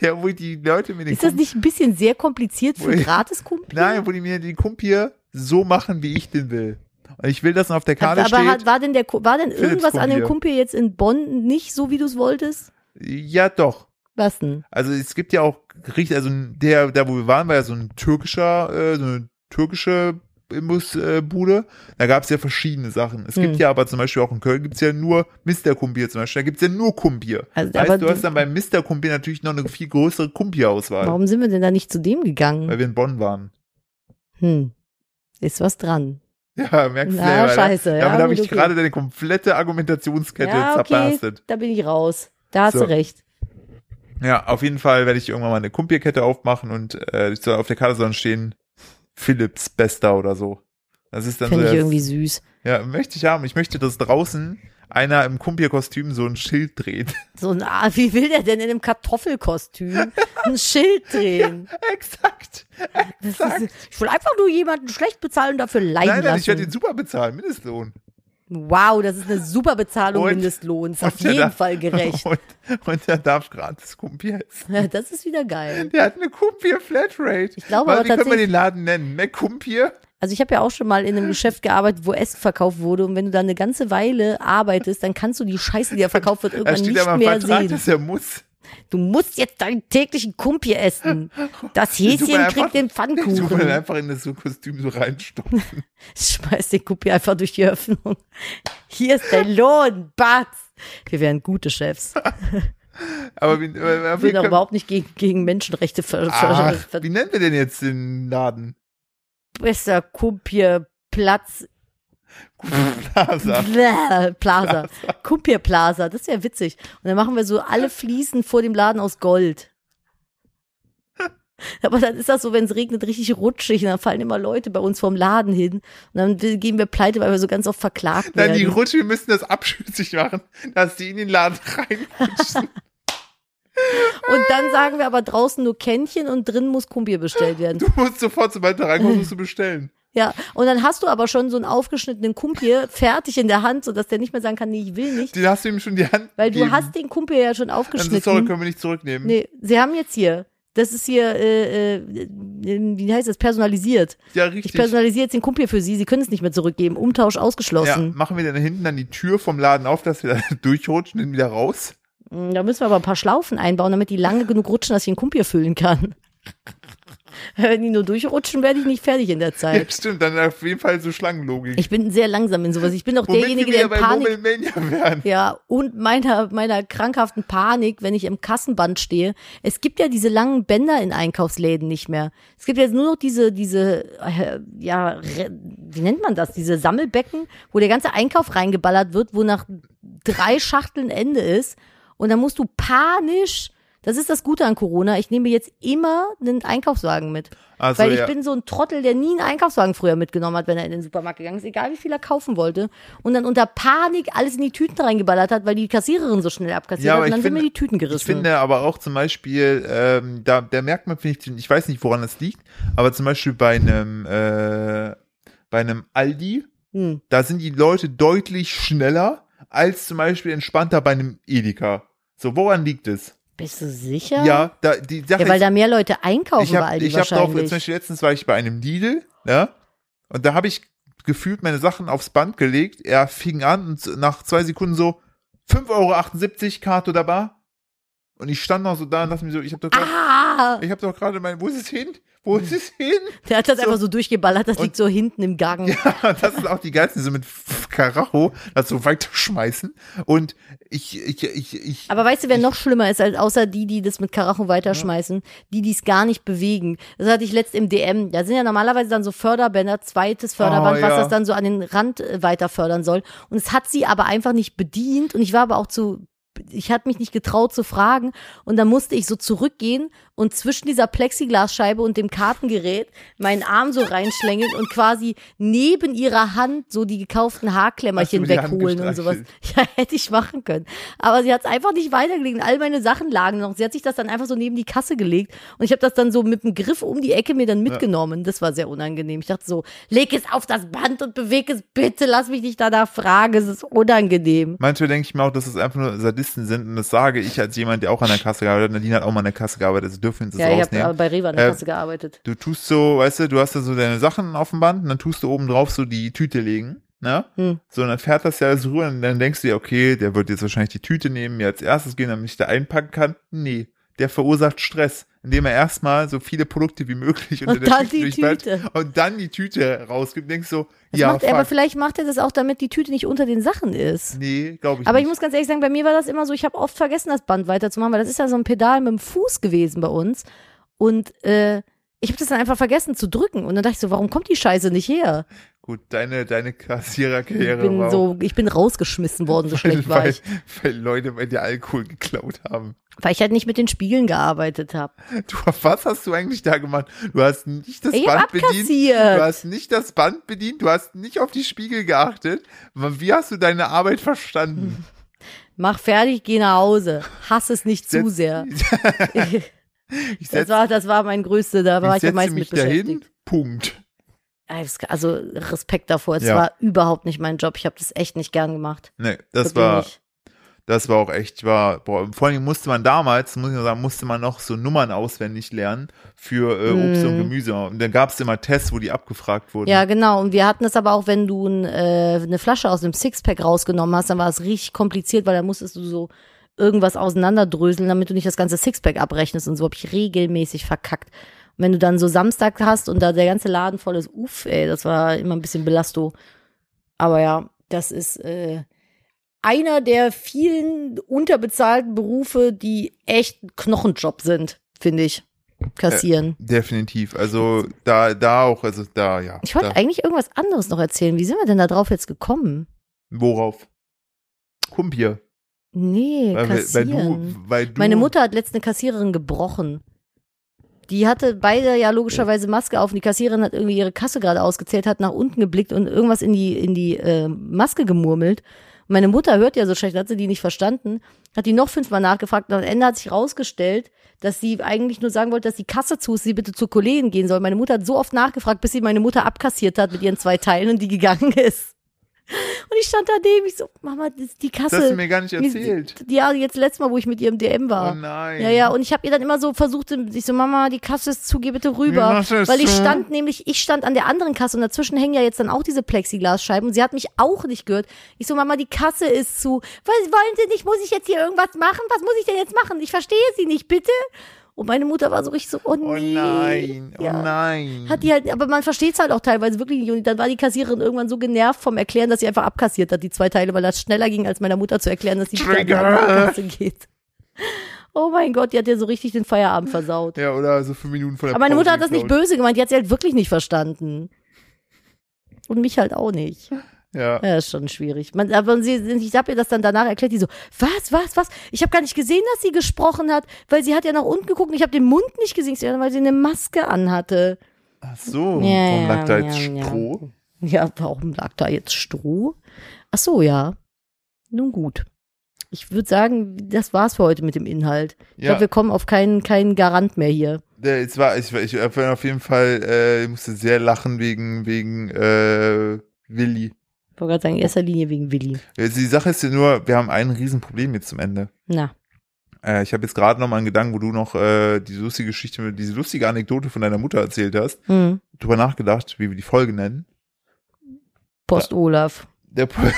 Speaker 1: Der, wo die Leute mir den
Speaker 2: Ist das nicht ein bisschen sehr kompliziert für
Speaker 1: Ui.
Speaker 2: gratis Kumpel?
Speaker 1: Nein, wo die mir den Kumpier so machen, wie ich den will. Und ich will, dass auf der Karte
Speaker 2: aber
Speaker 1: steht,
Speaker 2: hat, war denn, der, Ku- war denn irgendwas an dem
Speaker 1: Kumpier.
Speaker 2: Kumpel jetzt in Bonn nicht so, wie du es wolltest?
Speaker 1: ja doch.
Speaker 2: Was denn?
Speaker 1: Also es gibt ja auch richtig, also der, da wo wir waren, war ja so ein türkischer, äh, so eine türkische Imbissbude. Äh, Bude. da gab es ja verschiedene Sachen. Es gibt
Speaker 2: Hm.
Speaker 1: ja aber zum Beispiel auch in Köln gibt's ja nur Mr. Kumpier zum Beispiel. Da gibt's ja nur Kumpier.
Speaker 2: Also,
Speaker 1: Das
Speaker 2: aber
Speaker 1: heißt, du
Speaker 2: du-
Speaker 1: hast dann beim Mr. Kumpier natürlich noch eine viel größere Kumpier-Auswahl,
Speaker 2: Warum sind wir denn da nicht zu dem gegangen?
Speaker 1: weil wir in Bonn waren.
Speaker 2: Hm. Ist was dran.
Speaker 1: Ja, merkst du
Speaker 2: Na,
Speaker 1: selber.
Speaker 2: scheiße,
Speaker 1: Ne?
Speaker 2: ja,
Speaker 1: Damit habe
Speaker 2: gut,
Speaker 1: ich
Speaker 2: okay.
Speaker 1: gerade deine komplette Argumentationskette
Speaker 2: Ja, okay,
Speaker 1: zerberstet.
Speaker 2: da bin ich raus. Da hast
Speaker 1: So.
Speaker 2: du recht.
Speaker 1: Ja, auf jeden Fall werde ich irgendwann mal eine Kumpierkette aufmachen und äh, ich soll auf der Karte sollen stehen Philips Bester oder so. Das ist dann
Speaker 2: Finde
Speaker 1: so. das-
Speaker 2: ich irgendwie süß.
Speaker 1: ja, möchte ich haben. Ich möchte, dass draußen einer im Kumpierkostüm so ein Schild dreht.
Speaker 2: So ein, ah, wie will der denn in einem Kartoffelkostüm ein Schild drehen?
Speaker 1: Exakt.
Speaker 2: Das ist, ich will einfach nur jemanden schlecht bezahlen und dafür leiden
Speaker 1: Nein, nein, ich werde ihn
Speaker 2: lassen.
Speaker 1: super bezahlen, Mindestlohn.
Speaker 2: Wow, das ist eine super Bezahlung
Speaker 1: Und-
Speaker 2: Mindestlohns. Auf
Speaker 1: und der
Speaker 2: jeden
Speaker 1: darf-
Speaker 2: Fall gerecht.
Speaker 1: Und, und er darf gratis Kumpier essen.
Speaker 2: Das ist wieder geil.
Speaker 1: Der hat eine Kumpier Flatrate.
Speaker 2: Ich glaube
Speaker 1: Warte,
Speaker 2: aber
Speaker 1: Wie können wir
Speaker 2: tatsächlich-
Speaker 1: den Laden nennen? Mac Kumpier?
Speaker 2: Also ich habe ja auch schon mal in einem Geschäft gearbeitet, wo Essen verkauft wurde und wenn du da eine ganze Weile arbeitest, dann kannst du die Scheiße, die da verkauft wird,
Speaker 1: Da
Speaker 2: irgendwann
Speaker 1: steht aber
Speaker 2: nicht
Speaker 1: im
Speaker 2: mehr
Speaker 1: Vertrag,
Speaker 2: sehen.
Speaker 1: dass er muss.
Speaker 2: Du musst jetzt deinen täglichen Kumpir essen. Das
Speaker 1: Tut man
Speaker 2: Häschen
Speaker 1: einfach-
Speaker 2: kriegt den
Speaker 1: Tut man
Speaker 2: Pfannkuchen.
Speaker 1: einfach in das so Kostüm so reinstopfen.
Speaker 2: Schmeiß den Kumpir einfach durch die Öffnung. Hier ist dein Lohn, Batz. Wir wären gute Chefs.
Speaker 1: Aber wie, aber
Speaker 2: Wir
Speaker 1: wie,
Speaker 2: sind auch
Speaker 1: können,
Speaker 2: überhaupt nicht gegen, gegen Menschenrechte ver ver
Speaker 1: ach,
Speaker 2: ver
Speaker 1: Ah, wie nennen wir denn jetzt den Laden?
Speaker 2: Besser Kumpir Platz
Speaker 1: Plaza.
Speaker 2: Bläh, Plaza. Kumpir Plaza. Das wäre witzig. Und dann machen wir so alle Fliesen vor dem Laden aus Gold. Aber dann ist das so, wenn es regnet, richtig rutschig und dann fallen immer Leute bei uns vorm Laden hin und dann gehen wir pleite, weil wir so ganz oft verklagt
Speaker 1: Dann die
Speaker 2: werden.
Speaker 1: Rutsche, wir müssen das abschüssig machen, dass die in den Laden reinrutschen.
Speaker 2: und dann sagen wir aber draußen nur Kännchen und drin muss Kumpir bestellt werden.
Speaker 1: Du musst sofort, sobald du reinkommst, musst du bestellen.
Speaker 2: Ja, und dann hast du aber schon so einen aufgeschnittenen Kumpir fertig in der Hand, sodass der nicht mehr sagen kann, nee, ich will nicht,
Speaker 1: Den hast du ihm schon die Hand
Speaker 2: weil du
Speaker 1: gegeben.
Speaker 2: hast den Kumpir ja schon
Speaker 1: Dann so, sorry,
Speaker 2: aufgeschnitten.
Speaker 1: können wir nicht zurücknehmen.
Speaker 2: Nee, sie haben jetzt hier. Das ist hier, äh, äh, wie heißt das, personalisiert.
Speaker 1: Ja,
Speaker 2: Ich
Speaker 1: richtig.
Speaker 2: personalisiere jetzt den Kumpel für Sie. Sie können es nicht mehr zurückgeben. Umtausch
Speaker 1: ja,
Speaker 2: ausgeschlossen.
Speaker 1: machen wir dann hinten dann die Tür vom Laden auf, dass wir da durchrutschen und wieder raus.
Speaker 2: Mm, Da müssen wir aber ein paar Schlaufen einbauen, damit die lange genug rutschen, dass ich den Kumpel füllen kann. Wenn die nur durchrutschen, werde ich nicht fertig in der
Speaker 1: Ja,
Speaker 2: Zeit.
Speaker 1: stimmt, dann auf jeden Fall so Schlangenlogik.
Speaker 2: Ich bin sehr langsam in sowas. Ich bin doch
Speaker 1: Womit
Speaker 2: derjenige,
Speaker 1: wir
Speaker 2: der
Speaker 1: wieder
Speaker 2: in
Speaker 1: bei
Speaker 2: Panik
Speaker 1: Murmelmania wären.
Speaker 2: Ja, und meiner, meiner krankhaften Panik, wenn ich im Kassenband stehe. Es gibt ja diese langen Bänder in Einkaufsläden nicht mehr. Es gibt jetzt nur noch diese, diese, äh, ja, Re- wie nennt man das? Diese Sammelbecken, wo der ganze Einkauf reingeballert wird, wo nach drei Schachteln Ende ist. Und dann musst du panisch, das ist das Gute an Corona, ich nehme jetzt immer einen Einkaufswagen mit.
Speaker 1: Also,
Speaker 2: Weil ich
Speaker 1: ja.
Speaker 2: bin so ein Trottel, der nie einen Einkaufswagen früher mitgenommen hat, wenn er in den Supermarkt gegangen ist, egal wie viel er kaufen wollte. Und dann unter Panik alles in die Tüten reingeballert hat, weil die Kassiererin so schnell abkassiert
Speaker 1: Ja,
Speaker 2: hat.
Speaker 1: aber
Speaker 2: Und
Speaker 1: ich
Speaker 2: dann sind
Speaker 1: finde-
Speaker 2: mir die Tüten
Speaker 1: Ich
Speaker 2: gerissen.
Speaker 1: finde aber auch zum Beispiel, ähm, da, da merkt man, finde ich, ich weiß nicht, woran das liegt, aber zum Beispiel bei einem, äh, bei einem Aldi,
Speaker 2: hm.
Speaker 1: da sind die Leute deutlich schneller als zum Beispiel entspannter bei einem Edeka. So, woran liegt es?
Speaker 2: Bist du sicher?
Speaker 1: Ja, da, die Sache
Speaker 2: Ja, weil
Speaker 1: ist,
Speaker 2: da mehr Leute einkaufen
Speaker 1: ich
Speaker 2: bei
Speaker 1: habe
Speaker 2: Aldi
Speaker 1: ich hab drauf, zum
Speaker 2: wahrscheinlich.
Speaker 1: Beispiel letztens war ich bei einem Lidl, ja, und da habe ich gefühlt meine Sachen aufs Band gelegt, er fing an und nach zwei Sekunden so, 5,78 Euro Karte oder Bar? Und ich stand noch so da und dachte mir so, ich habe doch gerade
Speaker 2: Ah!
Speaker 1: ich habe doch gerade mein, wo ist es hin? Wo ist es hin?
Speaker 2: Der hat das
Speaker 1: So.
Speaker 2: einfach so durchgeballert, das
Speaker 1: Und-
Speaker 2: liegt so hinten im Gang.
Speaker 1: Ja, das ist auch die geilste, so mit F- Karacho, das so weiterschmeißen. Und ich, ich, ich, ich,
Speaker 2: Aber weißt du, wer noch schlimmer ist, als außer die, die das mit Karacho weiterschmeißen, die, die es gar nicht bewegen. Das hatte ich letzt im DM. Da sind ja normalerweise dann so Förderbänder, zweites Förderband,
Speaker 1: Oh,
Speaker 2: was
Speaker 1: ja.
Speaker 2: das dann so an den Rand äh, weiter fördern soll. Und es hat sie aber einfach nicht bedient. Und ich war aber auch zu, ich hatte mich nicht getraut zu fragen. Und dann musste ich so zurückgehen und zwischen dieser Plexiglasscheibe und dem Kartengerät meinen Arm so reinschlängeln und quasi neben ihrer Hand so die gekauften Haarklemmerchen
Speaker 1: Hast du mir die Hand
Speaker 2: wegholen und sowas.
Speaker 1: gestreichelt?
Speaker 2: Ja, hätte ich machen können. Aber sie hat es einfach nicht weitergelegt. All meine Sachen lagen noch. Sie hat sich das dann einfach so neben die Kasse gelegt und ich habe das dann so mit dem Griff um die Ecke mir dann mitgenommen. Das war sehr unangenehm. Ich dachte so, leg es auf das Band und beweg es bitte. Lass mich nicht danach fragen. Es ist unangenehm.
Speaker 1: manchmal denke ich mir auch, dass es einfach nur Sadisten sind und das sage ich als jemand, der auch an der Kasse gearbeitet hat. Nadine hat auch mal an der Kasse gearbeitet, also dürfen wir uns das
Speaker 2: ja, ich habe
Speaker 1: rausnehmen.
Speaker 2: bei Rewe an der
Speaker 1: Äh,
Speaker 2: Kasse gearbeitet.
Speaker 1: Du tust so, weißt du, du hast da so deine Sachen auf dem Band und dann tust du oben drauf so die Tüte legen, ne?
Speaker 2: Hm.
Speaker 1: So, und dann fährt das ja alles rüber und dann denkst du dir, okay, der wird jetzt wahrscheinlich die Tüte nehmen, mir als erstes gehen, damit ich da einpacken kann. Nee, der verursacht Stress, indem er erstmal so viele Produkte wie möglich unter
Speaker 2: Und
Speaker 1: der
Speaker 2: dann
Speaker 1: Tüte
Speaker 2: die
Speaker 1: durchballert
Speaker 2: Tüte.
Speaker 1: und dann die Tüte rausgibt, denkst du,
Speaker 2: Das
Speaker 1: ja,
Speaker 2: macht, aber
Speaker 1: fuck.
Speaker 2: vielleicht macht er das auch, damit die Tüte nicht unter den Sachen ist.
Speaker 1: Nee, glaube ich
Speaker 2: Aber ich
Speaker 1: nicht.
Speaker 2: muss ganz ehrlich sagen, bei mir war das immer so, ich habe oft vergessen, das Band weiterzumachen, weil das ist ja so ein Pedal mit dem Fuß gewesen bei uns. Und äh, ich habe das dann einfach vergessen zu drücken. Und dann dachte ich so, warum kommt die Scheiße nicht her?
Speaker 1: Gut, deine, deine
Speaker 2: Ich
Speaker 1: Kassiererkarriere
Speaker 2: bin
Speaker 1: war auch-
Speaker 2: so, ich bin rausgeschmissen worden, so schlecht war
Speaker 1: weil,
Speaker 2: ich.
Speaker 1: weil Leute bei dir Alkohol geklaut haben.
Speaker 2: Weil ich halt nicht mit den Spiegeln gearbeitet habe.
Speaker 1: Du, was hast du eigentlich da gemacht? Du hast nicht das
Speaker 2: Ich
Speaker 1: Band
Speaker 2: hab
Speaker 1: bedient.
Speaker 2: abkassiert.
Speaker 1: Du hast nicht das Band bedient. Du hast nicht auf die Spiegel geachtet. Wie hast du deine Arbeit
Speaker 2: Hm,
Speaker 1: verstanden?
Speaker 2: Mach fertig, geh nach Hause. Hass es nicht zu
Speaker 1: Setz-
Speaker 2: sehr.
Speaker 1: Ich
Speaker 2: Das
Speaker 1: setze
Speaker 2: war, das war mein größte, da war
Speaker 1: ich
Speaker 2: ich,
Speaker 1: setze
Speaker 2: am meisten mit
Speaker 1: mich
Speaker 2: beschäftigt.
Speaker 1: dahin. Punkt.
Speaker 2: Also Respekt davor, es
Speaker 1: Ja.
Speaker 2: war überhaupt nicht mein Job. Ich habe das echt nicht gern gemacht.
Speaker 1: Nee, das
Speaker 2: Wirklich
Speaker 1: war,
Speaker 2: nicht.
Speaker 1: Das war auch echt, ich war, boah, vor allem musste man damals, muss ich mal sagen, musste man noch so Nummern auswendig lernen für äh, Obst und Gemüse. Und dann gab es immer Tests, wo die abgefragt wurden.
Speaker 2: Hm. Ja, genau. Und wir hatten das aber auch, wenn du ein, äh, eine Flasche aus einem Sixpack rausgenommen hast, dann war es richtig kompliziert, weil da musstest du so irgendwas auseinanderdröseln, damit du nicht das ganze Sixpack abrechnest. Und so habe ich regelmäßig verkackt. Und wenn du dann so Samstag hast und da der ganze Laden voll ist, uff, ey, das war immer ein bisschen Belasto. Aber ja, das ist äh, einer der vielen unterbezahlten Berufe, die echt ein Knochenjob sind, finde ich. Kassieren.
Speaker 1: Definitiv. Also da, da auch, also da, ja.
Speaker 2: Ich wollte
Speaker 1: da,
Speaker 2: eigentlich irgendwas anderes noch erzählen. Wie sind wir denn da drauf jetzt gekommen?
Speaker 1: worauf? Kumpier.
Speaker 2: Nee,
Speaker 1: Weil, wir- weil
Speaker 2: kassieren.
Speaker 1: du, weil du.
Speaker 2: Meine Mutter hat letzte Kassiererin gebrochen. Die hatte beide ja logischerweise Maske auf und die Kassiererin hat irgendwie ihre Kasse gerade ausgezählt, hat nach unten geblickt und irgendwas in die, in die äh, Maske gemurmelt. Und meine Mutter hört ja so schlecht, hat sie die nicht verstanden, hat die noch fünfmal nachgefragt und am Ende hat sich rausgestellt, dass sie eigentlich nur sagen wollte, dass die Kasse zu ist, sie bitte zur Kollegin gehen soll. Meine Mutter hat so oft nachgefragt, bis sie meine Mutter abkassiert hat mit ihren zwei Teilen und die gegangen ist. Und ich stand daneben, ich so, Mama, das ist die Kasse.
Speaker 1: Das hast du mir gar nicht erzählt.
Speaker 2: Ja, jetzt letztes Mal, wo ich mit ihr im DM war.
Speaker 1: Oh nein.
Speaker 2: Ja, ja, und ich habe ihr dann immer so versucht, ich so, Mama, die Kasse ist zu, geh bitte rüber.
Speaker 1: Mach das
Speaker 2: Weil ich
Speaker 1: zu.
Speaker 2: stand nämlich, ich stand an der anderen Kasse und dazwischen hängen ja jetzt dann auch diese Plexiglasscheiben und sie hat mich auch nicht gehört. Ich so, Mama, die Kasse ist zu. Was wollen Sie nicht? Muss ich jetzt hier irgendwas machen? Was muss ich denn jetzt machen? Ich verstehe Sie nicht, bitte. Und meine Mutter war so richtig so, oh,
Speaker 1: Oh
Speaker 2: nee.
Speaker 1: nein, oh
Speaker 2: Ja.
Speaker 1: nein.
Speaker 2: Hat die halt, aber man versteht es halt auch teilweise wirklich nicht. Und dann war die Kassiererin irgendwann so genervt vom Erklären, dass sie einfach abkassiert hat, die zwei Teile, weil das schneller ging, als meiner Mutter zu erklären, dass sie wieder in die
Speaker 1: Trigger.
Speaker 2: andere Kasse geht. Oh mein Gott, die hat ja so richtig den Feierabend versaut.
Speaker 1: ja, oder so fünf Minuten vor der
Speaker 2: aber meine
Speaker 1: Pause
Speaker 2: Mutter hat das nicht
Speaker 1: geklaut.
Speaker 2: böse gemeint, die hat sie halt wirklich nicht verstanden. Und mich halt auch nicht.
Speaker 1: Ja.
Speaker 2: Ja, ist schon schwierig. Man, aber sie, ich habe ihr das dann danach erklärt, die so, was, was, was? Ich habe gar nicht gesehen, dass sie gesprochen hat, weil sie hat ja nach unten geguckt und ich habe den Mund nicht gesehen, Ich so, ja, weil sie eine Maske anhatte.
Speaker 1: Ach so, warum
Speaker 2: Ja, ja,
Speaker 1: lag da
Speaker 2: ja,
Speaker 1: jetzt
Speaker 2: ja.
Speaker 1: Stroh?
Speaker 2: Ja, warum lag da jetzt Stroh? Ach so, ja. Nun gut. Ich würde sagen, das war's für heute mit dem Inhalt. Ich
Speaker 1: Ja,
Speaker 2: glaube, wir kommen auf keinen, keinen Garant mehr hier.
Speaker 1: der- es war, ich, ich, ich war auf jeden Fall, äh, ich musste sehr lachen wegen, wegen äh, Willi.
Speaker 2: Ich wollte gerade sagen, in erster Linie wegen Willi.
Speaker 1: Also die Sache ist ja nur, wir haben ein Riesenproblem jetzt zum Ende.
Speaker 2: Na,
Speaker 1: Äh, ich habe jetzt gerade noch mal einen Gedanken, wo du noch äh, diese lustige Geschichte, diese lustige Anekdote von deiner Mutter erzählt hast,
Speaker 2: hm.
Speaker 1: drüber nachgedacht, wie wir die Folge nennen.
Speaker 2: Post Olaf.
Speaker 1: Der Pol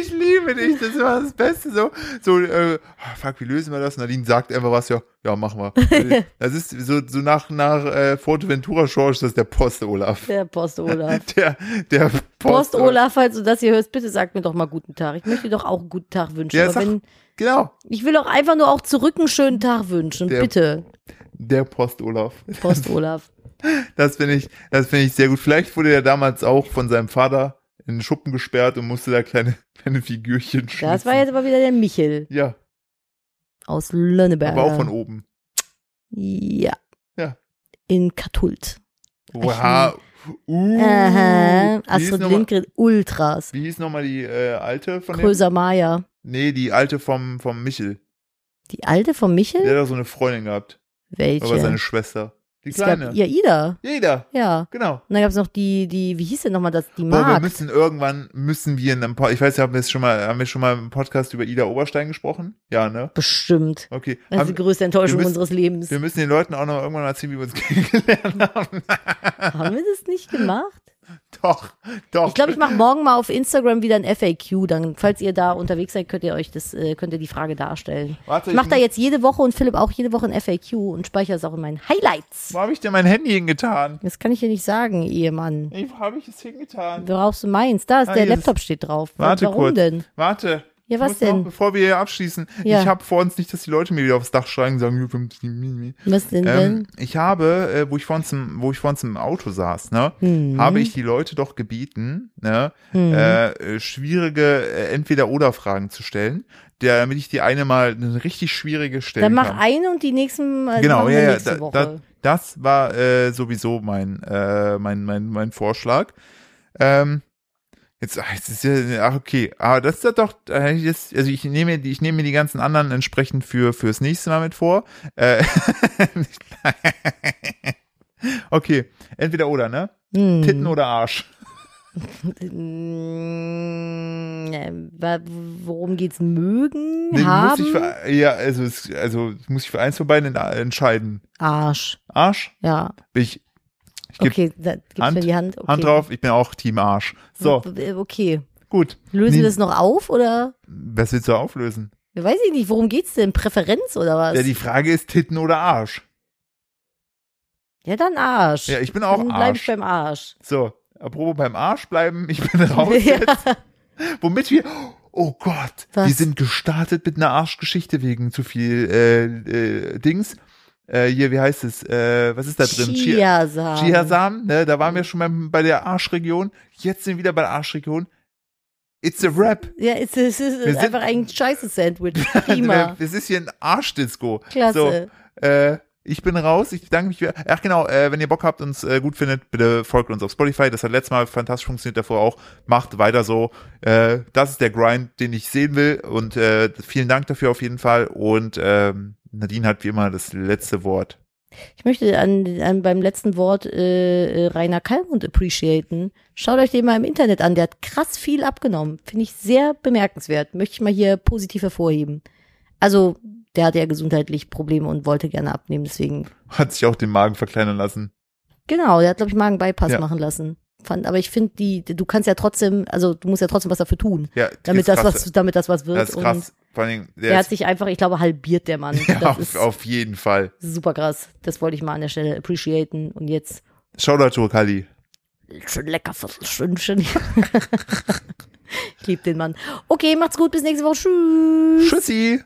Speaker 1: ich liebe dich, das war das Beste. So, so äh, ah, fuck, wie lösen wir das? Nadine sagt einfach was, ja, ja, machen wir. Das ist so, so nach, nach äh, Forteventura George, das ist der Post-Olaf.
Speaker 2: Der Post Olaf.
Speaker 1: Der, der
Speaker 2: Post Olaf, falls du das hier hörst, bitte sag mir doch mal guten Tag. Ich möchte dir doch auch einen guten Tag wünschen.
Speaker 1: Ja,
Speaker 2: aber
Speaker 1: sag-
Speaker 2: wenn,
Speaker 1: Genau,
Speaker 2: ich will auch einfach nur auch zurück einen schönen Tag wünschen.
Speaker 1: Der-
Speaker 2: bitte,
Speaker 1: der Post-Olaf.
Speaker 2: Post Olaf.
Speaker 1: Das finde ich, das finde ich sehr gut. Vielleicht wurde er damals auch von seinem Vater in den Schuppen gesperrt und musste da kleine, kleine Figürchen schnitzen.
Speaker 2: Das war jetzt aber wieder der Michel
Speaker 1: Ja,
Speaker 2: aus Lönneberg.
Speaker 1: aber auch von oben.
Speaker 2: Ja.
Speaker 1: Ja.
Speaker 2: In Kathult.
Speaker 1: Wow. Uh. Wie
Speaker 2: Aha.
Speaker 1: hieß
Speaker 2: Astrid
Speaker 1: nochmal-
Speaker 2: Lindgren Ultras.
Speaker 1: Wie hieß nochmal die äh, alte von dem?
Speaker 2: Größer Maya.
Speaker 1: Nee, die alte vom, vom Michel.
Speaker 2: Die alte von Michel?
Speaker 1: Der hat doch so eine Freundin gehabt. Aber
Speaker 2: Welche?
Speaker 1: seine Schwester. Die
Speaker 2: Es
Speaker 1: kleine.
Speaker 2: gab ja Ida.
Speaker 1: Jeder.
Speaker 2: Ja.
Speaker 1: Genau.
Speaker 2: Und dann gab es noch die, die, wie hieß denn nochmal das? Die
Speaker 1: Boah, wir
Speaker 2: Mark.
Speaker 1: müssen irgendwann, müssen wir in einem Podcast, ich weiß, haben wir, es schon mal, haben wir schon mal im Podcast über Ida Oberstein gesprochen? Ja, ne?
Speaker 2: Bestimmt.
Speaker 1: Okay.
Speaker 2: Das ist
Speaker 1: Haben,
Speaker 2: die größte Enttäuschung
Speaker 1: wir müssen-
Speaker 2: unseres Lebens.
Speaker 1: wir müssen den Leuten auch noch irgendwann erzählen, wie wir uns kennengelernt haben.
Speaker 2: Haben wir das nicht gemacht?
Speaker 1: doch, doch.
Speaker 2: Ich glaube, ich mache morgen mal auf Instagram wieder ein FAQ. Dann, falls ihr da unterwegs seid, könnt ihr euch das, äh, könnt ihr die Frage darstellen.
Speaker 1: Warte,
Speaker 2: Ich mache da
Speaker 1: muss-
Speaker 2: jetzt jede Woche und Philipp auch jede Woche ein FAQ und speichere es auch in meinen Highlights.
Speaker 1: Wo habe ich denn mein Handy hingetan?
Speaker 2: Das kann ich dir nicht sagen, Ehemann.
Speaker 1: Ey, Wo habe ich es hingetan?
Speaker 2: Worauf du meinst? Da ist
Speaker 1: Ah,
Speaker 2: der
Speaker 1: hier ist-
Speaker 2: Laptop steht drauf.
Speaker 1: Warte
Speaker 2: Warum
Speaker 1: kurz.
Speaker 2: denn?
Speaker 1: Warte.
Speaker 2: Ja,
Speaker 1: Ich
Speaker 2: was
Speaker 1: muss noch,
Speaker 2: denn?
Speaker 1: bevor wir hier abschließen,
Speaker 2: Ja.
Speaker 1: ich habe vor uns nicht, dass die Leute mir wieder aufs Dach schreien und sagen, wir haben die Mimi.
Speaker 2: Was
Speaker 1: ähm,
Speaker 2: denn denn?
Speaker 1: ich habe, äh, wo ich vor uns im, wo ich vor uns im Auto saß, ne,
Speaker 2: Hm. Mhm.
Speaker 1: habe ich die Leute doch gebeten, ne, äh, äh, schwierige äh, Entweder-Oder-Fragen zu stellen, der- damit ich die eine mal eine richtig schwierige stellen
Speaker 2: Dann mach
Speaker 1: kann.
Speaker 2: eine und die nächsten äh,
Speaker 1: genau,
Speaker 2: machen
Speaker 1: ja,
Speaker 2: wir
Speaker 1: ja,
Speaker 2: nächste
Speaker 1: da,
Speaker 2: Woche.
Speaker 1: da, das war äh, sowieso mein, äh, mein, mein, mein Vorschlag. Ähm, jetzt, ah, jetzt ist ja, ach okay, aber das ist ja doch, äh, jetzt, also ich nehme, mir die- ich nehme mir die ganzen anderen entsprechend für fürs nächste Mal mit vor. Äh, okay, entweder oder, ne?
Speaker 2: Hm. Mhm.
Speaker 1: Titten oder Arsch.
Speaker 2: Mm, äh, wa- worum geht's? Mögen?
Speaker 1: Nee, muss
Speaker 2: haben?
Speaker 1: ich für, ja, also, es, also muss ich für eins von beiden en- entscheiden.
Speaker 2: Arsch.
Speaker 1: Arsch?
Speaker 2: Ja.
Speaker 1: Ich, ich gebe
Speaker 2: Okay, da gibt's
Speaker 1: Hand-
Speaker 2: mir die Hand. Okay.
Speaker 1: Hand drauf, ich bin auch Team Arsch. So,
Speaker 2: Okay.
Speaker 1: gut.
Speaker 2: Lösen
Speaker 1: Nee,
Speaker 2: wir das noch auf oder?
Speaker 1: Was willst du auflösen?
Speaker 2: Weiß ich nicht, worum geht's denn? Präferenz oder was?
Speaker 1: Ja, die Frage ist Titten oder Arsch.
Speaker 2: Ja, dann Arsch.
Speaker 1: Ja, ich bin auch
Speaker 2: dann bleib ich
Speaker 1: Arsch.
Speaker 2: beim Arsch.
Speaker 1: So, apropos beim Arsch bleiben, ich bin raus.
Speaker 2: Ja.
Speaker 1: Womit wir, oh Gott,
Speaker 2: Was?
Speaker 1: wir sind gestartet mit einer Arschgeschichte wegen zu viel äh, äh, Dings. Äh, hier, wie heißt es? Äh, was ist da drin? Chia-
Speaker 2: Chiasamen.
Speaker 1: Chiasamen, ne? Da
Speaker 2: mhm.
Speaker 1: waren wir schon beim, bei der Arschregion. Jetzt sind wir wieder bei der Arschregion. It's a rap.
Speaker 2: Ja, es ist, es
Speaker 1: Wir
Speaker 2: ist
Speaker 1: sind-
Speaker 2: einfach ein scheiße Sandwich. Prima.
Speaker 1: Es ist hier ein Arschdisco. So,
Speaker 2: Klasse.
Speaker 1: äh, ich bin raus. Ich bedanke mich. für- Ach genau, äh, wenn ihr Bock habt, uns äh, gut findet, bitte folgt uns auf Spotify. Das hat letztes Mal fantastisch funktioniert, davor auch. Macht weiter so. Äh, das ist der Grind, den ich sehen will. Und äh, vielen Dank dafür auf jeden Fall. Und ähm, Nadine hat wie immer das letzte Wort.
Speaker 2: Ich möchte an, an beim letzten Wort äh, äh, Rainer Kallmund appreciaten. Schaut euch den mal im Internet an. Der hat krass viel abgenommen. Finde ich sehr bemerkenswert. Möchte ich mal hier positiv hervorheben. Also, der hatte ja gesundheitlich Probleme und wollte gerne abnehmen. Deswegen,
Speaker 1: Hat sich auch den Magen verkleinern lassen.
Speaker 2: genau, der hat, glaube ich, Magenbypass
Speaker 1: Ja.
Speaker 2: machen lassen. Fand, aber ich finde, die, du kannst ja trotzdem, also du musst ja trotzdem was dafür tun,
Speaker 1: Ja,
Speaker 2: damit
Speaker 1: ist
Speaker 2: das,
Speaker 1: krass.
Speaker 2: was, damit das was wird.
Speaker 1: Das ist
Speaker 2: Und
Speaker 1: krass. Vor allen Dingen,
Speaker 2: der
Speaker 1: ist-
Speaker 2: hat sich einfach, ich glaube, halbiert der Mann.
Speaker 1: Ja,
Speaker 2: das
Speaker 1: auf,
Speaker 2: ist
Speaker 1: auf jeden Fall.
Speaker 2: super krass. Das wollte ich mal an der Stelle appreciaten. Und jetzt
Speaker 1: Shoutout to Kali.
Speaker 2: schön lecker Viertelstündchen. ich liebe den Mann. Okay, macht's gut, bis nächste Woche. Tschüss.
Speaker 1: Tschüssi.